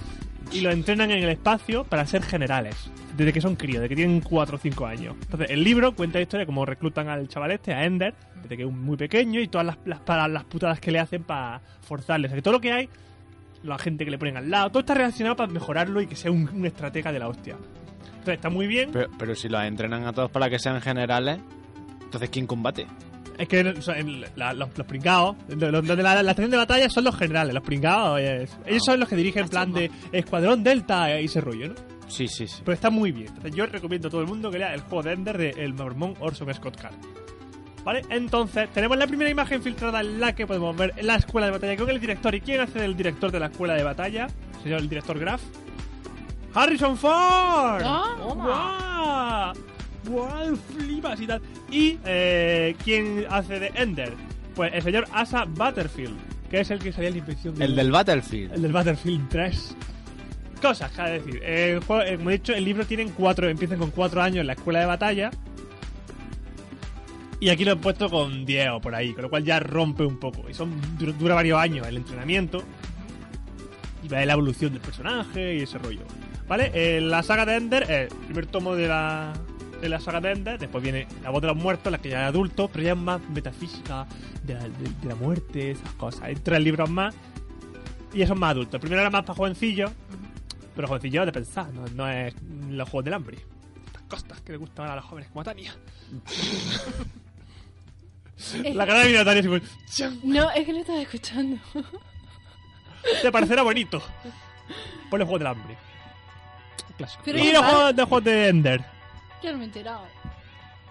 E: y los entrenan en el espacio para ser generales, desde que son críos, desde que tienen 4 o 5 años. Entonces, el libro cuenta la historia de cómo reclutan al chaval este, a Ender, desde que es un- muy pequeño, y todas las, las, para- las putadas que le hacen para forzarles. O sea, que todo lo que hay la gente que le ponen al lado. Todo está relacionado para mejorarlo y que sea un, un estratega de la hostia. Entonces está muy bien.
F: pues, Pero, pero si los entrenan a todos para que sean generales, entonces ¿quién combate?
E: es que o sea, en la- los, los pringados, los, los de la, la estación de batalla son los generales, los pringados. eh, ellos son los que dirigen en plan de Escuadrón Delta y ese rollo, ¿no?
F: Sí, sí, sí.
E: Pero está muy bien. Entonces, yo recomiendo a todo el mundo que lea el juego de Ender de El Mormón Orson Scott Card. ¿Vale? Entonces, tenemos la primera imagen filtrada en la que podemos ver la escuela de batalla con el director. ¿Y quién hace del director de la escuela de batalla? Señor, el director Graf. ¡Harrison Ford!
G: Ah,
E: ¡Guau! ¡Guau! Flipas y tal. ¿Y eh, quién hace de Ender? Pues el señor Asa Butterfield, que es el que salía en la inspección de
F: El del
E: el
F: Battlefield.
E: del Battlefield 3. Cosas, que decir. El juego, eh, como he dicho, el libro tienen cuatro, empiezan con cuatro años en la escuela de batalla. Y aquí lo he puesto con 10 o por ahí, con lo cual ya rompe un poco. Y son dura, dura varios años el entrenamiento. Y va la evolución del personaje y ese rollo. ¿Vale? Eh, la saga de Ender, eh, el primer tomo de la, de la saga de Ender, después viene La voz de los muertos, la que ya es adulto, pero ya es más metafísica de la, de- de la muerte, esas cosas. Hay tres libros más y eso es más adulto. El primero era más para jovencillos, pero jovencillos de pensar, no, no es los juegos del hambre. Estas cosas que le gustan ahora a los jóvenes como a
G: [LAUGHS]
E: Tania. La cara de mi Tania así pues, como, "Chum".
G: [LAUGHS] No, es que lo estaba escuchando.
E: te parecerá bonito. Pon los juegos del hambre. Clásico.
G: Pero
E: y
G: no
E: los
G: vale.
E: juegos de, juegos de Ender.
G: Yo no me he enterado.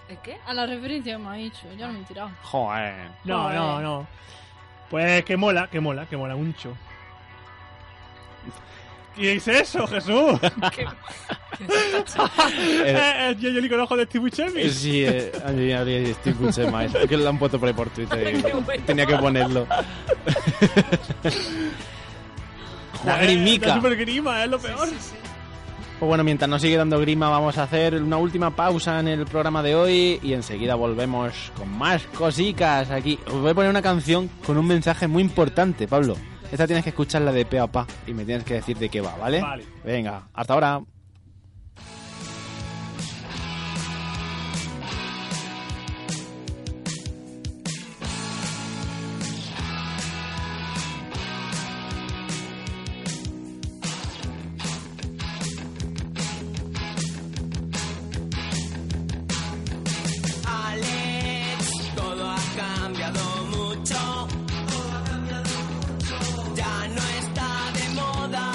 H: ¿El qué?
G: A la referencia me ha dicho, ya me he tirado.
F: Joder.
E: No,
G: Joder.
E: no, no. Pues que mola, que mola, que mola mucho. ¿Qué es eso,
G: [LAUGHS]
E: Jesús? [LAUGHS] Eh, eh, yo, yo le conozco de Steve Buscemi.
F: Eh, Sí, eh, Angelina Jolie y Steve Buscemi. Es que lo han puesto por ahí por Twitter. y
H: Qué bueno.
F: Tenía que ponerlo. La
E: Joder,
F: grimica.
E: La super grima, es lo peor.
F: Pues bueno, mientras nos sigue dando grima, vamos a hacer una última pausa en el programa de hoy y enseguida volvemos con más cositas aquí. Os voy a poner una canción con un mensaje muy importante, Pablo. Esta tienes que escucharla de pe a pa y me tienes que decir de qué va, ¿vale?
E: Vale.
F: Venga, hasta ahora.
B: Alex, todo ha cambiado mucho. Ya no está de moda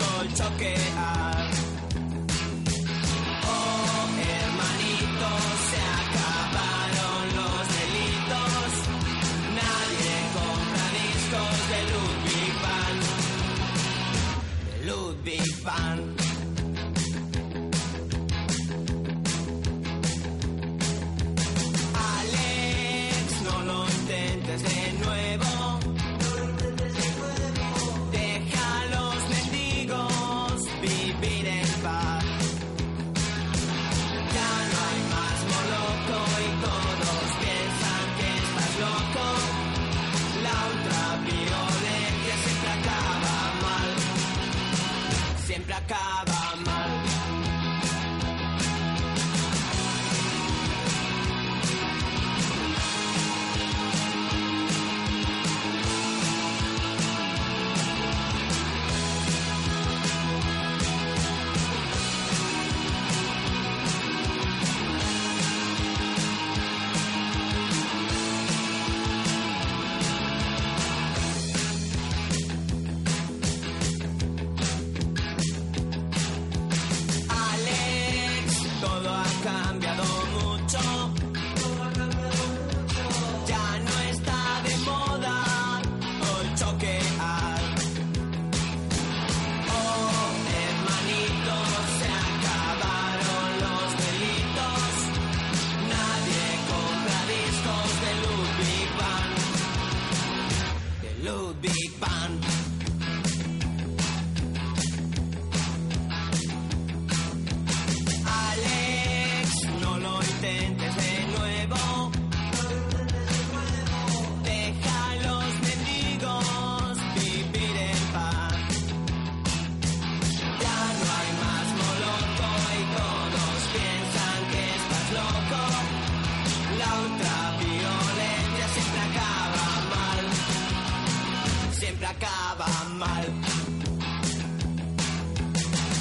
B: colchoquear. Oh, hermanito, se acabaron los delitos. Nadie compra discos de Ludwig Van. De Ludwig Van. Alex, no lo intentes de nuevo. Deja a los mendigos vivir en paz. Ya no hay más moloco y todos piensan que estás loco. La ultraviolencia siempre acaba mal. Siempre acaba mal. Alex, todo ha cambiado mucho. Ya no está de moda el choquear. Oh, hermanito, se acabaron los delitos. Nadie compra discos de Ludwig Van. De Ludwig Van. Alex, no lo intentes de nuevo. Deja a los mendigos vivir en paz. Ya no hay más moloco y todos piensan que estás loco. La ultraviolencia siempre acaba mal. Siempre acaba mal.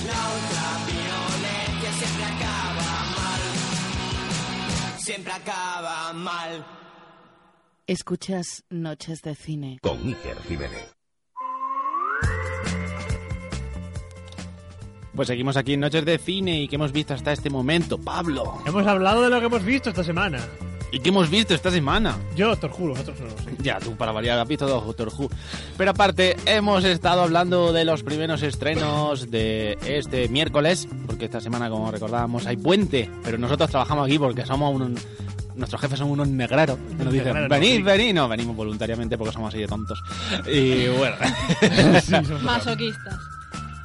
B: La ultraviolencia siempre acaba mal. Siempre acaba mal.
D: Escuchas Noches de Cine.
J: Con Iker Jiménez.
F: Pues seguimos aquí en Noches de Cine y qué hemos visto hasta este momento, Pablo.
E: Hemos hablado de lo que hemos visto esta semana.
F: ¿Y qué hemos visto esta semana?
E: Yo, Doctor Who, vosotros no lo
F: [LAUGHS]
E: sé.
F: Ya, tú para variar, has visto Doctor Who. Pero aparte, hemos estado hablando de los primeros estrenos de este miércoles, porque esta semana, como recordábamos, hay puente, pero nosotros trabajamos aquí porque somos un... Nuestros jefes son unos negreros. que Nos dicen,
E: Negreros,
F: venid,
E: sí.
F: venid. No, venimos voluntariamente porque somos así de tontos. Y bueno. [LAUGHS]
G: Masoquistas.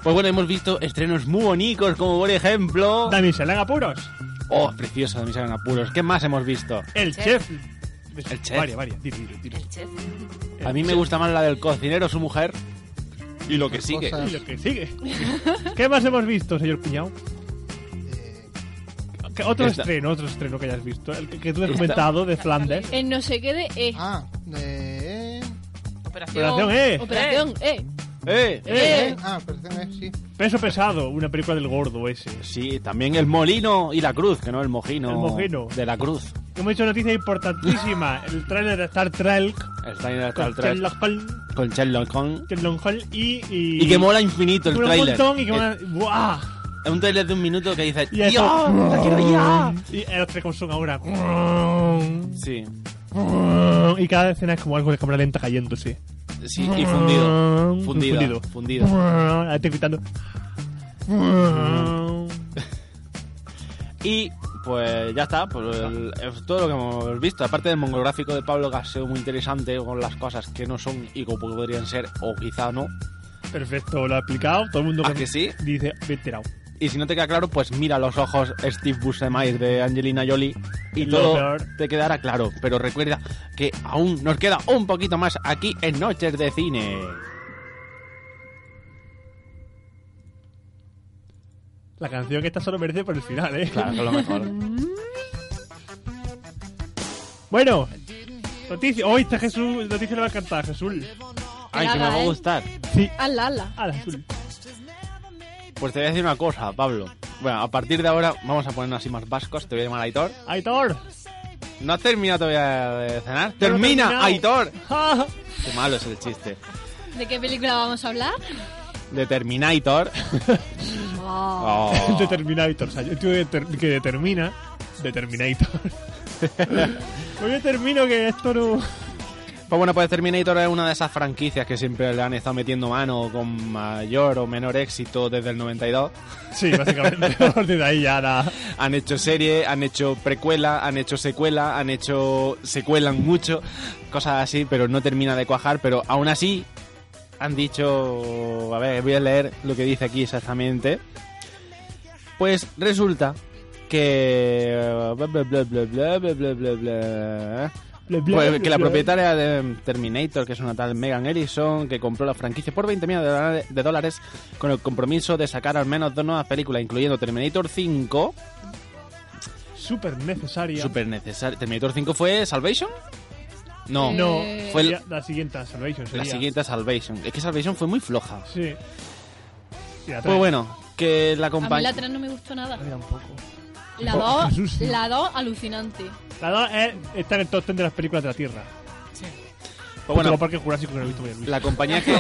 F: Pues bueno, hemos visto estrenos muy bonitos, como por ejemplo...
E: Dani Salaga Puros,
F: Oh, precioso, mis en apuros. ¿Qué más hemos visto?
E: el chef.
H: Chef.
F: El chef.
E: Varias, varias. Tira, tira, tira.
H: El chef.
F: A mí me gusta más la del cocinero, su mujer. Y lo que sigue.
I: Cosas-
E: Y lo que sigue.
H: [LAUGHS]
E: ¿Qué más hemos visto, señor Cuñado?
I: eh,
E: ¿Qué- Otro
F: Esta.
E: estreno, otro estreno que hayas visto. El que, que tú has comentado de Flanders.
H: Eh,
G: En no sé qué de E.
I: Ah, de...
H: Operación.
E: Operación
H: oh,
E: E.
G: Operación E.
F: ¡Eh!
G: Eh.
I: Ah, perdón, eh, sí.
E: Peso pesado, una película del gordo ese.
F: Sí, también el molino y la cruz, que no el mojino.
E: El mojino.
F: De la cruz.
E: Hemos hecho noticia importantísima. El tráiler de Star Trek
F: El trailer de
E: con
F: Star Trek
E: Sherlock Holmes,
F: con Sherlock Holmes.
E: Sherlock Holmes y,
F: Y que mola infinito el
E: mola un
F: trailer.
E: montón y que mola- ¡Buah!
F: Es un trailer de un minuto que dices,
E: Y a
F: ¡Dios!
E: eso-
F: ¡La quiero ya!
E: Y el otro con son ahora.
F: Sí,
E: Y cada escena es como algo de cámara lenta cayéndose.
F: sí,
E: Mm.
F: y fundido. Fundido. Fundido.
E: La gente Mm, gritando. Mm.
F: Y pues ya está, pues el- es todo lo que hemos visto. Aparte del mongográfico de Pablo Gaseo, muy interesante con las cosas que no son y como podrían ser, o quizá no.
E: Perfecto, lo ha explicado. Todo el mundo
F: ¿A ¿Ah, que sí?
E: dice, "Me he enterado.
F: Y si no te queda claro, pues mira los ojos Steve Buscemi de Angelina Jolie y
E: Lo
F: todo
E: peor.
F: te quedará claro. Pero recuerda que aún nos queda un poquito más aquí en Noches de Cine.
E: La canción que está solo merece por el final, ¿eh?
F: Claro, [LAUGHS] que es lo mejor.
E: [LAUGHS] Bueno, noticia. Hoy está Jesús. Noticia le va a encantar, Jesús. Ah,
F: Ay,
G: la
F: que me
G: haga
F: va a
G: él.
F: gustar.
E: Sí,
G: Hazla, hazla.
E: al azul.
F: Pues te voy a decir una cosa, Pablo. Bueno, a partir de ahora vamos a ponernos así más vascos. Te voy a llamar Aitor.
E: Aitor.
F: ¿No has terminado todavía de
E: No
F: cenar?
E: lo he
F: ¡Termina,
E: terminado. [LAUGHS] Ah,
F: Aitor!
E: Ja.
F: Qué malo es el chiste.
G: ¿De qué película vamos a hablar?
F: De [LAUGHS] Terminator.
E: [LAUGHS]
F: Oh.
E: Determinator. O sea, yo tío deter- que determina. [LAUGHS] Determinator. Pues yo termino que esto no.
F: Pues bueno, pues Terminator es una de esas franquicias que siempre le han estado metiendo mano con mayor o menor éxito desde el 92.
E: Sí, [LAUGHS] básicamente. Desde ahí ya nada.
F: Han hecho serie, han hecho precuela, han hecho secuela, han hecho secuelan mucho, cosas así, pero no termina de cuajar, pero aún así han dicho, a ver, voy a leer lo que dice aquí exactamente. Pues resulta que bla, bla, bla, bla, bla, bla, bla, bla, bla. Pues que la propietaria de Terminator, que es una tal Megan Ellison, que compró la franquicia por 20 millones de dola- de dólares con el compromiso de sacar al menos dos nuevas películas, incluyendo Terminator 5,
E: Súper necesaria.
F: súper necesario. ¿Terminator 5 fue Salvation? No,
E: No,
F: Eh, fue el-
E: la, la siguiente Salvation. Sería.
F: la siguiente Salvation. Es que Salvation fue muy floja.
E: Sí. Y la
F: Pues
E: tres.
F: bueno, que la
G: A mí la
F: compañía...
G: 3 no me gustó nada.
E: Ay, tampoco.
G: La
E: Oh,
G: 2,
E: Jesús, sí.
G: la 2, alucinante.
E: La dos es, está en el top 10 de las películas de la Tierra.
H: Sí.
F: Pues bueno,
E: Último parque jurásico que no he visto muy bien.
F: la compañía que...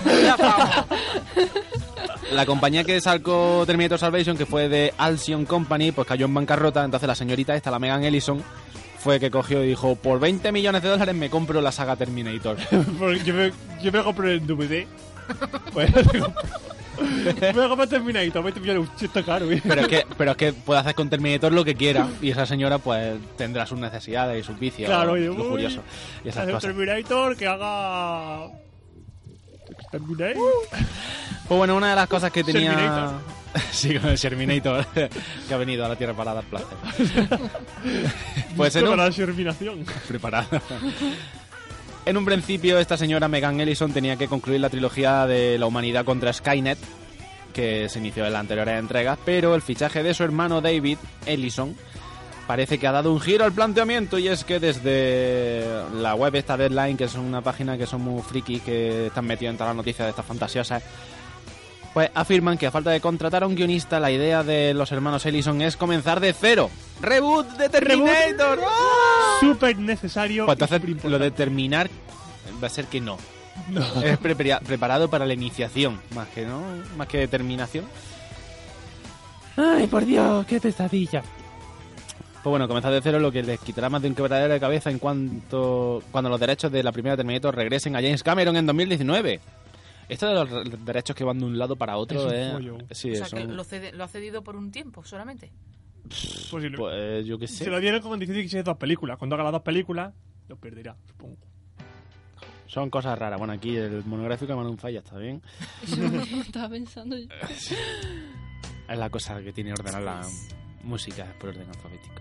F: La compañía que sacó Terminator Salvation, que fue de Alcyon Company, pues cayó en bancarrota. Entonces la señorita esta, la Megan Ellison, fue que cogió y dijo, por 20 millones de dólares me compro la saga Terminator.
E: [LAUGHS] Porque yo, me, yo me compro el
F: [LAUGHS]
E: DVD. Pues [LAUGHS] yo me compro- me compro Terminator. 20 millones, un chiste caro, ¿eh?
F: Pero es, que, pero es que puede hacer con Terminator lo que quiera y esa señora pues tendrá sus necesidades y sus vicios
E: Claro, y-
F: lo curioso y esas
E: Hace un
F: cosas.
E: Terminator que haga. Terminator.
F: Pues bueno, una de las cosas que tenía...
E: Terminator.
F: [LAUGHS] Sí, con el Terminator [LAUGHS] que ha venido a la Tierra para
E: [LAUGHS]
F: dar placer. Pues en
E: Esto
F: un-
E: para la germinación.
F: [LAUGHS] preparada. En un principio, esta señora Megan Ellison tenía que concluir la trilogía de la humanidad contra Skynet, que se inició en las anteriores entregas, pero el fichaje de su hermano David Ellison parece que ha dado un giro al planteamiento y es que desde la web esta Deadline, que es una página que son muy frikis, que están metidos en todas las noticias de estas fantasiosas, pues afirman que a falta de contratar a un guionista, la idea de los hermanos Ellison es comenzar de cero. ¡Reboot de Terminator! ¡Ah!
E: Súper necesario.
F: Pues entonces,
E: y súper
F: lo de
E: importante.
F: terminar va a ser que [LAUGHS] no. Es prepara- preparado para la iniciación, más que no, más que determinación. Ay, por Dios, qué pesadilla. Pues bueno, comenzar de cero lo que les quitará más de un quebradero de cabeza en cuanto cuando los derechos de la primera Terminator regresen a James Cameron en 2019. Esto de los re- derechos que van de un lado para otro
E: Es un
F: eh,
E: follón.
F: sí,
H: O sea,
F: es
H: que
F: un-
H: lo, cede- lo ha cedido por un tiempo solamente.
E: Posible.
F: pues yo qué sé.
E: Se lo dieron como en 17 y 16 dos películas. Cuando haga las dos películas, lo perderá, supongo.
F: Son cosas raras. Bueno, aquí el monográfico de Manon Falla está bien.
E: [LAUGHS]
G: Eso mismo estaba pensando yo.
F: Es la cosa que tiene ordenar la música es por orden alfabético.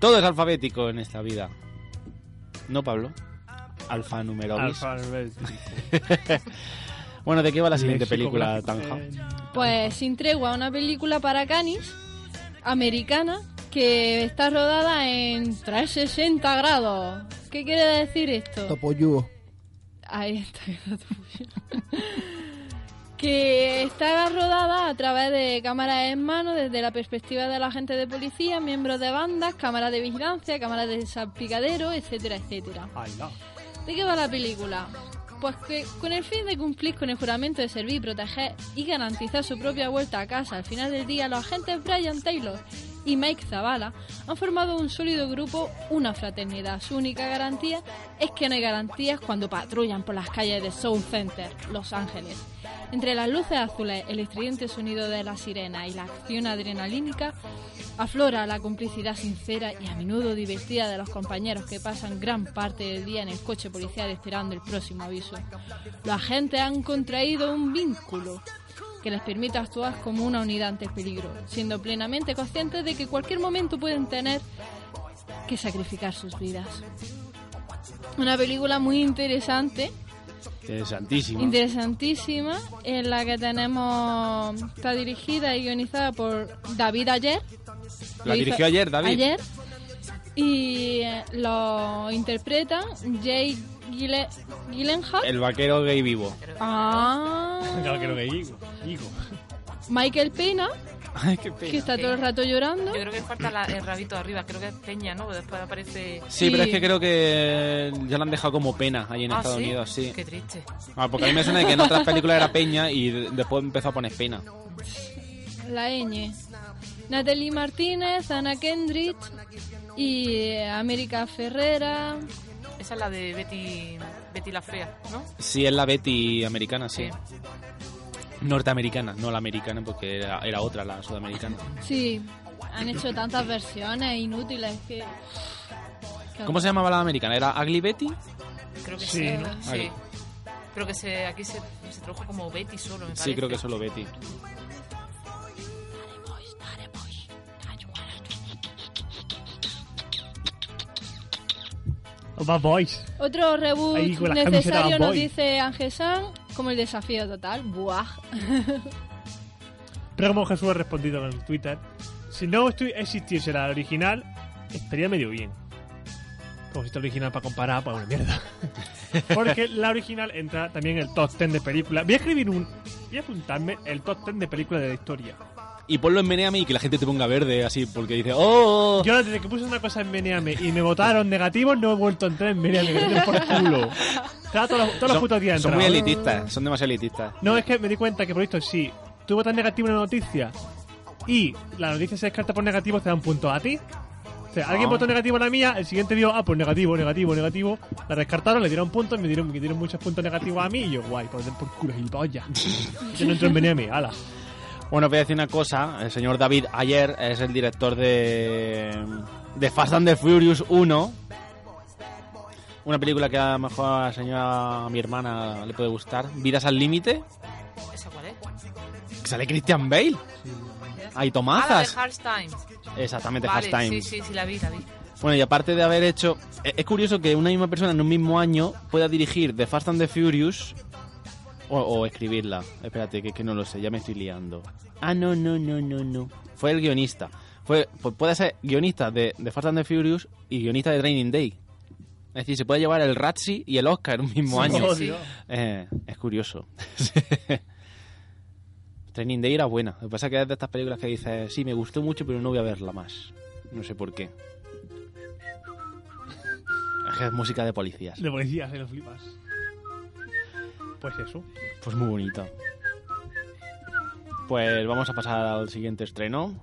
F: Todo es alfabético en esta vida. ¿No, Pablo? Alfa número
E: Alfa, Albert.
F: Bueno, ¿de qué va la siguiente
E: Léxico
F: película,
E: gráfico.
F: Tanja?
E: Eh,
G: Pues Sin Tregua, una película para canis, americana, que está rodada en 360 grados. ¿Qué quiere decir esto?
I: Topoyugo.
G: Ahí está. que no te puse. [LAUGHS] que está rodada a través de cámaras en mano desde la perspectiva del agente de policía, miembros de bandas, cámaras de vigilancia, cámaras de salpicadero, etcétera, etcétera.
E: Ahí va.
G: ¿De qué va la película? Pues que con el fin de cumplir con el juramento de servir, proteger y garantizar su propia vuelta a casa al final del día, los agentes Brian Taylor y Mike Zavala han formado un sólido grupo, una fraternidad. Su única garantía es que no hay garantías cuando patrullan por las calles de South Center, Los Ángeles. Entre las luces azules, el estridente sonido de la sirena y la acción adrenalínica, aflora la complicidad sincera y a menudo divertida de los compañeros que pasan gran parte del día en el coche policial esperando el próximo aviso. Los agentes han contraído un vínculo que les permite actuar como una unidad ante el peligro, siendo plenamente conscientes de que cualquier momento pueden tener que sacrificar sus vidas. Una película muy interesante,
F: Interesantísimo.
G: interesantísima, en la que tenemos está dirigida y guionizada por David Ayer.
F: La
G: hizo
F: dirigió ayer, David.
G: Ayer. Y eh, lo interpreta Jay Gyle- Gyllenhaal.
F: El vaquero gay vivo.
G: Ah.
E: Claro que lo que digo. digo.
G: Michael Pena,
F: Ay, qué pena.
G: que está todo el rato llorando.
H: Yo creo que falta la- el rabito arriba, creo que es Peña, ¿no? Después aparece...
F: Sí,
G: Sí.
F: pero es que creo que ya la han dejado como pena ahí en
H: Ah,
F: Estados
H: ¿sí?
F: Unidos, sí.
H: Qué triste.
F: Ah, porque a mí me suena de que en otras películas era Peña y de- después empezó a poner pena.
G: La ñ. Natalie Martínez, Ana Kendrick y eh, América Ferrera.
H: Esa es la de Betty, Betty la Fea, ¿no?
F: Sí, es la Betty americana, sí. Norteamericana, no la americana, porque era, era otra, la sudamericana.
G: Sí, han hecho tantas versiones inútiles que...
F: ¿Cómo se llamaba la americana? ¿Era Ugly Betty?
H: Creo que
E: Sí,
H: sí.
E: ¿no?
H: Sí.
F: Ahí.
H: Creo que se, aquí se, se tradujo como Betty solo, me
F: Sí,
H: parece.
F: creo que solo Betty.
E: Los Bad Boys.
G: Otro reboot
E: Ahí con las
G: necesario
E: camisetas
G: nos
E: Boy.
G: dice Ángel San, como el desafío total. Buah.
E: Pero como Jesús ha respondido en Twitter, si no estu- existiese la original, estaría medio bien. Como si esta original para comparar, para una
F: [LAUGHS]
E: mierda. Porque la original entra también en el top 10 de películas. Voy a escribir un. Voy a apuntarme el top 10 de películas de la historia.
F: Y ponlo en Meneami y que la gente te ponga verde, así, porque dice, ¡Oh!
E: Yo desde que puse una cosa en Meneame y me votaron negativos, no he vuelto a entrar en Meneame. que me por culo. Estaba todos los, todos los
F: Son-
E: putos días
F: Son muy
E: entrado. ¿eh?
F: elitistas, son demasiado elitistas.
E: No, es que me di cuenta que por esto, si tú votas negativo en una noticia y la noticia se descarta por negativo, te dan puntos a ti. O sea, alguien
F: Ah.
E: votó negativo en la mía, el siguiente vio, ah, pues negativo, negativo, negativo. La descartaron, le dieron puntos, me dieron, me dieron muchos puntos negativos a mí y yo, guay, por, por culo gilipollas. yo no entro en veneno a mí, ala.
F: Bueno, os voy a decir una cosa. El señor David Ayer es el director de, de Fast and the Furious 1. Una película que a lo mejor a la señora, a mi hermana, le puede gustar. Vidas al límite.
H: ¿Esa cuál es?
F: que Sale Christian Bale. Hay
H: Ah, la de
F: tomazas.
H: Hard Times.
F: Exactamente,
H: vale,
F: Fast
H: sí,
F: Times.
H: sí, sí, la vi, la vi.
F: Bueno, y aparte de haber hecho... e- Es curioso que una misma persona en un mismo año pueda dirigir The Fast and the Furious o, o escribirla. Espérate, que, que no lo sé, ya me estoy liando. Ah, no, no, no, no, no. Fue el guionista. Fue, pu- puede ser guionista de, The Fast and the Furious y guionista de Training Day. Es decir, se puede llevar el Razzie y el Oscar en un mismo año.
E: Oh, Dios.
F: Eh, es curioso. [LAUGHS] Training Day era buena. Lo que pasa es que es de estas películas que dices, sí, me gustó mucho, pero no voy a verla más. No sé por qué. Es que es música de policías.
E: De policía, se lo flipas. Pues eso.
F: Pues muy bonita. Pues vamos a pasar al siguiente estreno.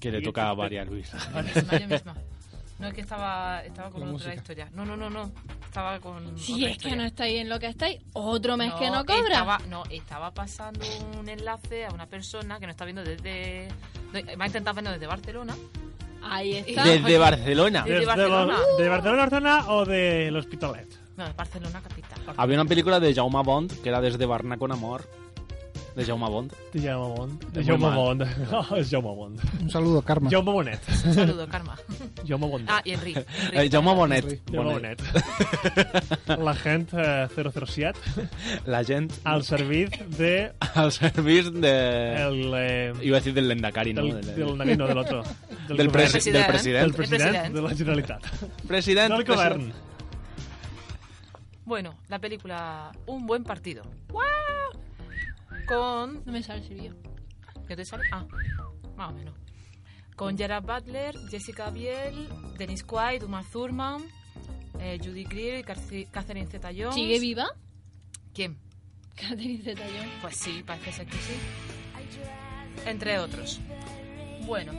F: Que le
E: Siguiente
F: toca a
E: estreno.
F: María Luisa.
H: Yo misma, yo misma. No es que estaba, estaba con
I: La
H: otra
I: música.
H: historia. No, no, no, no. Estaba con.
G: Si
H: otra
G: es que
H: historia.
G: no estáis en lo que estáis, otro mes que no cobra.
H: Estaba, no, estaba pasando un enlace a una persona que no está viendo desde. no, me ha intentado vernos desde Barcelona.
G: Ahí está.
F: Desde Barcelona.
H: Desde Barcelona.
E: ¿De Barcelona, Barcelona o del Hospitalet?
H: No, es Barcelona capital.
F: Había una película de Jaume Bond que era desde Barna con amor. De Jaume Bond.
E: De Jaume Bond. De
F: Es
E: Jaume
F: muy mal.
E: Bond. [LAUGHS] Es Jaume Bond.
I: Un saludo, Karma.
E: Jaume Bonet.
H: Un saludo, Karma.
E: Jaume Bond.
H: Ah,
F: [LAUGHS]
H: y Enrique.
F: Eh, Jaume Bonet.
E: De Bonet. La gente eh, 007
F: La gente
E: al servir de
F: al servir de...
E: el, eh,
F: Iba a decir del Lendakari, ¿no?
E: del,
F: del,
E: del, no, del otro del,
F: del presi-
E: govern.
F: del
H: Presidente.
E: del
F: presidente.
E: president
H: president.
E: de la [LAUGHS] Generalitat
F: Presidente.
E: del govern
H: Bueno, la película Un buen partido. ¡Guau! Con.
G: No me sale el silbido.
H: ¿Qué te sale? Ah, más o menos. Con Gerard Butler, Jessica Biel, Dennis Quaid, Uma Thurman, eh, Judy Greer y Carci- Catherine Zeta-Jones.
G: ¿Sigue viva? [LAUGHS]
H: ¿Quién?
G: Catherine Zeta-Jones.
H: Pues sí, parece ser que sí. Entre otros. Bueno,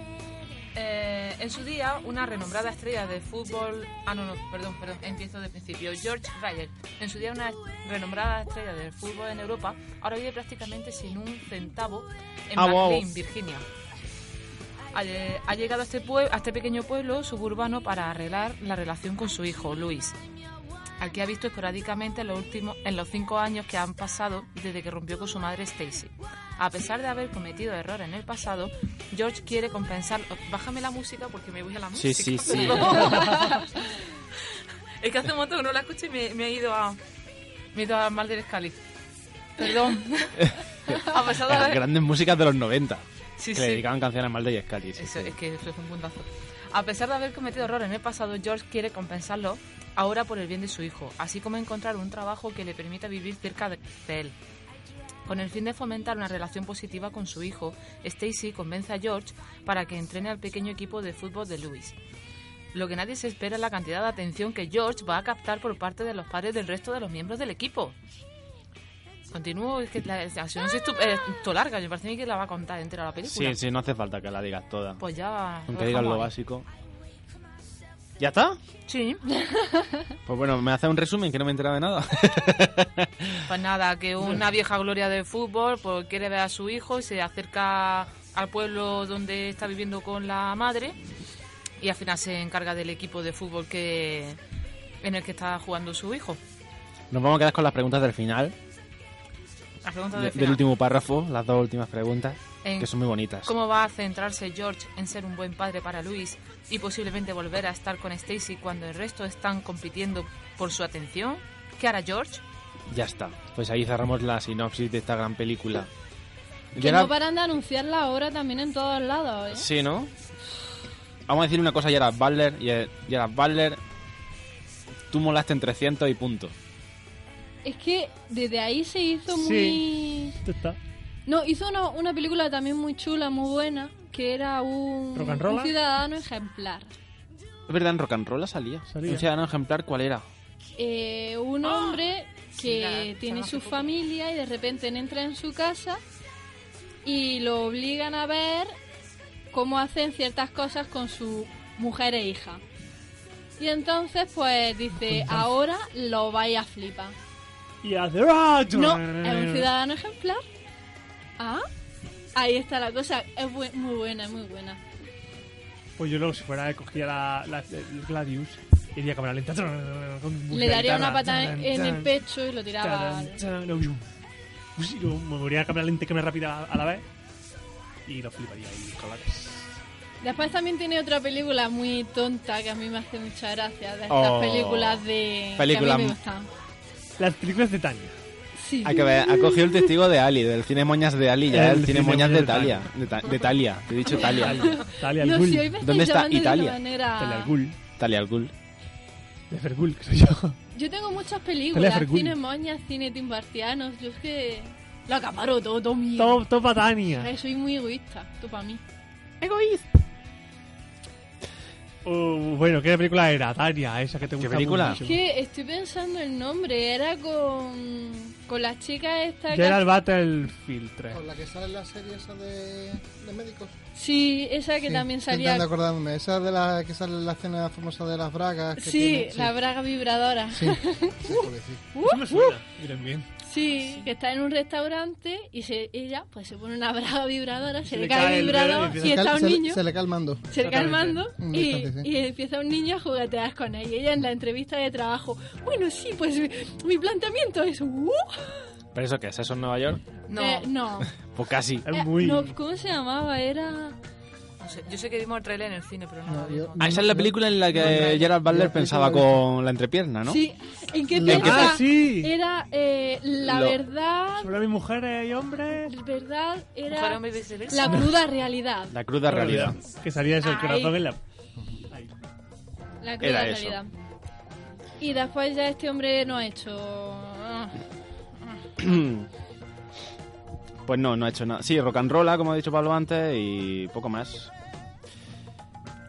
H: eh, en su día, una renombrada estrella de fútbol. Ah, no, no, perdón, perdón, empiezo de principio. George Ryder. En su día, una renombrada estrella del fútbol en Europa, ahora vive prácticamente sin un centavo en
F: Ah, wow.
H: McLean, Virginia. Ha, lle- ha llegado a este, pue- a este pequeño pueblo suburbano para arreglar la relación con su hijo, Luis, al que ha visto esporádicamente en los, últimos, en los cinco años que han pasado desde que rompió con su madre Stacy. A pesar de haber cometido errores en el pasado, George quiere compensar... Oh, Bájame la música porque me voy a la
F: Sí,
H: música.
F: sí, sí.
H: [LAUGHS] es que hace un montón que no la escucho y me, me he ido a... Me he ido a mal del Escali.
F: [LAUGHS]
H: Perdón. [LAUGHS] a pesar de
F: Las
H: haber...
F: grandes músicas de los 90.
H: Sí,
F: que le
H: sí.
F: dedicaban canciones a Malda y Scali. sí,
H: Eso,
F: sí.
H: es que eso es un puntazo. A pesar de haber cometido errores en el pasado, George quiere compensarlo ahora por el bien de su hijo, así como encontrar un trabajo que le permita vivir cerca de de él. Con el fin de fomentar una relación positiva con su hijo, Stacy convence a George para que entrene al pequeño equipo de fútbol de Lewis. Lo que nadie se espera es la cantidad de atención que George va a captar por parte de los padres del resto de los miembros del equipo. Continúo, es que la, la- si no es esto, eh, esto larga, me parece a mí que la va a contar entera la película.
F: Sí, sí, no hace falta que la digas toda.
H: Pues ya.
F: Aunque digas lo
H: dejamos ahí.
F: básico. ¿Ya está?
H: Sí.
F: Pues bueno, me hace un resumen que no me he enterado de nada. [LAUGHS]
H: Pues nada, que una vieja gloria del fútbol pues, quiere ver a su hijo y se acerca al pueblo donde está viviendo con la madre y al final se encarga del equipo de fútbol que en el que está jugando su hijo.
F: Nos vamos a quedar con las preguntas del final,
H: La pregunta
F: de-
H: del
F: del
H: final.
F: último párrafo, las dos últimas preguntas,
H: En-
F: que son muy bonitas.
H: ¿Cómo va a centrarse George en ser un buen padre para Luis y posiblemente volver a estar con Stacy cuando el resto están compitiendo por su atención? ¿Qué hará George?
F: Ya está. Pues ahí cerramos la sinopsis de esta gran película.
G: Que
F: Llega-
G: no paran de anunciarla ahora también en todos lados, ¿eh?
F: Sí, ¿no? Vamos a decir una cosa a Gerard Butler. Ger- Gerard Butler, tú molaste en 300 y punto.
G: Es que desde ahí se hizo
E: Sí.
G: muy...
E: Ya está.
G: No, hizo una, una película también muy chula, muy buena, que era un,
E: Rock and roll.
G: un ciudadano ejemplar.
F: Es verdad, en Rock and Roll salía.
E: Salía.
F: Un ciudadano ejemplar, ¿cuál era?
G: Eh, un hombre
H: Ah. Sí, la-
G: que
H: se
G: tiene
H: llama
G: su
H: hace poco.
G: familia y de repente entra en su casa y lo obligan a ver cómo hacen ciertas cosas con su mujer e hija. Y entonces pues dice, ahora lo vais a flipar.
E: Y hace... ¡Ah!
G: No, es un ciudadano ejemplar. Ah, ahí está la cosa. Es bu- muy buena, es muy buena.
E: Pues yo luego, si fuera, cogía la, la- el Gladius, iría a cámara lenta. con
G: Le daría una
E: guitarra,
G: patada
E: tan,
G: en en el
E: tan,
G: pecho y lo tiraba.
E: tan,
G: al-
E: tan, no, yum. Uy, sí, luego me movería a cámara lenta y cámara rápida a la vez. Y lo fliparía ahí con la...
G: Después también tiene otra película muy tonta que a mí me hace mucha gracia. De estas
F: Oh.
G: películas de.
F: Película
G: Que a mí
F: m-
G: me gustan.
E: Las películas de Tania.
G: Sí.
F: Hay que ver, ha cogido el testigo de Ali, del cine moñas de Ali, ya
E: El
F: el, cine,
E: cine moñas
F: moñas de
E: de
F: Talia. De, Ta- de Talia, te he [LAUGHS] dicho Talia.
E: Talia
G: No,
E: al Ghul.
G: si hoy me estáis
F: ¿Dónde está
G: llamando de
F: Italia?
G: una
E: Talia
G: manera.
E: al Ghul.
F: Talia al Ghul.
E: De Fergul, creo yo.
G: Yo tengo muchas
E: Talia
G: películas:
E: Fergul.
G: cine moñas, cine timbartianos. Yo es que. Lo acaparo todo, todo mío.
E: Top, topa Tania.
G: Ay, soy muy egoísta, tú para mí.
E: Oh, bueno, ¿qué película era? Tania, esa que te gusta
F: película?
E: mucho.
G: Es que estoy pensando el nombre, era con, con la chica esta que...
E: Gerald Battlefield 3.
I: Con la que sale la serie esa de, de médicos.
G: Sí, esa que
I: Sí,
G: también salía...
I: Intento acordarme. Esa de la que sale en la escena famosa de las bragas. Que
G: Sí,
I: tiene-
G: la braga vibradora.
I: Sí, sí, por decir.
E: Eso me suena.
F: Uh.
E: Miren bien.
G: Sí, que está en un restaurante y se, ella pues se pone una braga vibradora, se,
E: Se
G: le,
E: le
G: cae
E: cae
G: el
E: el
G: vibrador
E: dedo y
G: y
I: le
G: está un
I: cal- le-
G: niño
I: se le cae el mando.
G: cerca del mando
I: Un
G: y,
I: instante, sí.
G: y empieza un niño a juguetear con ella. Y ella en la entrevista de trabajo, bueno, sí, pues mi, mi planteamiento es... ¡Uh!
F: ¿Pero eso qué es? ¿Eso es Nueva York?
H: No,
G: Eh, no.
F: Pues casi.
G: Eh,
E: Es muy.
G: no, ¿cómo se llamaba? Era...
H: no sé. Yo sé que vimos el trailer en el cine, pero no.
I: No,
H: lo
I: yo-
H: vimos.
F: Ah, esa es la película en la que Gerard
I: la
F: Butler
I: película
F: pensaba
I: de-
F: con la entrepierna, ¿no?
G: Sí, ¿en qué
I: Ah,
G: pensaba?
E: sí.
G: Era eh, la
F: Lo-
G: verdad,
E: Sobre mis mujeres y hombres.
G: la verdad
H: Mujer,
G: era
H: hombre y viceversa.
G: la cruda realidad.
F: La cruda realidad.
E: Que salía eso, el
G: Ay.
E: corazón en la. Ay.
G: La cruda
F: Era eso.
G: realidad. Y después ya este hombre no ha hecho... ah,
F: Pues no, no ha hecho nada. Sí, rock and roll, como ha dicho Pablo antes, y poco más.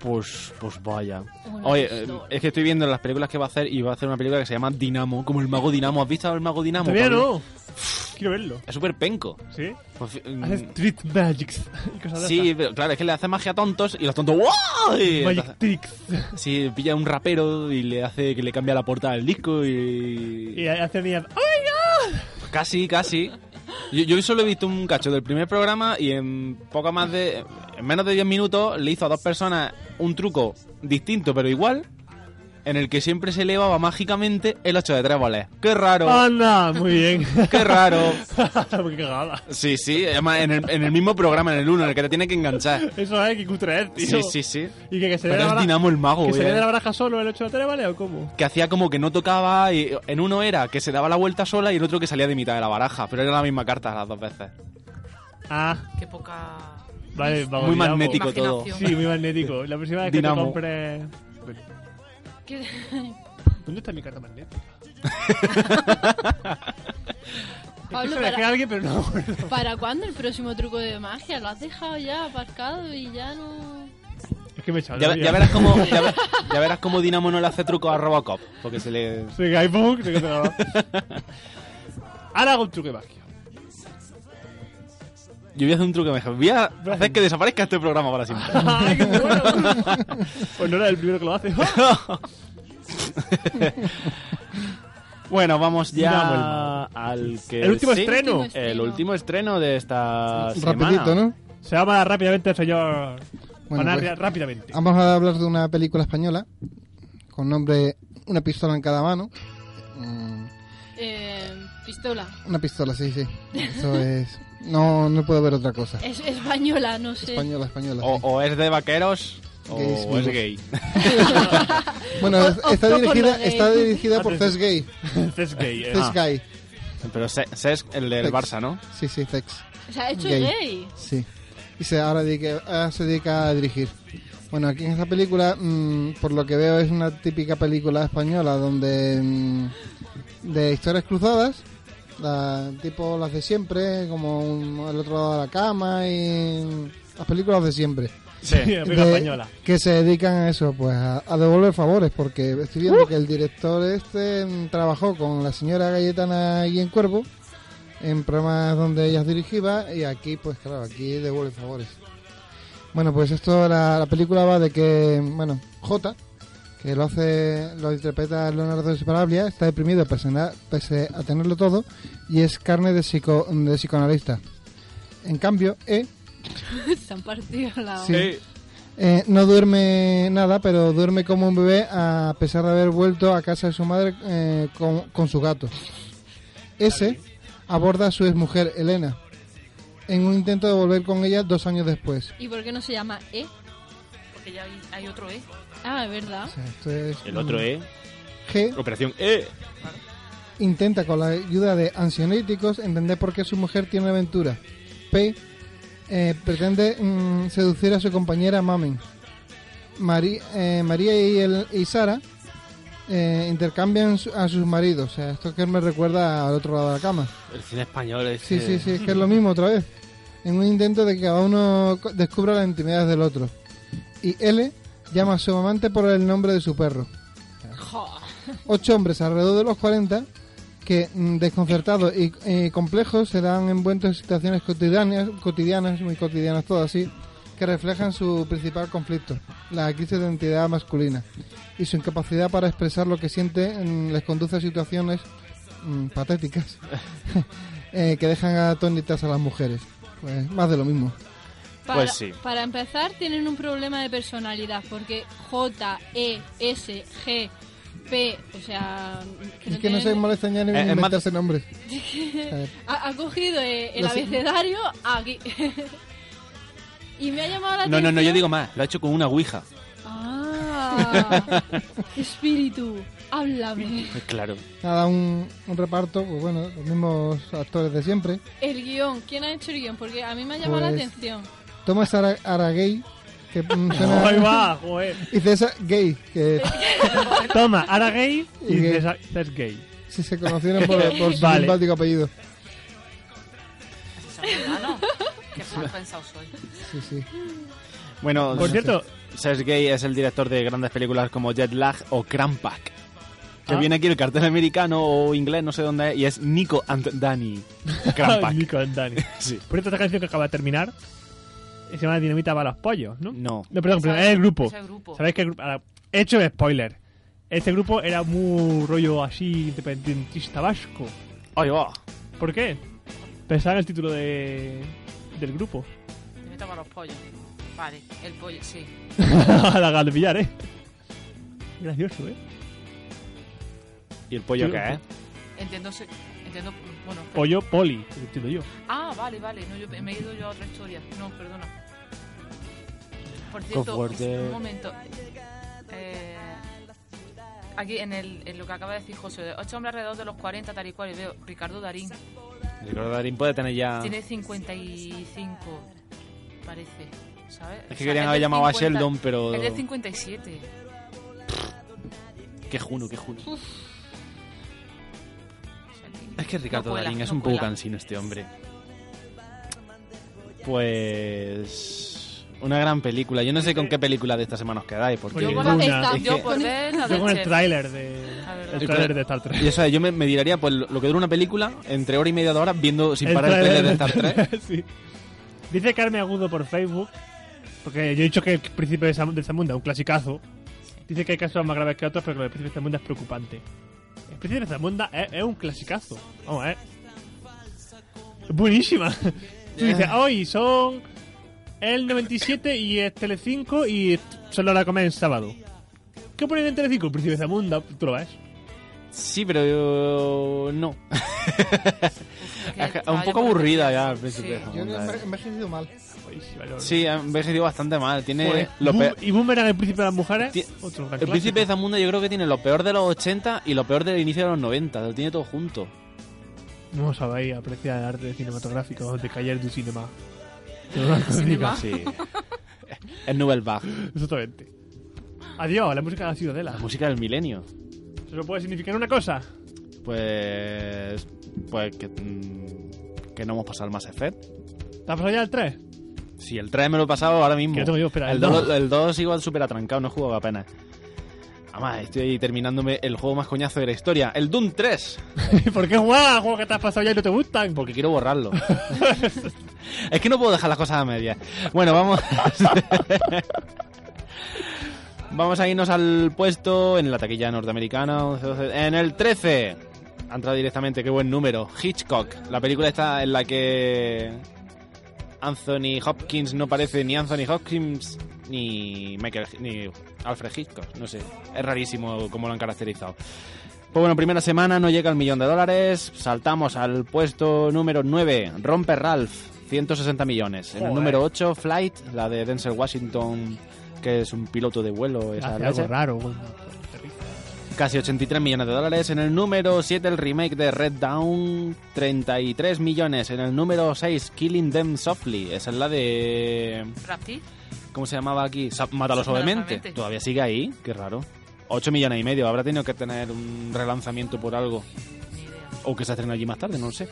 F: Pues, pues vaya.
G: Una
F: Oye, eh,
G: historia.
F: es que estoy viendo las películas que va a hacer y va a hacer una película que se llama Dinamo, como el mago Dinamo. ¿Has visto el mago Dinamo?
E: Todavía
F: Pablo?
E: no. Quiero verlo.
F: Es súper penco.
E: ¿Sí?
F: Por fi-
E: Hace Street Magics [LAUGHS] y cosas de
F: Mm. Sí, pero claro, es que le hace magia a tontos y los tontos ¡Wow!
E: esas.
F: Y entonces-
E: Magic Tricks.
F: Sí, pilla a un rapero y le hace que le cambia la portada del disco y...
E: Y hace niñas. ¡Oh my god!
F: Casi, casi. Yo, yo solo he visto un cacho del primer programa y en poco más de... En menos de 10 minutos le hizo a dos personas un truco distinto pero igual en el que siempre se elevaba mágicamente el 8 de tréboles. ¡Qué raro!
E: "Oh, ¡Anda! Muy
F: [LAUGHS]
E: bien. [LAUGHS]
F: ¡Qué raro!
E: Muy cagada.
F: Sí, sí, además en el, en el mismo programa, en el uno, en el que te tiene que enganchar.
E: Eso es que cutre es, tío.
F: Sí, sí, sí.
E: Y que, que se le
F: Pero
E: dé la
F: es
E: baraja-
F: Dinamo el mago,
E: Que se
F: güey,
E: le dé
F: eh.
E: la baraja solo el 8 de 3, ¿vale? ¿O cómo?
F: que hacía como que no tocaba y en uno era que se daba la vuelta sola y en otro que salía de mitad de la baraja, pero era la misma carta las dos veces.
E: Ah,
H: Qué poca
E: vale, vamos.
F: Muy
E: Oh, Dinamo.
F: magnético todo.
H: imaginación.
E: Sí, muy magnético. La próxima vez que
F: Dinamo.
E: te compres.
G: ¿Qué-
E: ¿Dónde está mi carta magnética?
G: Pablo,
E: Eso
G: para-
E: dejé a alguien, pero no. [LAUGHS] me acuerdo.
G: ¿Para cuándo el próximo truco de magia? Lo has dejado ya aparcado y ya no...
E: Es que me he echado.
F: Ya, ya verás cómo, ya,
E: [LAUGHS]
F: ve- ya verás cómo Dinamo no le hace truco a Robocop, porque se le...
E: Soy Guybong, de que te grababa.
F: [LAUGHS]
E: Ahora hago un truco de magia.
F: Yo voy a hacer un truco mejor, voy a hacer que desaparezca este programa
E: [LAUGHS]
F: para siempre.
E: ¡Ay, qué bueno! pues no era el primero que lo
F: [LAUGHS]
E: hace. ¡Ah!
F: Bueno, vamos
E: Dinamo el
F: ya
E: mago.
F: al que...
E: El último
F: sí,
E: estreno.
F: El último estreno de esta semana.
I: Rapidito, ¿no?
E: Se llama rápidamente el señor.
I: Bueno,
E: Van a-
I: pues-
E: rápidamente.
I: Vamos a hablar de una película española con nombre Una pistola en cada mano. Mm,
G: Eh, pistola.
I: Una pistola, sí, sí. Eso es. No, no puedo ver otra cosa.
G: Es española, no sé.
I: Española, española.
F: O,
I: sí.
F: o es de vaqueros o
I: Gays
F: es
I: vivos.
F: gay. [LAUGHS]
I: Bueno,
G: o-
I: es-
G: optó
I: está
G: por
I: dirigida,
G: lo gay.
I: está dirigida por
E: Antes-
I: Cés Gay.
E: Cés gay. eh.
I: Cés Gay.
F: Pero se- se es el del
I: Sex.
F: Barça, ¿no?
I: Sí, sí, Cés.
G: [LAUGHS] Se ha hecho
I: Gay.
G: gay. [LAUGHS]
I: Sí. Y se, ahora dedica- ahora se dedica a dirigir. Bueno, aquí en esta película, mm, por lo que veo, es una típica película española donde. mm, de historias cruzadas, la- tipo las de siempre, como un- el otro lado de la cama y. las películas de siempre.
E: Sí, [LAUGHS] amiga
I: de-
E: española.
I: Que se dedican a eso, pues a, a devolver favores, porque
E: Uh.
I: estoy viendo que el director este mm, trabajó con la señora Galletana y en Cuervo, en programas donde ellas dirigía, y aquí, pues claro, aquí devuelve favores. Bueno, pues esto, la, la película va de que, bueno, J, que lo hace, lo interpreta Leonardo Separablia, está deprimido pese a, pese a tenerlo todo, y es carne de, psico, de psicoanalista. En cambio, E,
G: Se han partido la...
I: Sí.
E: E,
I: eh, no duerme nada, pero duerme como un bebé a pesar de haber vuelto a casa de su madre eh, con, con su gato. Ese aborda a su exmujer, Elena, en un intento de volver con ella dos años después.
G: ¿Y por qué no se llama E?
H: Porque ya hay, hay otro E.
G: Ah, es
I: O
G: verdad.
I: sea, esto es,
F: El otro
I: mm,
F: E,
I: G
F: Operación E.
I: intenta con la ayuda de ansionéticos entender por qué su mujer tiene una aventura. P eh, pretende mm, seducir a su compañera Mamen. Mari- eh, María y, el- y Sara eh, intercambian su- a sus maridos. O sea, esto que me recuerda al otro lado de la cama.
F: El cine español es...
I: Sí,
F: que-
I: sí, sí, es que es lo mismo otra vez. En un intento de que cada uno co- descubra las intimidades del otro. Y L llama a su amante por el nombre de su perro. Ocho hombres alrededor de los 40 que mm, desconcertados y eh, complejos serán envueltos en situaciones cotidianas, cotidianas, muy cotidianas todas así, que reflejan su principal conflicto, la crisis de identidad masculina. Y su incapacidad para expresar lo que siente mm, les conduce a situaciones mm, patéticas eh, que dejan atónitas a las mujeres. Pues más de lo mismo.
G: Para,
F: Pues sí.
G: Para empezar, tienen un problema de personalidad, porque J, E, S, G, P, o sea... que
I: es que no se
G: tienen-
I: molestan ya ni
F: Eh,
I: en
F: es más-
I: inventarse nombres. Eh,
G: ha, ha cogido eh, el
I: Lo sé.
G: abecedario aquí. [LAUGHS] y me ha llamado la
F: No, no, no, yo
G: atención-
F: digo más. Lo ha hecho con una ouija. [LAUGHS]
G: Ah, espíritu, háblame.
F: Claro.
I: Nada, un, un reparto, pues bueno, los mismos actores de siempre.
G: El guión, ¿quién ha hecho el guión? Porque a mí me ha llamado la
I: Pues-
G: atención.
I: Tomás Ara- Aragay,
E: [LAUGHS]
I: que mm, suena...
E: Ahí va, joder.
I: Y César Gay, que [LAUGHS]
E: Toma, ahora gay y
I: Y gay.
E: César César gay.
I: si se conocieron por, por su
E: Vale.
I: simpático apellido.
E: [LAUGHS]
H: Así se llama, ¿no? Qué mal pensado soy.
I: Sí, sí.
F: Bueno,
E: Por cierto,
F: Sergei es el director de grandes películas como Jet Lag o Crampack. Que
E: Ah.
F: viene aquí el cartel americano o inglés, no sé dónde es, y es Nico and Danny.
E: [LAUGHS]
F: Crampack.
E: Nico and Dani.
F: Sí.
E: Por cierto, esta canción que acaba de terminar se llama Dinamita para los pollos, ¿no?
F: No.
E: No, perdón, perdón, es el grupo.
H: Es el grupo.
E: ¿Sabéis qué grupo? Ahora, He hecho un spoiler. Este grupo era muy rollo así independentista vasco.
F: Ahí va.
E: ¿Por qué? Pensaba en el título de, del grupo. [LAUGHS]
H: Me meto con los pollos. Vale, el pollo, sí.
E: La acabas de pillar, ¿eh? Gracioso, ¿eh?
F: ¿Y el pollo
E: Sí,
F: qué eh? es?
H: Entiendo, se- entiendo, bueno.
E: Pollo poli, entiendo yo.
H: Ah, vale, vale. No, yo me he ido yo a otra historia. No, perdona. Por
F: Qué
H: cierto,
F: fuerte.
H: un momento. Eh, aquí en, el, en lo que acaba de decir José, de ocho hombres alrededor de los 40, tal y cual, y veo Ricardo Darín.
F: Ricardo Darín puede tener ya...
H: Tiene 55, parece. ¿Sabes?
F: Es que querían haber llamado a Sheldon, pero...
H: Es de 57.
F: Qué juno, qué juno. Es que
H: No
F: Ricardo
H: cuela,
F: Darín es
H: no
F: un poco
H: cuela.
F: cansino este hombre. Pues... Una gran película. Yo no sé con qué película de esta semana os quedáis. Porque...
E: Yo
H: Yo por,
E: con la-
G: Esta-
E: es que-
H: yo por
G: con-
H: ver la
E: Yo con
H: de
E: el
H: Chef.
E: tráiler de,
H: La verdad.
E: el tráiler de Star Trek.
F: Y eso, yo me, me tiraría por lo que dura una película entre hora y media de hora viendo sin
E: El
F: parar el
E: tráiler
F: trailer de Star
E: [LAUGHS]
F: Trek.
E: sí. Dice Carmen Agudo por Facebook, porque yo he dicho que el príncipe de Sam- de Zamunda es un clasicazo. Dice que hay casos más graves que otros, pero que el príncipe de Zamunda es preocupante. El príncipe de Zamunda es, es un clasicazo. Vamos, es buenísima. [LAUGHS] Tú dices, hoy son el 97 y es Telecinco y solo la comen en sábado. ¿Qué ponen en Telecinco? El príncipe de Zamunda, tú lo ves.
F: Sí, pero yo-
H: [LAUGHS]
F: no.
H: Porque
F: Es que-
H: estaba
F: un
H: Ah, yo
F: poco
H: por-
F: aburrida ya al principio. eh.
H: Sí.
I: Yo creo que he enve- envejecido mal.
E: Buenísima, yo-
F: Sí, ha envejecido bastante mal. Tiene
E: Joder.
F: lo
E: Boom-
F: peor-
E: ¿Y Boomerang el príncipe de las mujeres?
F: Ti-
E: Otro gran
F: El
E: clásico.
F: príncipe de Zamunda yo creo que tiene lo peor de los 80 y lo peor del inicio de los 90. Lo tiene todo junto.
E: No sabéis apreciar el arte cinematográfico de Cayer du Cinema.
H: Cinema.
F: Sí. [LAUGHS] es Nouvelle Vague.
E: Exactamente. Adiós, la música de la ciudadela.
F: La música del milenio.
E: Solo puede significar una cosa.
F: Pues... Pues que... mm, Que no hemos pasado el Mass Effect.
E: ¿Te has pasado ya el 3?
F: Sí, el 3 me lo he pasado ahora mismo.
E: Que no tengo yo, espera,
F: el
E: el
F: 2,
E: dos.
F: igual súper atrancado, no he jugado apenas. Además, estoy ahí terminándome el juego más coñazo de la historia. El Doom 3.
E: [LAUGHS] ¿Por qué jugar a juegos que te has pasado ya y no te gustan?
F: Porque
E: [LAUGHS]
F: quiero borrarlo. es que no puedo dejar las cosas a medias. Bueno, vamos. [LAUGHS] vamos a irnos al puesto en la taquilla norteamericana. 11, 12, en el 13. Ha entrado directamente, qué buen número. Hitchcock. La película está en la que Anthony Hopkins no parece ni Anthony Hopkins ni Michael ni Alfred Hitchcock. No sé. Es rarísimo como lo han caracterizado. Pues bueno, primera semana no llega al millón de dólares. Saltamos al puesto número 9, Romper Ralph, 160 millones. En el
E: Joder.
F: número 8, Flight, la de Denzel Washington, que es un piloto de vuelo. esa
E: Hace
F: leche.
E: algo raro, güey. Terrible.
F: Casi 83 millones de dólares. En el número 7, el remake de Red Down, 33 millones. En el número 6, Killing Them Softly. Esa es la de.
H: Rapti,
F: ¿Cómo se llamaba aquí? Sa- Mátalo
H: Mátalo
F: suavemente.
H: suavemente.
F: Todavía sigue ahí, qué raro. 8 millones y medio. Habrá tenido que tener un relanzamiento por algo.
H: ni idea.
F: O que se estrena allí más tarde, no lo sé.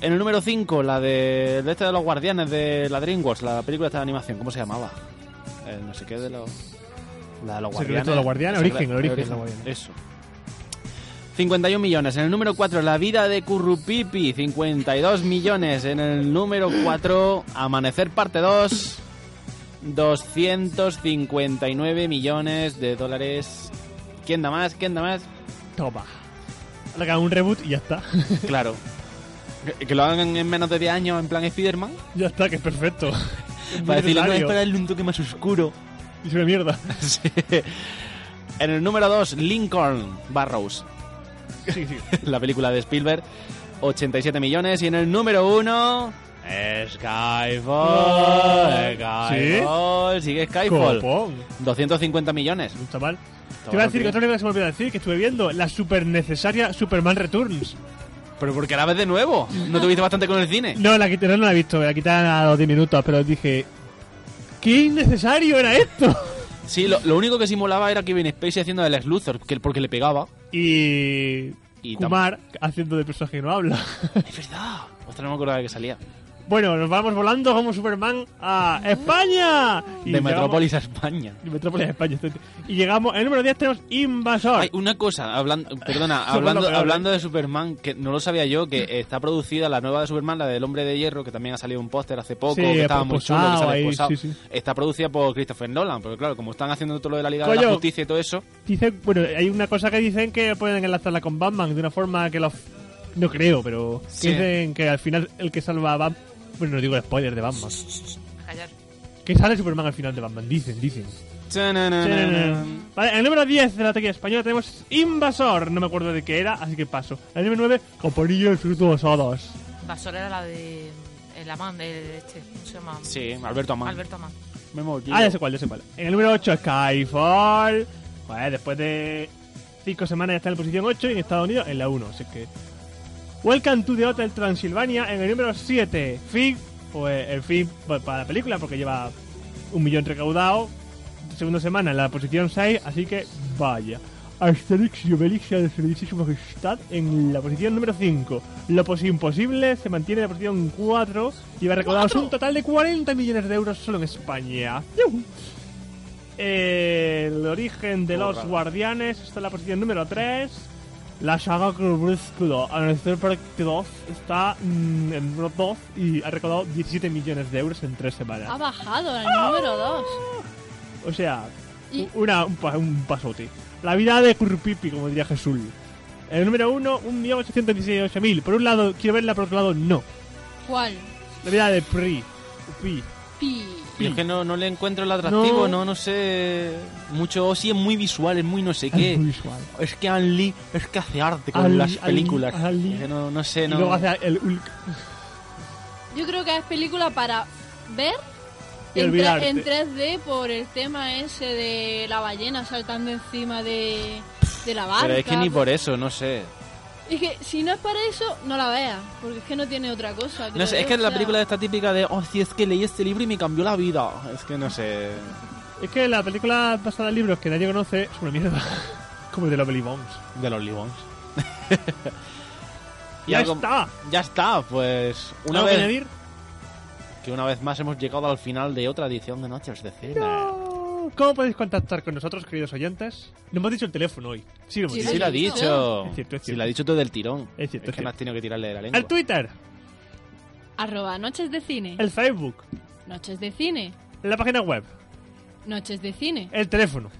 F: En el número 5, la de, de este de los guardianes de la DreamWorks, la película esta de animación, ¿cómo se llamaba? El no sé qué de los... La de
E: Secreto
F: los guardianes.
E: de los guardianes,
F: Secre-
E: Origen, el Origen de los guardianes.
F: Eso. 51 millones. En el número 4, La vida de Currupipi, 52 millones. En el número 4, Amanecer parte 2, 259 millones de dólares. ¿Quién da más? ¿Quién da más?
E: Toma. Ahora que haga un reboot y ya está. [LAUGHS]
F: Claro. Que, que lo hagan en menos de 10 años en plan Spider-Man.
E: ya está, que es
F: [LAUGHS]
E: perfecto. Es muy
F: Para decirle, no, es
E: necesario.
F: para darle un toque más oscuro.
E: Es una mierda.
F: [LAUGHS] Sí. En el número 2, Lincoln Barrows,
E: Sí, sí.
F: [LAUGHS] la película de Spielberg, 87 millones. Y en el número 1, Skyfall. Skyfall. Sigue Skyfall.
E: Copón.
F: 250 millones.
E: Un chaval. Te iba a decir que otra película que se me olvidó decir, que estuve viendo, la super necesaria Superman Returns.
F: Pero porque la ves de nuevo. No tuviste bastante con el cine.
E: No, la quité, no la he visto, la quitan a los 10 minutos, pero dije, ¿qué innecesario era esto? [LAUGHS]
F: Sí, lo, lo único que simulaba era Kevin Spacey haciendo el Luthor, que porque le pegaba.
E: Y...
F: Y tam-
E: Kumar haciendo de personaje que no habla. [LAUGHS]
F: Es verdad. Ostras, no me acordaba que salía.
E: Bueno, nos vamos volando como Superman a España. Y
F: de
E: llegamos-
F: Metrópolis a España.
E: De Metrópolis a España. exacto. Y llegamos, en el número 10 tenemos Invasor.
F: Hay una cosa, hablando,
E: [LAUGHS]
F: perdona,
E: Somos los
F: hablando,
E: peores.
F: hablando de Superman, que no lo sabía yo, que está producida la nueva de Superman, la del Hombre de Hierro, que también ha salido un póster hace poco,
E: Sí,
F: que estaba muy chulo, que
E: posado
F: sale
E: ahí,
F: posado.
E: sí, sí.
F: Está producida por Christopher Nolan, porque claro, como están haciendo todo lo de la Liga de
E: Coño.
F: la Justicia y todo eso,
E: Dicen, bueno, hay una cosa que dicen que pueden enlazarla con Batman de una forma que los. No creo, pero. que
F: Sí.
E: Dicen que al final el que salva a Batman. Bueno, no digo spoiler de Batman.
H: Callar.
E: Que sale Superman al final de Batman, dicen, dicen.
F: Ta-na-na-na-na.
E: Vale, en el número 10 de la taquilla española tenemos Invasor. No me acuerdo de qué era, así que paso. En el número 9, Compañía de Frutos Odos.
H: Basol era la de. El amante de este. ¿Cómo se llama?
F: sí, Alberto Amán.
H: Alberto Amán.
F: Me morí.
E: Ah, ya sé cuál, ya sé cuál. En el número 8, Skyfall. Pues después de 5 semanas ya está en la posición 8 y en Estados Unidos en la 1, así que... Welcome to the Hotel Transilvania en el número 7. Fin, pues el fin pues, para la película porque lleva un millón recaudado. Segunda semana en la posición 6, así que vaya. Asterix y Obelix al servicio de su majestad en la posición número 5. Lopos Imposible se mantiene en la posición 4 y va recaudados un total de 40 millones de euros solo en España. ¡Yujú! El origen de los guardianes está en la posición número 3. La saga Crepúsculo Amanecer Parte 2 está mm, en número 2 y ha recaudado 17 millones de euros en 3 semanas.
G: Ha bajado al número 2.
E: O sea,
G: Y-
E: u- una, un, pa- un pasote. La vida de Curpipi, como diría Jesús. El número 1, 1.818.000. Por un lado, quiero verla, por otro lado, no.
G: ¿Cuál?
E: La vida de Pri. Pi.
G: Pi.
F: Yo es que no, no le encuentro el atractivo, no, no, sé. Mucho, sí, es muy visual, es muy no sé qué.
E: Es muy visual.
F: Es que Ann Lee es que hace arte con
E: Ang
F: las
E: Lee, Ang Lee,
F: películas.
E: Ang Lee.
F: Es que no, no sé,
E: Y
F: no.
E: luego hace el Hulk.
G: Yo creo que es película para ver
E: Y
G: en, tre-
E: olvidarte.
G: en 3D por el tema ese de la ballena saltando encima de, de la barca.
F: Pero es que ni por eso, no sé.
G: Es que si no es para eso, no la veas, porque es que no tiene otra cosa.
F: No
G: creo
F: sé, es
G: yo,
F: que
G: o
F: la
G: sea,
F: película está típica de, oh, si es que leí este libro y me cambió la vida. Es que no sé.
E: Es que la película basada en libros que nadie conoce es una mierda. [LAUGHS] Como el de los Belly Bones.
F: De los Libons. [LAUGHS] Y
E: ¡Ya
F: algo-
E: está!
F: Ya está, pues. Una
E: ¿Algo
F: vez
E: que añadir?
F: que una vez más hemos llegado al final de otra edición de Noches de Cine.
E: ¿Cómo podéis contactar con nosotros, queridos oyentes? No hemos dicho el teléfono hoy. Sí, lo hemos
G: Sí,
E: dicho.
F: Sí, lo ha
G: Es cierto.
F: dicho.
E: Es cierto, es
F: Sí,
E: cierto.
F: lo ha dicho todo del tirón.
E: Es cierto, es
F: que no
E: cierto.
F: has tenido que tirarle de la lengua.
E: El Twitter,
G: Arroba Noches de Cine.
E: el Facebook,
G: Noches de Cine.
E: la página web,
G: Noches de Cine.
E: el teléfono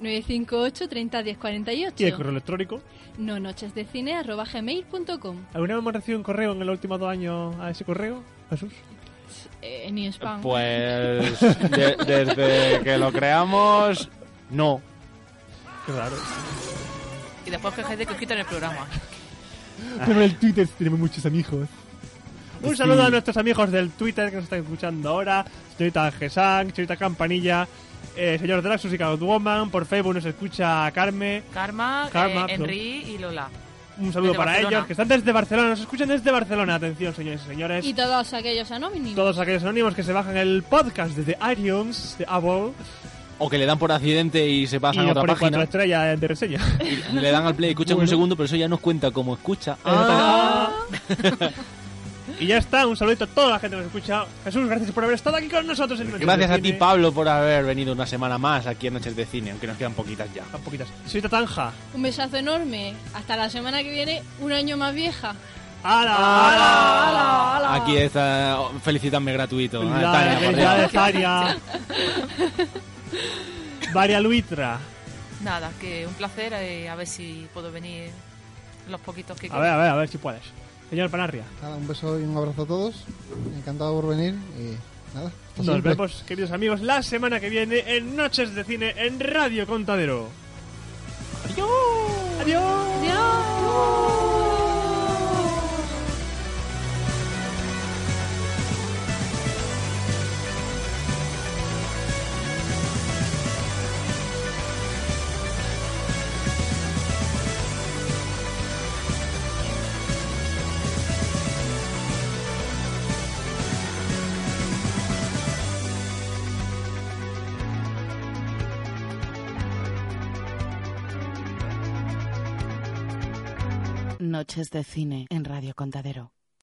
G: 958 30 10
E: y el
G: 48.
E: correo electrónico.
G: No noches de cine arroba gmail.com.
E: ¿Alguna vez hemos recibido un correo en los últimos dos años a ese correo, Jesús?
G: Eh, ni spam.
F: Pues. de- desde que lo creamos. No.
E: Qué raro.
H: Y después quejáis de que os quitan el programa.
I: Ah.
E: Pero en el Twitter tenemos muchos amigos. Un saludo a nuestros amigos del Twitter que nos están escuchando ahora. Señorita Gesang, señorita Campanilla, eh, señor Draxus y Catwoman. Por Facebook nos escucha Carmen.
H: Karma,
E: Karma,
H: eh,
E: perdón.
H: Henry y Lola.
E: Un saludo
H: Desde
E: para
H: Barcelona.
E: ellos que están desde Barcelona. Nos escuchan desde Barcelona. Atención, señores y señores.
G: Y todos aquellos anónimos.
E: todos aquellos anónimos que se bajan el podcast desde iTunes, de Apple,
F: O que le dan por accidente y se
E: y
F: pasan a
E: nos
F: otra
E: ponen cuatro
F: página.
E: estrellas de reseña.
H: [LAUGHS]
F: Y le dan al play, escuchan un
E: Bueno. Ah.
F: segundo, pero eso ya nos cuenta como escucha.
E: [LAUGHS] y ya está, un saludito a toda la gente que nos escucha. Jesús, gracias por haber estado aquí con nosotros. En Noches
F: Gracias
E: de
F: a ti,
E: Cine.
F: Pablo, por haber venido una semana más aquí en Noches de Cine, aunque nos quedan poquitas ya.
E: Tan poquitas. Señorita Tanja.
G: Un besazo enorme. Hasta la semana que viene, un año más vieja.
E: ¡Hala! ¡Hala!
F: Ah. Aquí está, oh, felicítame gratuito. Ah,
E: La
F: Tania, por
E: felicidad de
F: Dios.
E: Tania. Varia Luitra.
H: Nada, que un placer. eh, a ver si puedo venir los poquitos que
E: A ver, a ver, a ver si puedes. Señor Panarria.
I: Nada, un beso y un abrazo a todos. Encantado por venir y nada. hasta
F: pues.
E: Nos
I: siempre.
E: vemos, queridos amigos, la semana que viene en Noches de Cine en Radio Contadero. ¡Adiós! ¡Adiós!
D: Noches de cine en Radio Contadero.